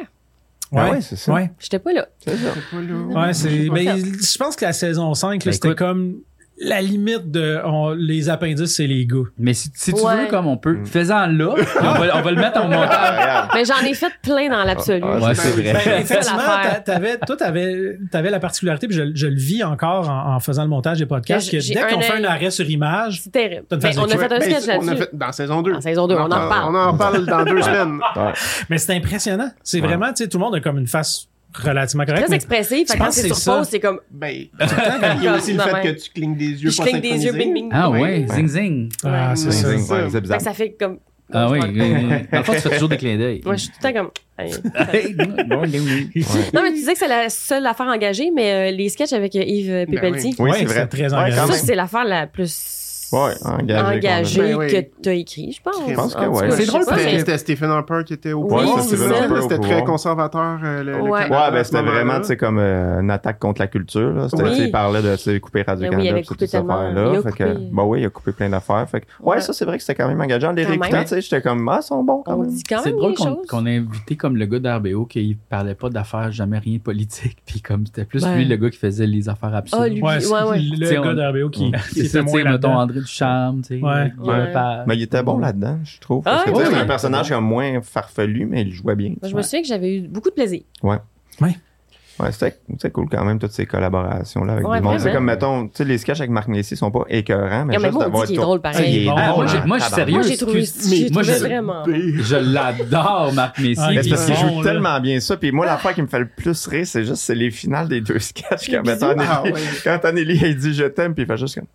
S2: Ah ouais, c'est ça.
S1: Ouais.
S4: J'étais pas là.
S1: Ouais, c'est.
S5: pas
S1: Mais
S4: faire.
S1: il- je pense que la saison 5, là,
S3: Ben,
S1: c'était
S3: écoute.
S1: comme la limite de on- les appendices, c'est les gars.
S3: Mais si, si tu
S4: Ouais.
S3: veux, comme on peut, fais-en là, puis on va, on va le mettre en montage.
S2: Regarde.
S4: Mais j'en ai fait plein dans l'absolu.
S2: Ah,
S3: Ouais, c'est
S2: Ben,
S3: vrai.
S1: Ben, effectivement,
S4: l'affaire.
S1: t'a- t'avais, toi, t'avais, t'avais la particularité, puis je, je le vis encore en, en faisant le montage des podcasts,
S4: Ben,
S1: que
S4: j'ai
S1: dès
S4: un
S1: qu'on fait
S4: œil.
S1: un arrêt sur image,
S4: C'est terrible.
S1: T'as une face
S4: Ben, on
S1: de
S4: a
S1: cul.
S4: fait un
S5: Ben,
S4: sketch
S5: on a
S4: là-dessus.
S5: fait- dans saison 2.
S4: Dans saison 2, on en reparle.
S5: On en parle dans deux semaines.
S2: Ouais.
S1: mais c'est impressionnant. C'est vraiment, tu sais, tout le monde a comme une face relativement correcte.
S4: Très
S1: mais-
S4: expressif. Fait
S1: Je
S4: que quand
S1: pense
S4: c'est
S1: que
S4: sur
S1: c'est ça.
S4: pause, c'est comme.
S5: Ben, il y a aussi le
S4: Non,
S5: fait
S4: mais-
S5: que tu clignes des yeux
S4: Je
S5: pas
S4: cligne des yeux, bing, bing,
S5: synchronisés.
S4: bing.
S3: Ah ouais, zing zing.
S1: Ah, c'est ça.
S2: Ouais,
S5: ça.
S2: zip,
S4: Fait
S2: zap.
S4: que ça fait comme.
S3: Ah oui,
S4: Ouais.
S3: dans le fond, tu fais toujours des clins d'œil.
S4: Moi, je suis tout le temps comme. Hey.
S3: Bon, oui, oui.
S4: Non, mais tu disais que c'est la seule affaire engagée, mais euh, les sketchs avec euh, Yves Pépeltier.
S2: Ben Oui,
S1: Ouais,
S2: c'est vrai.
S1: c'est très
S2: Ouais, quand
S1: engagé.
S4: Ça,
S2: même.
S4: c'est l'affaire la plus
S2: Ouais, engagé.
S4: engagé
S2: qu'on a-
S4: que t'as écrit, je pense.
S2: Je pense que
S4: En tout
S2: ouais.
S4: cas,
S2: C'est
S4: je
S2: drôle
S4: sais pas,
S2: parce
S4: mais-
S2: que-
S5: C'était Stephen Harper qui était au
S2: Ouais,
S5: pouvoir.
S2: c'était Stephen
S5: c'est ça,
S2: Harper au
S5: C'était très
S2: pouvoir.
S5: conservateur. euh, le- le
S4: Ouais.
S5: Canada,
S2: Ouais,
S5: à
S2: ben
S5: ce
S2: c'était
S5: moment-là.
S2: vraiment, tu sais, comme euh, une attaque contre la culture, là. C'était,
S4: Oui.
S2: tu sais, il parlait de, tu sais, couper
S4: Ben oui, il
S2: Radio-Canada,
S4: avait
S2: pis toutes
S4: coupé
S2: ces
S4: tellement, il a
S2: affaires-là. Fait que,
S4: coupé.
S2: ben oui, il a coupé plein d'affaires. Fait que, ouais, ça, c'est vrai que c'était quand même engageant. Les
S4: Quand
S2: réécoutants,
S4: même.
S2: tu sais, j'étais comme, ah, ils sont bons quand
S4: On
S2: même.
S4: dit quand
S3: C'est
S4: même
S3: drôle
S4: les
S3: qu'on
S4: choses.
S3: qu'on ait invité comme le gars d'RBO qui parlait pas d'affaires, jamais rien de politique. Puis comme c'était plus
S4: Ben.
S3: lui le gars qui faisait les affaires absolues.
S4: Ah, lui, ouais, ouais.
S3: Tu sais,
S1: Le
S3: on-
S1: gars d'RBO qui, qui
S3: C'est
S1: était
S3: ça, tu
S1: moins
S3: sais, mettons
S1: là-dedans.
S3: André Ducharme, tu sais.
S1: Ouais.
S3: Guy Lepage.
S2: Mais Ben, il était bon là-dedans, je trouve. Parce
S4: Ah,
S2: que, tu
S4: oui,
S2: sais, c'est
S4: oui.
S2: un personnage comme moins farfelu, mais il jouait bien.
S4: Moi, je me souviens que j'avais eu beaucoup de plaisir.
S2: Ouais.
S1: Ouais.
S2: Ouais, c'était c'était cool quand même, toutes ces collaborations-là avec
S4: Ouais,
S2: du monde. C'est
S4: vraiment.
S2: comme, mettons, tu sais, les sketchs avec Marc Messier sont pas écœurants, mais
S4: Ah, mais
S2: juste
S4: moi, on
S2: d'avoir
S4: dit qu'il est
S2: tour-
S4: drôle pareil.
S2: Il est
S3: Ah,
S2: drôle,
S3: moi, j'ai-
S2: hein,
S3: moi, je suis
S2: tabarnak.
S3: sérieux.
S4: Moi, j'ai trouvé,
S3: excuse- mais
S4: j'ai
S3: moi,
S4: trouvé
S3: je-
S4: vraiment.
S3: Je l'adore, Marc Messier.
S1: Ah,
S2: Mais c'est parce qu'il
S1: Ils sont,
S2: joue
S1: là.
S2: tellement bien ça. Puis moi, l'affaire qui me fait le plus rire, c'est juste c'est les finales des deux sketchs. Quand
S5: bisous.
S2: Annélie,
S5: Ah, ouais.
S2: quand Anneli, elle dit je t'aime, puis il fait juste comme.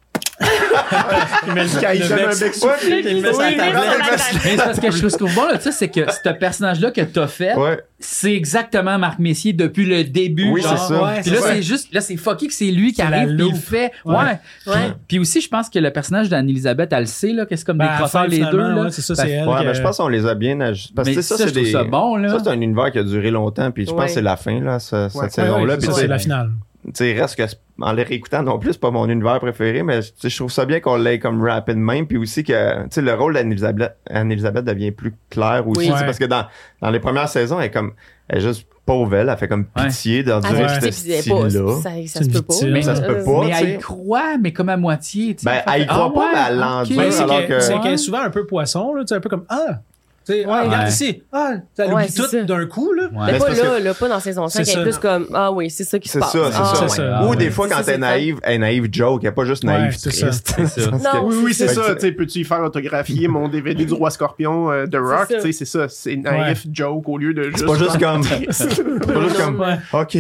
S1: Il met le-
S5: Quand il
S1: le
S5: donne un
S1: bec-
S5: bec
S2: Ouais,
S5: soufflé,
S2: puis il met sa
S4: Oui,
S2: tablette.
S4: mais ça-
S3: Mais c'est parce que je trouve ce que bon, là, tu sais, c'est que ce personnage-là que t'as fait,
S2: Ouais.
S3: c'est exactement Marc Messier depuis le début.
S2: Oui,
S3: genre.
S2: c'est ça.
S1: Ouais,
S3: Puis là,
S1: c'est ça.
S3: c'est juste, là, c'est fucké que c'est lui qui
S1: C'est la
S3: arrive et il
S1: loupe.
S3: le fait.
S1: Ouais.
S3: Ouais.
S4: Ouais.
S3: Puis aussi, je pense que le personnage d'Anne-Elisabeth, elle le sait, là, que c'est comme
S1: Ben, à
S3: des
S1: la
S3: crosseurs
S1: fin,
S3: les deux,
S1: finalement,
S3: là.
S1: ouais, c'est ça, c'est
S3: Fait-
S1: elle.
S2: Ben, Ouais,
S1: que-
S2: mais je pense qu'on les a bien ajustés. Parce que
S3: Mais
S2: tu sais, ça, c'est
S3: je trouve
S2: des.
S3: ça bon, là.
S2: Ça, c'est un univers qui a duré longtemps, puis je pense
S4: Ouais.
S2: que c'est la fin, là, ce- cette
S5: Ouais.
S1: Ouais,
S2: saison-là.
S1: ouais,
S2: Puis
S1: ça,
S2: tu
S1: c'est
S2: sais,
S1: la finale.
S2: tu sais, reste que en les réécoutant non plus, c'est pas mon univers préféré, mais tu sais, je trouve ça bien qu'on l'ait comme rapide même, puis aussi que tu sais, le rôle d'Anne-Elisabeth Anne-Elisabeth devient plus clair aussi,
S4: Oui.
S2: tu sais,
S1: Ouais.
S2: parce que dans, dans les premières saisons, elle est comme elle est juste pauvre, elle, elle fait comme
S3: Ouais.
S2: pitié d'en
S4: Ah,
S2: dire
S1: Ouais.
S4: c'est
S2: ce
S4: pitié, puis elle est
S2: style-là.
S4: pas- Ça ça
S1: C'est
S4: se
S1: une
S4: peut pas.
S1: victime.
S3: Mais ça
S2: se peut
S3: Mais
S2: pas. tu
S3: elle
S2: sais.
S3: y croit, mais comme à moitié. tu sais.
S2: Ben,
S3: Fait
S2: elle y
S3: que,
S2: croit
S3: ah
S2: pas,
S3: ouais,
S2: mais elle l'endure,
S3: ok.
S1: Ben, c'est
S2: alors
S1: qu'elle
S2: que-
S1: c'est
S2: Ouais.
S1: qu'elle est souvent un peu poisson, là, tu sais, un peu comme Ah! Tu sais, ah, regarde
S3: Ouais.
S1: ici, ah, ça
S4: Ouais,
S1: oublie
S4: c'est
S1: tout
S4: ça.
S1: d'un coup, là.
S3: Ouais.
S4: Mais
S2: Mais
S4: pas
S2: c'est parce
S4: là, là, pas dans saison 5,
S1: C'est
S4: elle est
S1: ça.
S4: plus comme Ah oui, c'est ça qui se
S2: C'est
S4: passe.
S2: ça, c'est
S4: Ah,
S2: ça.
S4: ouais.
S1: ouais.
S2: Ou
S3: Ah,
S2: des
S3: ouais.
S2: fois,
S4: Ça,
S2: quand
S4: c'est
S2: t'es
S4: le fun.
S2: naïve, elle est naïve joke, elle est pas juste naïve
S1: Ouais, c'est ça.
S2: triste.
S3: C'est ça.
S2: Parce
S4: Non,
S2: que-
S5: Oui, oui, c'est
S2: Fait que
S5: ça.
S2: tu-
S5: Tu sais, peux-tu y faire autographier mon DVD du Roi Scorpion euh, de Rock?
S4: ça.
S5: Tu sais, c'est ça. C'est naïf joke au lieu de juste.
S2: C'est pas juste comme. C'est pas juste
S4: Non,
S2: comme.
S1: ouais.
S2: Ok.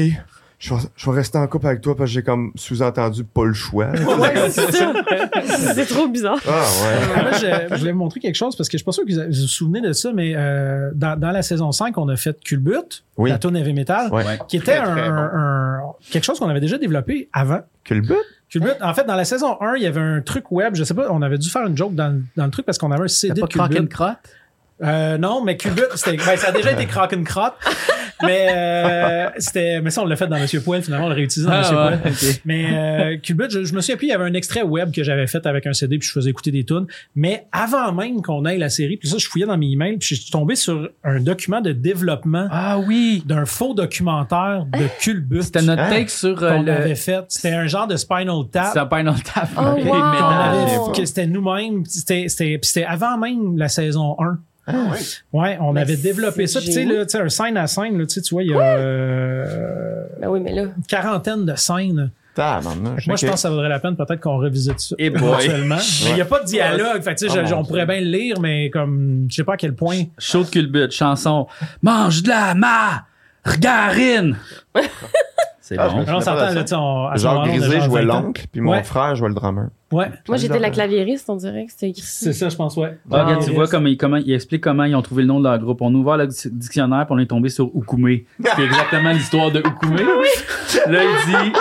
S2: Je vais, je vais rester en couple avec toi parce que j'ai comme sous-entendu pas le choix.
S4: Ouais, c'est ça. C'est trop bizarre.
S2: Ah ouais.
S1: Moi, je, je voulais vous montrer quelque chose parce que je suis pas sûr que vous vous vous souvenez de ça, mais euh, dans, dans la saison 5, on a fait Culbut,
S2: Oui.
S1: la tourne heavy metal,
S2: Ouais.
S1: qui était
S5: Très, très
S1: un- un- quelque chose qu'on avait déjà développé avant.
S2: Culbut?
S1: Culbut, en fait, dans la saison 1, il y avait un truc web, je sais pas, on avait dû faire une joke dans, le- dans le truc parce qu'on avait un
S3: T'as
S1: CD de
S3: pas craqué
S1: Culbut.
S3: une crotte?
S1: Euh, non, mais Culbut, c'était, ben, ça a déjà été crock and crotte. Mais, euh, c'était, mais ça, on l'a fait dans Monsieur Poel, finalement, on l'a réutilisé
S3: Ah,
S1: dans Monsieur Poel. Mais euh, Culbut, je, je me souviens plus, il y avait un extrait web que j'avais fait avec un CD, puis je faisais écouter des tunes. Mais avant même qu'on aille la série, puis ça, je fouillais dans mes emails, puis je suis tombé sur un document de développement
S3: Ah oui!
S1: d'un faux documentaire de Culbut
S3: C'était notre
S2: Hein?
S3: take sur euh,
S1: qu'on
S3: le.
S1: avait fait. C'était un genre de Spinal Tap.
S3: C'est un pain dans le taf.
S4: Oh,
S3: Les
S4: wow.
S1: Qu'on
S3: médailles.
S1: avait-
S2: Ah,
S1: que c'était nous-mêmes, c'était, c'était, puis c'était avant même la saison 1.
S2: Ah,
S1: Ouais, on
S4: Mais
S1: avait développé
S4: c'est
S1: ça. Puis Tu sais,
S4: génial.
S1: là, tu sais, un scène à scène, là, tu sais, tu vois, il y a euh,
S4: Ben oui, mais là.
S1: une quarantaine de scènes.
S2: Tabarnouche,
S1: Moi, je
S2: ok.
S1: pense que ça vaudrait la peine peut-être qu'on revisite ça
S3: Eh boy.
S1: éventuellement. Mais il n'y a pas de dialogue. Fait que, tu sais,
S2: Oh,
S1: je-
S2: mon
S1: on
S2: Dieu.
S1: pourrait bien le lire, mais comme je sais pas à quel point.
S3: Chaud de culbut, chanson. Mange de la ma regarine. C'est
S2: Ah, je
S3: bon.
S2: me-
S1: Alors, on
S2: pas
S1: s'entend
S2: ça.
S1: là, tu sais, on- à ce
S2: Genre
S1: moment-là, on a
S2: Grisé
S1: genre
S2: jouait
S1: 20 ans.
S2: l'oncle, puis mon
S1: Ouais.
S2: frère jouait le drummer.
S1: Ouais,
S4: Moi, j'étais la
S2: Bizarre.
S4: claviériste, on dirait que c'était écrit.
S1: hein. c'est ça, je pense, ouais.
S3: Ah, regarde, tu vois comment ils, comment ils expliquent comment ils ont trouvé le nom de leur groupe. On a ouvert le dic- dictionnaire puis on est tombé sur Oukoume. C'est exactement l'histoire de Oukoume. Là, il dit.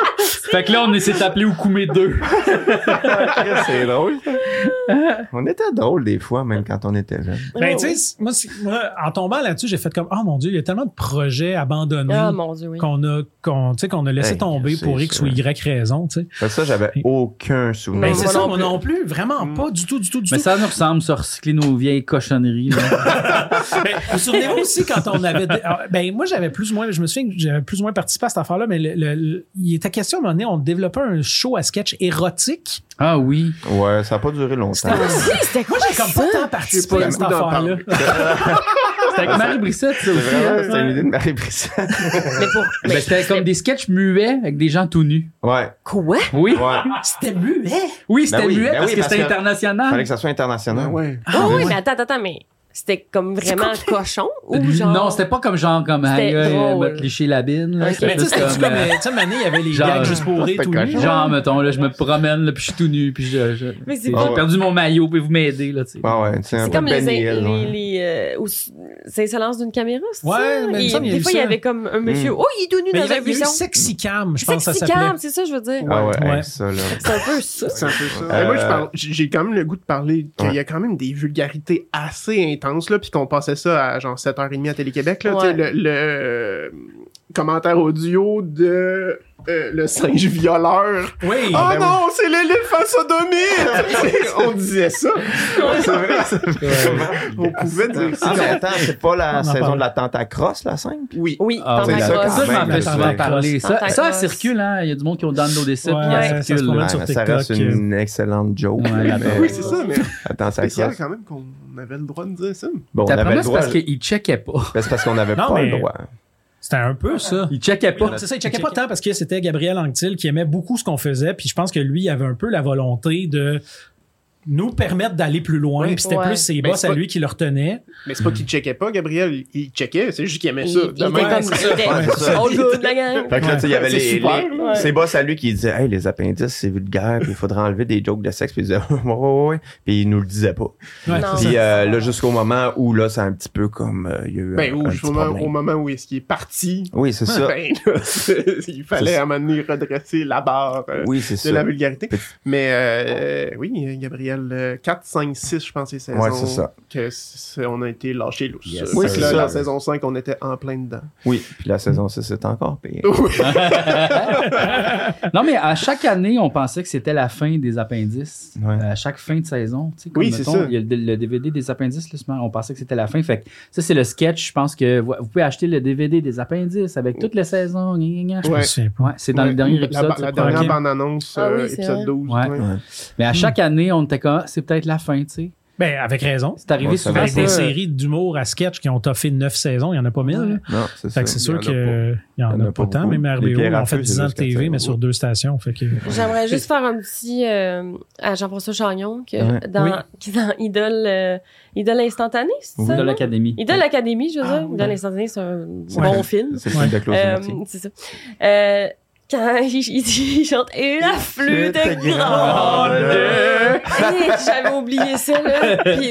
S3: Fait que là, on essaie d'appeler Oukoume 2.
S5: Ah,
S2: c'est drôle. on était drôle des fois, même quand on était jeune.
S1: Ben, tu sais, moi, c'est- moi, en tombant là-dessus, j'ai fait comme, oh mon Dieu, il y a tellement de projets abandonnés
S4: Ah, mon Dieu, oui.
S1: qu'on a, qu'on, tu sais, qu'on a laissé
S2: Hey,
S1: tomber
S2: c'est
S1: pour X ou
S2: sûr. Ben,
S1: Y raison, tu sais.
S2: Fait que Ça, j'avais aucun souvenir.
S1: Ben, c'est
S4: moi
S1: ça,
S4: non
S1: moi
S4: plus.
S1: non plus, vraiment pas du tout, du tout, du
S3: Mais
S1: tout.
S3: Ben, ça nous ressemble, ça recycler nos vieilles cochonneries. là.
S1: Mais vous souvenez-vous aussi quand on avait. ah, Ben, moi, j'avais plus ou moins. Je me souviens que j'avais plus ou moins participé à cette affaire-là, mais le- le- le- il était question, à un moment donné, on développait un show à sketch érotique.
S3: Ah oui.
S2: Ouais, ça a pas duré longtemps.
S4: Si, c'était quoi
S1: Moi, j'ai comme
S4: ça?
S1: pas tant participé
S5: J'ai pas
S1: à
S5: le
S1: cette
S5: goût d'en
S1: affaire-là.
S3: C'était avec Marie Brissette, ça
S2: C'est
S3: aussi.
S2: vraiment,
S3: hein.
S2: c'était une idée de Marie Brisson.
S4: Mais pour.
S3: Ben, C'était comme des sketchs muets avec des gens tout nus.
S2: Ouais,
S4: Quoi?
S3: Oui.
S2: ouais.
S1: Ah, C'était muet. hein.
S3: Oui, c'était
S2: Ben oui,
S3: muet
S2: ben
S3: parce
S2: oui,
S3: que
S2: parce
S3: c'était
S2: que-
S3: international.
S2: Fallait que ça soit international.
S5: Ouais.
S1: Ah,
S4: Ah oui, Oh, mais attends, attends, attends, mais C'était comme vraiment cochon ou genre.
S3: Non, c'était pas comme genre comme
S4: C'était
S3: hey, euh,
S4: drôle.
S3: m'a cliché la bine. là.
S4: Ok.
S3: C'était
S4: Mais tu sais,
S3: juste
S4: c'était-tu
S3: comme, euh,
S1: Mais tu sais, Mané, il y avait les
S3: Genre-
S1: gags juste pour rire tout nu.
S3: Genre, mettons, là, je me promène, là, puis je suis tout nu, puis je, je-
S4: Mais c'est
S1: Ah,
S3: j'ai
S4: pas-
S3: perdu mon maillot, puis vous m'aidez, là, tu sais.
S2: Ah ouais,
S4: C'est comme les, les, les, euh, ou- c'est l'insolence d'une caméra, c'est
S1: Ouais,
S4: ça?
S1: mais il me
S4: Il-
S1: semble qu'il y a
S4: des
S1: eu
S4: fois, il y
S1: ça.
S4: avait comme un monsieur,
S1: Mm.
S4: oh, il est tout nu
S1: Mais
S4: dans
S1: il y
S4: un
S1: avait il y a eu
S4: buisson.
S1: Sexy Cam, je pense que ça
S4: Sexy
S1: s'appelait.
S4: cam, c'est ça, je veux dire.
S2: Ah ouais, hey,
S1: Ouais.
S2: ça, là.
S4: C'est un peu ça.
S5: C'est un peu ça.
S2: Euh,
S5: Mais moi, je parle- j'ai j'ai quand même le goût de parler qu'il y a quand même des vulgarités assez intenses, là, puis qu'on passait ça à genre 7h30 à Télé-Québec. là, tu sais, Le, le, euh, commentaire audio de euh, le singe violeur.
S1: Oui!
S5: Oh
S1: Ben oui.
S5: non, c'est l'éléphant sodomite! On disait ça. Ouais, c'est vrai, c'est vrai. On pouvait dire ça.
S2: Ah, mais attends, c'est pas
S5: On en
S2: la saison
S5: parle.
S2: de la tentacrosse, la scène?
S5: Oui.
S4: Oui,
S3: Ah,
S2: C'est
S3: ouais,
S2: ça, quand
S3: ça, je
S2: même,
S3: m'en fais
S2: la
S3: souvent
S2: scène.
S3: parler. Ça,
S4: Tentacles.
S3: ça circule, hein. Il y a du monde qui ont downloadé ça, puis
S1: Ouais,
S3: ça
S1: ça se
S3: circule.
S1: promène
S3: là.
S1: sur
S2: mais ça reste
S1: TikTok,
S2: une excellente joke.
S3: Ouais,
S2: mais-
S3: là-bas.
S5: Oui, c'est ça, mais
S2: Attends, ça
S5: spécial
S2: crosse.
S5: quand même qu'on avait le droit de dire ça.
S2: Bon, on
S3: T'as
S2: avait
S3: promis,
S2: le
S3: c'est
S2: droit.
S3: parce qu'ils checkaient pas.
S2: Ben, c'est parce qu'on n'avait
S1: Non,
S2: pas
S1: mais-
S2: le droit.
S1: C'était un peu ça.
S3: Ils checkaient pas.
S1: C'est ça, il checkait pas tant parce que c'était Gabriel Anctil qui aimait beaucoup ce qu'on faisait, puis je pense que lui avait un peu la volonté de nous permettre d'aller plus loin, puis c'était
S4: Ouais.
S1: plus ses
S5: Mais
S1: boss
S5: c'est
S1: à
S5: pas-
S1: lui qui le retenait.
S5: Mais c'est pas qu'il checkait pas, Gabriel. Il checkait, c'est juste qu'il aimait
S4: Il,
S5: ça.
S4: il était
S5: De même.
S4: comme, il était
S2: Ouais, c'est ça.
S4: all good, la gang.
S2: Fait que là, tu sais, il y avait
S5: C'est
S2: les.
S5: super,
S2: les-
S5: là.
S2: C'est boss à lui qui disait Hey, les appendices, c'est vulgaire, puis il faudrait enlever des jokes de sexe, puis il disait Ouais, ouais, ouais, ouais. Puis il nous le disait pas.
S1: Ouais,
S4: Non.
S1: c'est
S2: Puis
S1: ça.
S2: euh, là, jusqu'au moment où là, c'est un petit peu comme. euh, Il y a eu.
S5: Ben,
S2: un,
S5: au,
S2: un
S5: au
S2: petit
S5: moment,
S2: problème.
S5: au moment où est-ce qu'il est parti,
S2: Oui, c'est ça.
S5: ben, là, c'est- il fallait
S2: C'est-
S5: à un moment donné redresser la barre euh,
S2: Oui, c'est
S5: de
S2: ça.
S5: la vulgarité.
S2: Petit-
S5: Mais euh, oui, euh, Gabriel, euh, 4, 5, 6, je pense, c'est saison.
S2: Ouais, c'est ça.
S5: Que c'est- on a été lâché lousse.
S2: Yes,
S5: Fait
S2: oui,
S5: que
S2: c'est
S5: là,
S2: ça.
S5: la saison 5, on était en plein dedans.
S2: Oui, puis la saison 6 c'est encore pire.
S5: Oh.
S3: Non, mais à chaque année, on pensait que c'était la fin des appendices.
S2: Ouais.
S3: À chaque fin de saison. tu sais, comme,
S5: Oui, c'est
S3: mettons,
S5: ça.
S3: Il y a le, le DVD des appendices, là, ce moment, on pensait que c'était la fin. Fait que ça, c'est le sketch. Je pense que vous, vous pouvez achter le DVD des appendices avec
S2: Oh.
S3: toutes les saisons. gna, gna, gna.
S5: Ouais.
S1: Je sais pas.
S3: Ouais, c'est dans
S5: Ouais,
S3: le dernier
S5: la-
S3: épisode.
S5: La,
S3: c'est
S5: la
S3: le premier.
S5: dernière bande-annonce,
S4: Ah oui,
S5: euh,
S4: c'est
S5: épisode
S4: vrai.
S5: 12.
S3: Ouais.
S5: ouais.
S2: Ouais.
S3: Mais à
S4: Hmm.
S3: chaque année, on était comme, Ah, c'est peut-être la fin, tu sais.
S1: Ben, avec raison.
S3: C'est arrivé
S2: Ouais, ça
S3: souvent,
S1: Avec des
S3: ça.
S1: séries d'humour à sketch qui ont toffé neuf saisons, il n'y en a pas mille. là.
S2: Non, c'est
S1: Fait
S2: ça.
S1: que c'est
S2: Il y en
S1: sûr
S2: a
S1: qu'il n'y en, a pas tant,
S2: beaucoup.
S1: même à
S2: Les
S1: RBO,
S2: pierres à
S1: on fait
S2: feu,
S1: 10
S2: c'est
S1: ans de
S2: jusqu'à
S1: TV, mais
S2: ça.
S1: sur deux stations. Fait que...
S4: J'aimerais juste faire un petit euh, à Jean-François Chagnon que
S2: Ouais.
S4: dans,
S1: Oui.
S4: qui dans Idole, euh, Idole instantanée, c'est
S2: Oui.
S4: ça?
S3: De
S4: non?
S3: l'Académie.
S4: Idole Académie, je veux
S5: Ah,
S4: dire.
S5: oui.
S4: Idole instantanée, c'est un
S2: C'est
S4: bon
S2: le-
S4: film.
S2: C'est le film de clôture.
S4: Euh,
S2: merci.
S4: c'est ça. Euh, quand il, il- il chante Et la flûte est grande. Hey, J'avais oublié ça, là. Puis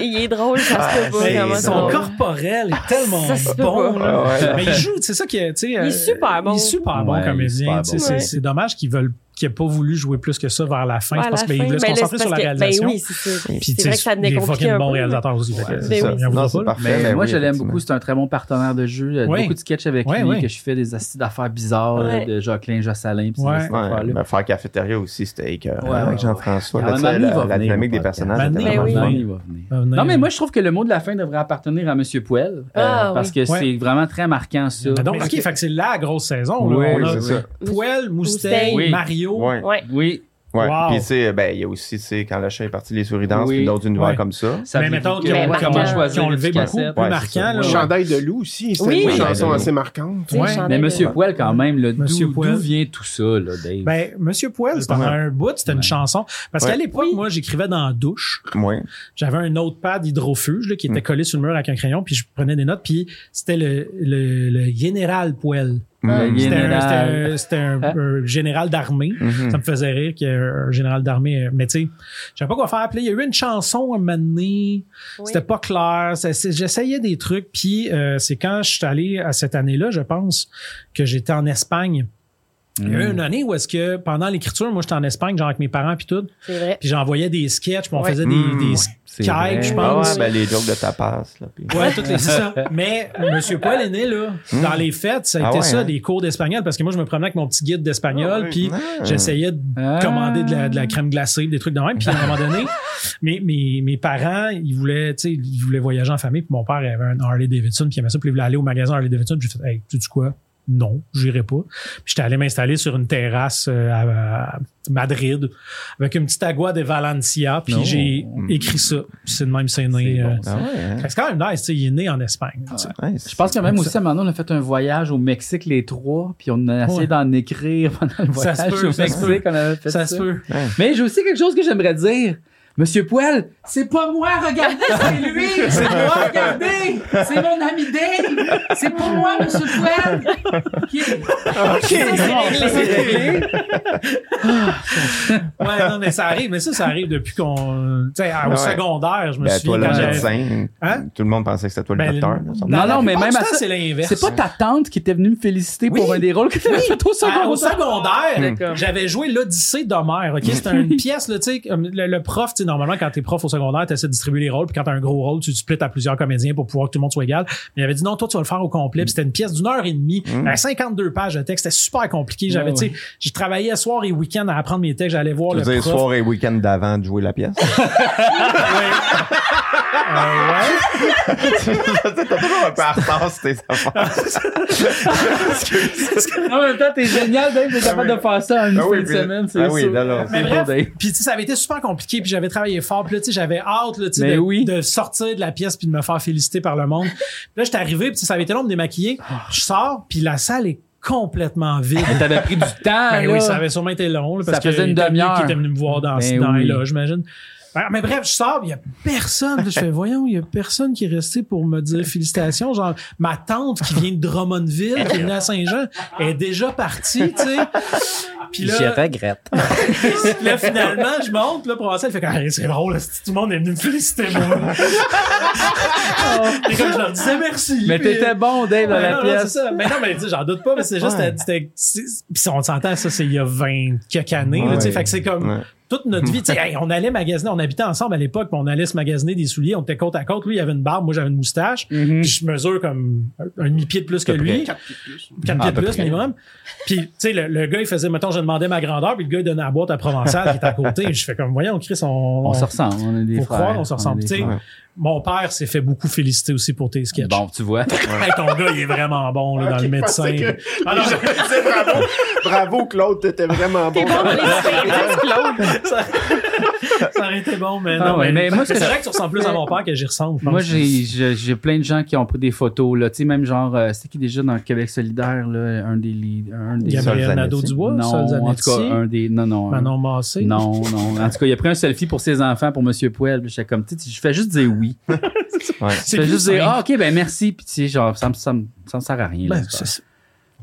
S4: il est drôle, ça se peut pas.
S1: Mais
S4: comment c'est
S1: son
S4: drôle.
S1: corporel est tellement
S4: Ça se peut
S1: bon.
S4: pas.
S1: là.
S2: Ah ouais.
S1: Mais il joue, c'est ça qui est. tu sais,
S4: est
S1: euh,
S4: super bon.
S1: Il est super bon
S3: Ouais, il est
S1: comédien.
S3: super
S1: tu sais,
S3: bon.
S1: C'est
S4: Ouais.
S1: c'est dommage qu'ils veulent qu'il n'ait pas voulu jouer plus que ça vers la fin.
S4: Ouais,
S1: je pense
S4: la
S1: qu'il
S4: fin.
S1: voulait se
S4: Ben là, c'est
S1: concentrer sur la
S4: parce que-
S1: réalisation.
S4: Ben oui, c'est ça.
S1: Puis, tu
S4: C'est
S1: sais,
S4: vrai que ça venait
S1: Il est
S4: compliqué
S1: fucking
S4: un
S1: bon
S4: peu, mais-
S1: réalisateur aussi. fait
S2: Ouais,
S1: que
S2: c'est
S1: c'est
S4: Ben
S1: ça.
S4: oui,
S1: Il en
S2: Non,
S1: voudra pas,
S2: c'est
S1: là.
S2: parfait.
S3: Mais
S2: ben
S3: moi,
S2: oui,
S3: je l'aime
S2: effectivement.
S3: beaucoup. C'est un très bon partenaire de jeu. Euh,
S1: Ouais.
S3: Beaucoup de sketchs avec
S1: Ouais,
S3: lui,
S1: ouais.
S3: que je fais des assis d'affaires bizarres
S4: Ouais.
S3: là, de Jacqueline Jossalin. pis ces
S1: Ouais.
S3: assises d'affaires-là.
S2: Ouais, ben, faire cafétéria aussi, c'était écœurant
S3: Ouais, ouais,
S2: avec
S3: ouais.
S2: Jean-François.
S3: Ah,
S2: là, tu sais,
S3: Manu
S2: la,
S3: va
S2: la
S3: venir
S2: dynamique
S3: au
S2: des
S3: podcast.
S2: personnages.
S1: Manu,
S2: était
S4: Ben oui.
S2: vraiment
S3: Manu
S2: bonne.
S3: va venir.
S1: Ah,
S3: Non, mais moi, je trouve que le mot de la fin devrait appartenir à M. Poel. euh,
S4: Ah,
S3: parce
S4: oui.
S3: que
S1: Ouais.
S3: c'est vraiment très marquant, ça.
S1: Mais donc,
S3: Mais-
S1: OK, fait que c'est la grosse saison. là.
S3: Oui,
S1: On
S2: Oui,
S1: a
S2: c'est ça.
S1: Poel, Moustaine,
S4: Moustaine.
S3: Oui.
S1: Mario.
S2: Ouais.
S4: Ouais.
S3: Oui.
S2: Ouais.
S1: Wow.
S2: Puis, tu sais, ben, il y a aussi, tu sais, quand le chat est parti, les souris dansent,
S3: Oui.
S2: puis d'autres univers
S1: Ouais.
S2: comme ça.
S3: Ça
S1: mais
S3: veut
S1: mettons
S3: dire
S1: qu'ils
S4: Mais
S1: ont,
S4: marquant.
S1: comment choisir,
S3: Ils ont
S1: levé
S3: levé
S1: beaucoup
S3: cassette.
S1: plus
S2: Ouais, c'est
S1: marquant.
S2: ça.
S1: là.
S2: Ouais.
S5: Chandail de loup aussi, c'est
S4: Oui.
S5: une
S4: Oui.
S5: chanson
S2: Oui.
S5: assez marquante.
S4: Tu sais,
S1: Ouais.
S4: Chandail
S3: Mais
S4: de-
S3: Monsieur Poel, quand même, là,
S1: Monsieur
S3: d'où
S1: Poel.
S3: d'où vient tout ça, là, Dave?
S1: Ben, Monsieur Poel, pendant
S2: Ouais.
S1: un bout, c'était une
S3: Ouais.
S1: chanson. Parce qu'à
S2: Ouais.
S1: l'époque, moi, j'écrivais dans la douche.
S2: Ouais.
S1: J'avais un notepad hydrofuge là, qui était
S2: Mm.
S1: collé sur le mur avec un crayon, puis je prenais des notes, puis c'était le, le, le général Poel.
S2: Hmm.
S3: Le
S1: C'était un,
S3: général.
S1: c'était un- c'était un- un général d'armée.
S2: Hein? Mhm.
S1: Ça me faisait rire qu'il y ait un général d'armée. euh, Mais tu sais, je savais pas quoi faire. Puis là, il y a eu une chanson à un moment donné.
S4: Oui.
S1: C'était pas clair. Ça- c'est- J'essayais des trucs. Puis euh, c'est quand je suis allé à cette année-là, je pense, que j'étais en Espagne. Il y
S2: Mhm.
S1: a eu une année où est-ce que pendant l'écriture, moi j'étais en Espagne, genre avec mes parents puis tout,
S4: C'est vrai.
S1: puis j'envoyais des sketchs, puis on
S4: Ouais.
S1: faisait des,
S2: Mm,
S1: des
S2: ouais,
S3: c'est
S1: Skype,
S3: vrai.
S1: je
S2: Ah
S1: pense.
S2: ouais, ben, les jokes de tapas, là. puis- ah
S1: Ouais, toutes les c'est ça. Mais Monsieur Poil est né là. Dans les fêtes, ça a
S2: Ah
S1: été
S2: ouais,
S1: ça,
S2: hein?
S1: des cours d'espagnol, parce que moi, je me promenais avec mon petit guide d'espagnol,
S5: Ah ouais.
S1: puis
S2: Ah.
S1: j'essayais de
S3: Ah.
S1: commander de la, de la crème glacée, des trucs de même. Puis à un moment donné, mes, mes, mes parents, ils voulaient, tu sais, ils voulaient voyager en famille, puis mon père avait un Harley Davidson, puis il aimait ça, puis il voulait aller au magasin Harley Davidson. J'ai fait, hey, tu sais quoi? Non, j'irai pas. Puis j'étais allé m'installer sur une terrasse euh, à, à Madrid avec une petite agua de Valencia, puis
S3: Non.
S1: j'ai
S2: Hmm.
S1: écrit ça. C'est de même, c'est né.
S3: C'est bon,
S1: euh,
S2: Ah ouais, hein?
S1: fait que C'est quand même nice, tu sais, il est né en Espagne. tu sais.
S2: Ah Ouais,
S3: Je pense que même aussi, à un moment donné, on a fait un voyage au Mexique, les trois, puis on a essayé
S1: Ouais.
S3: d'en écrire pendant le
S1: Ça
S3: voyage
S1: se peut,
S3: au
S1: ça se
S3: Mexique. On avait fait
S1: Ça se peut.
S3: Mais j'ai aussi quelque chose que j'aimerais dire. Monsieur Poel, c'est pas moi, regardez, c'est lui! C'est moi, regardez! C'est mon ami Dave! C'est pas moi, Monsieur Poel!
S1: OK, Ah, ouais, non, mais ça arrive, mais ça, ça arrive depuis qu'on. Tu sais, au
S2: Ouais.
S1: secondaire, je me
S2: Ben,
S1: souviens.
S2: toi, le
S1: quand j'avais-
S2: médecin,
S1: Hein?
S2: tout le monde pensait que c'était toi le
S1: Ben,
S2: docteur.
S1: non,
S2: là, ça me
S3: Non,
S2: semble.
S3: non, mais
S1: plupart
S3: même
S1: du
S3: à
S1: temps,
S3: ça,
S1: c'est l'inverse.
S3: C'est pas ta tante qui était venue me féliciter
S1: Oui.
S3: pour un des rôles que tu
S1: Oui.
S3: fait au secondaire.
S1: Ah, au
S2: Hmm.
S1: secondaire,
S3: D'accord.
S1: j'avais joué l'Odyssée d'Homère. OK? C'était une pièce, là, tu sais, comme le, le prof, tu sais, normalement, quand t'es prof au secondaire, t'essaies de distribuer les rôles, puis quand t'as un gros rôle, tu, tu splits à plusieurs comédiens pour pouvoir que tout le monde soit égal. Mais il avait dit non, toi, tu vas le faire au complet. Puis c'était une pièce d'une heure et demie,
S2: Hmm.
S1: à 52 pages de texte. C'était super compliqué. J'avais,
S3: Ouais,
S1: tu sais, j'ai travaillé soir et week-end à apprendre mes textes. J'allais voir
S2: Je
S1: le
S2: veux dire,
S1: prof.
S2: soir et week-end d'avant de jouer la pièce.
S1: Ah
S2: Tu sais, T'as toujours un peu en retard sur tes affaires.
S3: En même temps, t'es génial, Dave, t'es capable de faire ça en une
S2: Ah oui,
S3: fin de
S2: puis-
S3: semaine, c'est
S2: ah oui,
S3: sûr.
S2: non, non,
S3: C'est
S1: Mais
S3: beau,
S1: bref,
S3: Dave.
S1: puis tu sais, ça avait été super compliqué, puis j'avais travaillé fort, puis là, tu sais, j'avais hâte, là, tu sais,
S3: Mais
S1: de,
S3: oui.
S1: de sortir de la pièce puis de me faire féliciter par le monde. Puis là, j'étais arrivé, puis tu sais, ça avait été long de me démaquiller.
S3: Ah.
S1: Je sors, puis la salle est complètement vide.
S3: Mais t'avais pris du temps,
S1: Ben
S3: Ah, là.
S1: oui, ça avait sûrement été long, là, parce
S3: Ça faisait
S1: que
S3: une
S1: il y a
S3: demi-heure.
S1: qui était venu me voir dans,
S3: Ben
S1: dans
S3: oui.
S1: là, j'imagine. Ben, Mais bref, je sors, il y a personne. Puis Je fais, voyons, il y a personne qui est resté pour me dire félicitations. Genre, ma tante qui vient de Drummondville, qui est venue à Saint-Jean, est déjà partie, tu sais. Puis là,
S16: J'y regrette.
S1: puis là, finalement, je monte, là, pour elle fait comme, Hey, c'est drôle, là, c'est- tout le monde est venu me féliciter, moi. Et comme je leur disais merci.
S3: Mais
S1: puis-
S3: t'étais bon, Dave, dans
S1: Ouais,
S3: la
S1: non, non,
S3: pièce.
S1: c'est ça. Mais non, mais tu sais, j'en doute pas, mais c'est juste,
S3: Ouais.
S1: c'était- c'était- puis si on s'entend, ça, c'est il y a 20 quelques années, là, tu sais,
S3: Ouais.
S1: fait que c'est comme,
S3: Ouais.
S1: toute notre vie, tu sais, hey, on allait magasiner, on habitait ensemble à l'époque, puis on allait se magasiner des souliers, on était côte à côte, lui, il avait une barbe, moi, j'avais une moustache,
S3: Mm. Mhm.
S1: puis je mesure comme un, un demi-pied de plus que
S5: À peu
S1: lui.
S5: près. Quatre pieds de plus.
S1: Quatre
S5: Ah,
S1: pieds
S5: à
S1: de
S5: peu
S1: plus,
S5: près.
S1: minimum. Puis, tu sais, le, le gars, il faisait, mettons, je demandais ma grandeur, puis le gars, il donnait la boîte à Provençal, qui était à côté. Je fais comme, voyons, Chris, on.
S3: On se ressemble, on est des
S1: Faut
S3: frères,
S1: croire, on se
S3: on
S1: ressemble.
S3: est des
S1: Tu sais,
S3: frères.
S1: mon père s'est fait beaucoup féliciter aussi pour tes sketchs.
S3: Bon, tu vois.
S1: Hey, ton gars, il est vraiment bon, là, dans le médecin. Ah, non,
S5: bravo, bravo Claude, t'étais vraiment bon.
S1: ça, ça aurait été bon, mais
S3: Ah
S1: non.
S3: ouais, mais moi,
S1: c'est
S3: ce que je-
S1: vrai que tu ressembles plus à mon père que j'y ressemble. je pense.
S3: Moi, j'ai- j'ai j'ai plein de gens qui ont pris des photos, là. Tu sais, même genre, euh, c'est qui déjà dans Québec solidaire, là, un des... li- Un des
S1: Gabriel Sol Nadeau-Dubois,
S3: Non,
S1: Sol
S3: en
S1: Zanetti.
S3: tout cas, un des... Non, non. un-
S1: Manon Massé.
S3: Non, non. En tout cas, il a pris un selfie pour ses enfants, pour Monsieur Poel. Puis J'étais comme, tu sais, je fais juste dire oui. Je
S1: C'est
S3: fais
S1: plus
S3: juste
S1: simple.
S3: dire, ah, ok, ben merci. Puis tu sais, genre, ça me, ça me, ça me sert à rien. là,
S1: Ben,
S3: ça.
S1: c'est ça.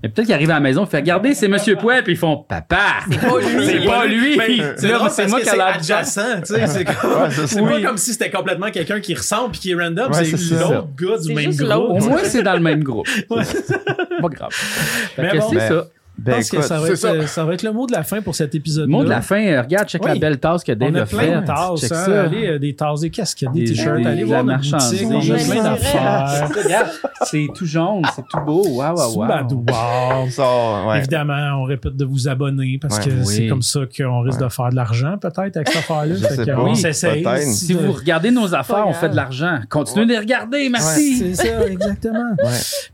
S3: Mais peut-être qu'ils arrivent à la maison, ils font, regardez, c'est Monsieur Poel, puis ils font, papa! C'est
S1: pas lui.
S3: C'est pas lui!
S1: Ben, C'est
S3: Là,
S1: drôle
S3: c'est
S1: parce
S3: moi
S1: que
S3: qui a
S1: c'est
S3: l'air
S1: adjacent, tu sais. C'est comme-
S3: Ouais,
S1: c'est
S3: c'est ça.
S1: pas
S3: Oui.
S1: comme si c'était complètement quelqu'un qui ressemble puis qui est random.
S3: Ouais,
S1: c'est
S3: c'est ça.
S1: l'autre gars du
S3: C'est
S1: même
S3: juste
S1: groupe.
S3: l'autre. Au moins, c'est dans le même groupe. Pas grave. Fait que c'est
S1: ben,
S3: ça.
S1: Je pense que ça va, être, euh, ça va être le mot de la fin pour cet épisode-là.
S3: Mot de la fin, euh, regarde, check la belle tasse que Dave
S1: On a
S3: a
S1: plein
S3: faite.
S1: de tasses.
S3: Check
S1: hein.
S3: ça.
S1: Allez, euh, des tasses, des casquettes, des
S3: Des-
S1: t-shirts.
S3: des-
S1: Allez
S3: de
S1: voir
S3: la
S1: notre
S3: marchandise.
S1: boutique. On a
S3: Des-
S1: plein d'affaires.
S3: euh, Regarde, c'est tout jaune, c'est tout beau. Waouh, waouh, waouh.
S1: Sous-badois.
S2: ouais.
S1: Évidemment, on répète de vous abonner parce
S3: Ouais.
S1: que
S3: Oui.
S1: c'est comme ça qu'on risque de faire de l'argent peut-être avec cette affaire-là.
S3: Je
S1: Fait
S3: sais
S1: que,
S3: pas.
S1: on s'essaye.
S3: Si vous regardez nos affaires, on fait de l'argent. Continuez de les regarder, merci.
S1: Ouais, c'est ça, exactement.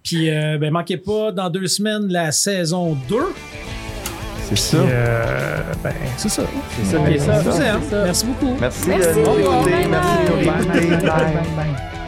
S1: Puis, euh, ben, manquez pas dans deux semaines la saison 2.
S2: C'est ça.
S1: ben, c'est ça.
S2: C'est ça, c'est ça.
S1: Je vous aime. Merci beaucoup.
S2: Merci, euh, de nous écouter. Merci de nous réécouter.
S1: Bye, bye, bye, bye.